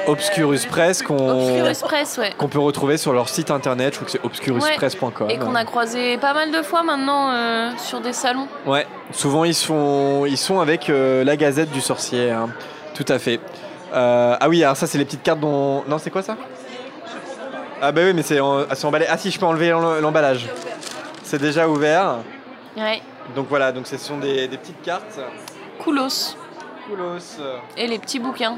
A: Obscurus Press qu'on
C: Obscurus Press, ouais.
A: qu'on peut retrouver sur leur site internet. Je crois que c'est obscuruspress.com.
C: Ouais, Et qu'on a croisé pas mal de fois maintenant euh, sur des salons.
A: Ouais, souvent ils sont, ils sont avec euh, la Gazette du Sorcier. hein. Tout à fait. Euh, ah oui, alors ça c'est les petites cartes dont. Non, c'est quoi ça Ah bah oui, mais c'est en- c'est emballé. Ah si, je peux enlever l'en- l'emballage. C'est déjà ouvert.
C: Ouais.
A: Donc voilà, donc ce sont des, des petites cartes.
C: Koulos.
A: Koulos. euh,
C: Et les petits bouquins.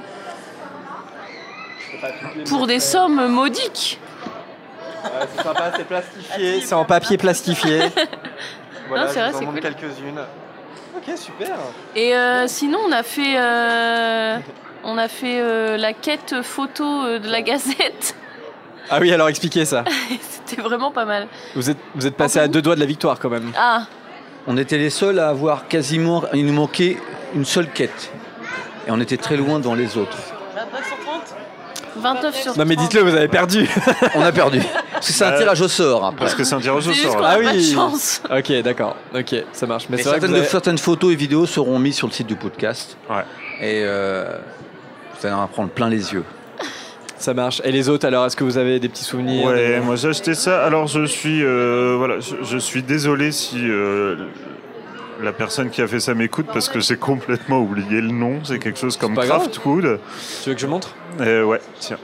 A: Je peux pas toutes les
C: Pour des
A: mettre.
C: sommes modiques.
A: Ouais, c'est sympa, c'est
C: Ah,
A: plastifié, c'est en papier plastifié. voilà,
C: Non, c'est
A: je
C: vrai,
A: vous en
C: c'est
A: montre
C: cool.
A: quelques-unes. Ok, super.
C: Et euh, sinon, on a fait, euh, on a fait euh, la quête photo euh, de la Gazette.
A: Ah oui, alors expliquez ça.
C: C'était vraiment pas mal.
A: Vous êtes, vous êtes passé à deux doigts de la victoire quand même.
C: Ah,
E: On était les seuls à avoir quasiment. Il nous manquait une seule quête. Et on était très loin dans les autres.
F: 29 sur 30
C: 29 sur 30.
A: Non mais dites-le, vous avez perdu.
E: On a perdu. Parce que c'est un
A: Euh,
E: tirage au sort. après.
B: parce que c'est un tirage au C'est juste sort, qu'on
A: Ah
B: a
A: oui.
B: pas de chance.
A: Ok, d'accord. Ok, ça marche. Mais
E: Et
A: c'est vrai que
E: certaines,
A: vous avez-
E: certaines photos et vidéos seront mises sur le site du podcast. Et euh, vous allez en prendre plein les yeux.
A: ça marche. Et les autres alors, est-ce que vous avez des petits souvenirs
B: Ouais,
A: des-
B: moi j'ai acheté ça. Alors je suis, euh, voilà, je, je suis désolé si euh, la personne qui a fait ça m'écoute parce que j'ai complètement oublié le nom. C'est quelque chose comme
A: pas grave.
B: Craftwood.
A: Tu veux que je montre
B: Euh, Ouais, tiens.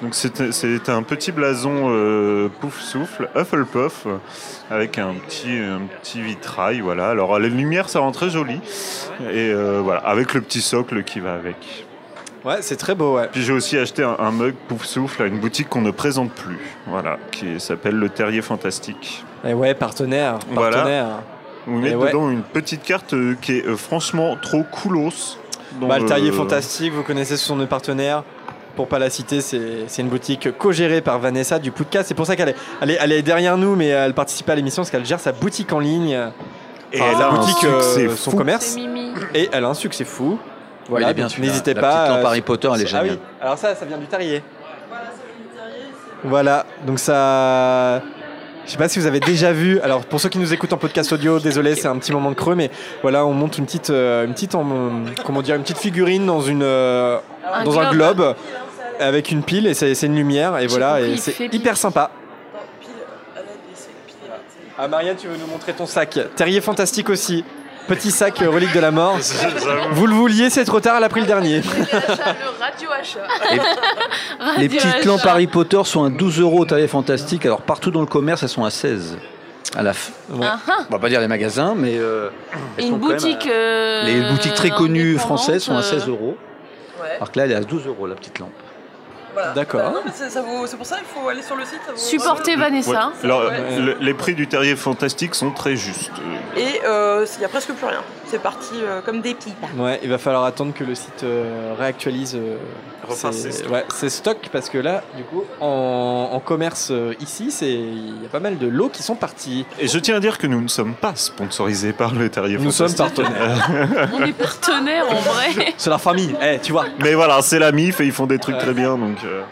B: Donc c'était c'était un petit blason euh, pouf souffle, Hufflepuff, euh, avec un petit, un petit vitrail, voilà. Alors les lumières, ça rend très joli. Et euh, voilà, avec le petit socle qui va avec.
A: Ouais, c'est très beau, ouais.
B: Puis j'ai aussi acheté un, un mug pouf souffle à une boutique qu'on ne présente plus, voilà, qui s'appelle Le Terrier Fantastique.
A: Eh ouais, partenaire.
B: Voilà.
A: Partenaire.
B: Vous mettez dedans une petite carte euh, qui est euh, franchement trop coolos. Donc,
A: Bah, le Terrier
B: euh,
A: Fantastique, vous connaissez son partenaire. Pour pas la citer, c'est c'est une boutique co-gérée par Vanessa du Podcast. C'est pour ça qu'elle est, elle est, elle est derrière nous, mais elle participe à l'émission parce qu'elle gère sa boutique en ligne.
B: Et
A: Enfin,
B: elle
A: sa
B: a un
A: Ah, boutique, euh,
B: succès
A: son
B: fou.
A: commerce.
B: C'est Mimi.
A: Et elle a un succès fou. Voilà,
E: elle est bien,
A: donc
E: celui-là.
A: n'hésitez
E: La
A: pas.
E: petite lampe
A: euh,
E: Harry Potter, elle est
A: ah oui.
E: géniale.
A: Alors ça, ça vient du Terrier. Voilà, donc ça. Je sais pas si vous avez déjà vu. Alors pour ceux qui nous écoutent en podcast audio, désolé, c'est un petit moment de creux, mais voilà, on monte une petite, euh, une petite, en- comment dire, une petite figurine dans une, euh,
C: Un
A: dans un
C: globe.
A: globe avec une pile et c'est c'est une lumière et voilà,
C: compris,
A: et
C: il fait
A: c'est
C: pipi.
A: hyper sympa. Ah Marianne, tu veux nous montrer ton sac Terrier fantastique aussi. Petit sac euh, relique de la mort.
B: J'avoue.
A: Vous le vouliez, c'est trop tard, elle a pris le dernier.
C: Le radio achat.
E: Et- Les petites lampes Harry Potter sont à 12 euros au Terrier Fantastique. Alors partout dans le commerce, elles sont à 16. À la fin.
C: Ah ah.
E: On va pas dire les magasins, mais euh, elles
C: Une
E: sont quand même à-
C: boutique. euh,
E: les boutiques très connues
C: indépendante,
E: françaises sont à
C: euh,
E: 16 euros.
B: Ah,
E: Alors que là, elle est à 12 euros la petite lampe.
F: Voilà.
E: D'accord.
F: Bah non, mais c'est ça vaut- c'est pour ça qu'il faut aller sur le site. ça vaut-
C: Supporter Vanessa.
B: Ouais. Alors, le- les prix du terrier fantastique sont très justes.
F: Et euh, il n'y a presque plus rien. C'est parti euh, comme des petits pas.
A: Ouais, il va falloir attendre que le site euh, réactualise euh,
B: Refasse ses stocks.
A: ouais, ses stocks parce que là, du coup, en, en commerce euh, ici, c'est il y a pas mal de lots qui sont partis.
B: Et je tiens à dire que nous ne sommes pas sponsorisés par le terrier
A: Nous sommes
B: fantastique. partenaires.
C: On est partenaires en vrai.
A: C'est leur famille, eh, tu vois.
B: Mais voilà, c'est la MIF et ils font des trucs très bien. donc. euh,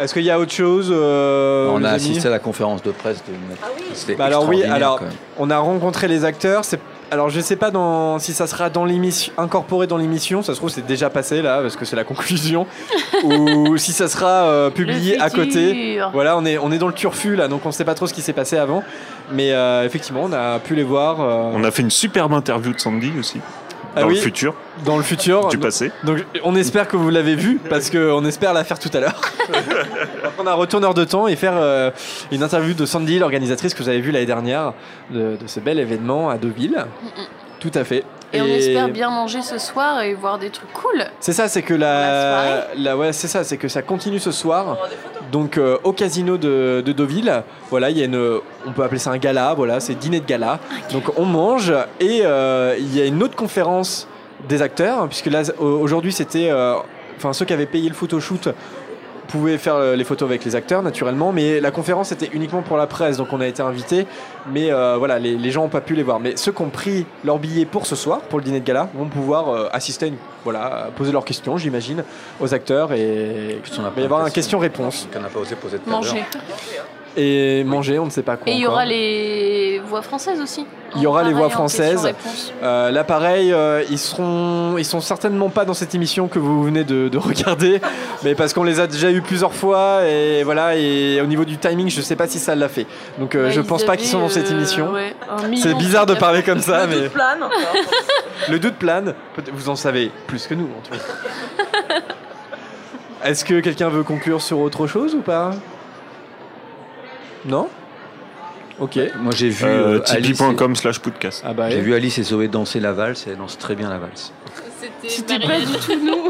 A: Est-ce qu'il y a autre chose euh,
E: on
A: les
E: a
A: amis
E: assisté à la conférence de presse de
C: Ah
E: C'était
A: Bah alors oui,
E: extraordinaire,
A: alors
E: quand même.
A: on a rencontré les acteurs. C'est alors je sais pas dans, si ça sera dans l'émission incorporé dans l'émission. Ça se trouve c'est déjà passé là parce que c'est la conclusion ou si ça sera euh, publié
E: Le
A: à côté.
E: futur.
A: Voilà, on est on est dans le turfu là, donc on sait pas trop ce qui s'est passé avant. Mais euh, effectivement, on a pu les voir. euh,
B: On a fait une superbe interview de Sandy aussi.
A: Ah
B: dans
A: oui. Oh,
B: le futur.
A: dans le futur
B: Du
A: Donc-
B: passé.
A: Donc on espère que vous l'avez vu parce que on espère la faire tout à l'heure. On va prendre un retourneur de temps et faire euh, une interview de Sandy, l'organisatrice que vous avez vue l'année dernière de, de ce bel événement à Deauville. Tout à fait.
C: Mm, Et on espère bien manger ce soir et voir des trucs cool.
A: C'est ça, c'est que la, la- ouais, c'est ça, c'est que ça continue ce soir. Donc euh, au casino de, de Deauville, voilà, il y a une, on peut appeler ça un gala, voilà, c'est dîner de gala. Donc on mange et euh, il y a une autre conférence des acteurs, puisque là au- aujourd'hui c'était, euh, enfin ceux qui avaient payé le photoshoot pouvaient faire euh, les photos avec les acteurs naturellement, mais la conférence était uniquement pour la presse, donc on a été invités, mais euh, voilà, les, les gens n'ont pas pu les voir. Mais ceux qui ont pris leur billet pour ce soir, pour le dîner de gala, vont pouvoir euh, assister, à une- voilà, à poser leurs questions, j'imagine, aux acteurs et il va y avoir un question-réponse.
E: Qu'on n'a pas osé poser tout à
C: Manger.
E: l'heure.
A: Et manger, on ne sait pas quoi.
C: Et il y
A: encore.
C: aura les voix françaises aussi.
A: Il y aura les voix
C: Pareil, en
A: françaises.
C: question-réponse.
A: Euh, là, pareil, euh, ils seront, ils sont certainement pas dans cette émission que vous venez de, de regarder, mais parce qu'on les a déjà eu plusieurs fois et voilà. Et au niveau du timing, je sais pas si ça l'a fait. Donc, euh,
C: Ouais,
A: je
C: Bah, ils
A: pense pas qu'ils sont dans
C: avaient,
A: cette
C: euh,
A: émission.
C: ouais, un
A: C'est
C: million
A: bizarre de
C: de
A: parler comme ça,
C: Le
A: mais
C: doute plane.
A: le doute plane. Peut-être- Vous en savez plus que nous, en tout cas. Est-ce que quelqu'un veut conclure sur autre chose ou pas Non Ok. Ah bah,
E: Moi j'ai vu
B: Euh,
E: euh, Alice et-
B: Tipeee.com slash podcast.
E: J'ai vu Alice et Zoé danser la valse, et elle danse très bien la valse.
C: C'était pas du tout nous.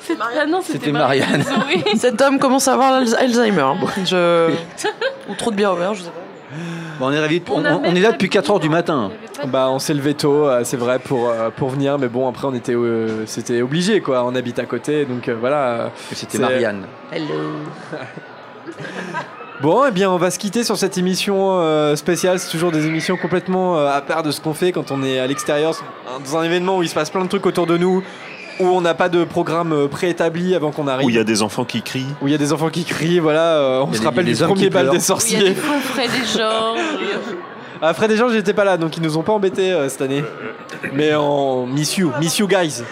C: C'était- Ah non,
E: C'était Marianne.
F: Cet homme commence à avoir l'Alz- Alzheimer. Je... Ou trop de bière au verre, je sais pas.
E: Bon, on est ravis de-
F: On
E: on,
F: a
E: on- on est là depuis 4 heures du matin.
A: Bah, on s'est levé tôt, euh, c'est vrai, pour, euh, pour venir, mais bon, après, on était, euh, c'était obligé, quoi. On habite à côté, donc euh, voilà.
E: C'était Marianne.
F: Hello.
A: Bon, eh bien, on va se quitter sur cette émission euh, spéciale. C'est toujours des émissions complètement euh, à part de ce qu'on fait quand on est à l'extérieur, dans un événement où il se passe plein de trucs autour de nous, où on n'a pas de programme euh, préétabli avant qu'on arrive.
B: Où il y a des enfants qui crient.
A: Où il y a des enfants qui crient, voilà, euh, on
B: Il y a
A: se
B: des-
A: rappelle
B: il y a
A: du
B: des hommes
A: premier
B: qui
A: bal
B: pleurent.
A: des
C: Il y a
A: sorciers.
C: des faux frais des gens.
A: Ah, Fred et Georges, j'étais pas là, donc ils nous ont pas embêtés euh, cette année. Mais en Miss You, Miss You Guys.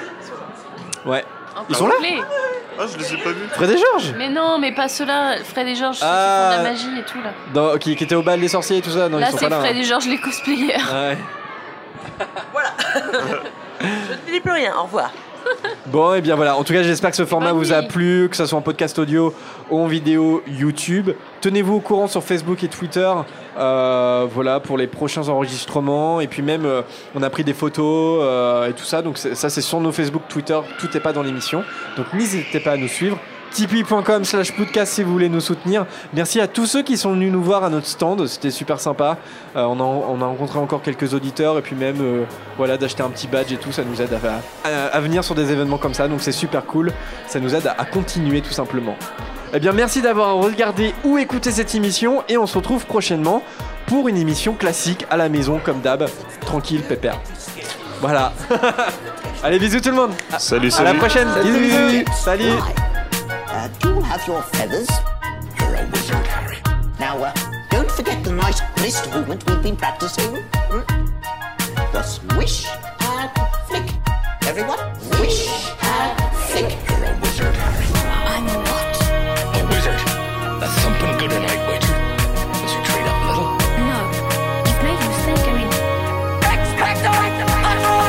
A: Ouais. Ils sont là
B: Ah, je les ai pas vus.
A: Fred et Georges
C: Mais non, mais pas ceux-là. Fred et Georges, ceux qui font de la
A: Ah.
C: magie et tout là.
A: Dans- qui, qui étaient au bal des sorciers et tout ça Non,
C: là,
A: ils sont
C: c'est
A: pas là.
C: Fred
A: hein.
C: et Georges, les cosplayers.
A: Ah Ouais.
F: Je ne dis plus rien, au revoir.
A: Bon, et bien voilà. En tout cas, j'espère que ce format vous a plu, que ce soit en podcast audio, ou en vidéo, YouTube. Tenez-vous au courant sur Facebook et Twitter. euh, voilà pour les prochains enregistrements. Et puis même, euh, on a pris des photos euh, et tout ça. Donc c'est- ça, c'est sur nos Facebook, Twitter. Tout n'est pas dans l'émission. Donc n'hésitez pas à nous suivre. tipeee.com slash podcast si vous voulez nous soutenir. Merci à tous ceux qui sont venus nous voir à notre stand, c'était super sympa. Euh, on, a, on a rencontré encore quelques auditeurs et puis même euh, voilà d'acheter un petit badge et tout, ça nous aide à, à- à venir sur des événements comme ça, donc c'est super cool, ça nous aide à, à continuer tout simplement. Eh bien merci d'avoir regardé ou écouté cette émission et on se retrouve prochainement pour une émission classique à la maison comme d'hab, tranquille, pépère. Voilà. Allez bisous tout le monde. À-
B: Salut,
A: À
B: salut.
A: la prochaine.
B: Salut,
A: Bisous,
B: salut.
A: bisous. Salut.
F: Uh, do you have your feathers? You're a wizard, Harry. Now, uh, don't forget the nice wrist movement we've been practicing. Hmm? The swish and flick. Everyone, swish and flick. You're a wizard, Harry. I'm not.
N: A wizard. A thumping good a night, waiter. Does he trade up little?
G: No, you've made a mistake. I mean,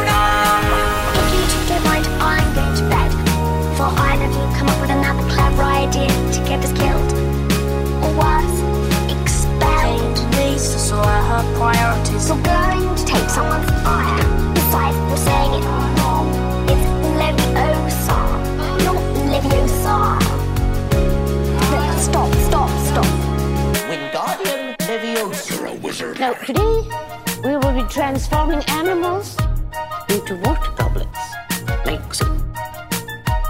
G: If you two don't mind, I'm going to bed. For either of you come up with another clever idea to get us killed or worse, expelled. so I have priorities. We're going to take someone's fire. Besides, we're saying it wrong. It's Leviosa, not Leviosa. Look, Stop, stop, stop.
F: Wingardium Leviosa. You're a wizard.
O: Now, today, we will be transforming animals into water goblets. Like so.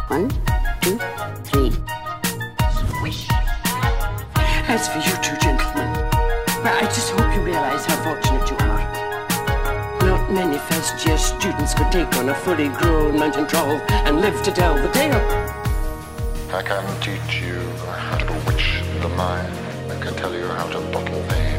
O: One, two, three.
F: Swish. As for you two gentlemen, I just hope you realize how fortunate you are. Not many first year students could take on a fully grown mountain troll Oh, and live to tell the tale.
P: I can teach you how to bewitch the mind. I can tell you how to bottle the
J: Ah,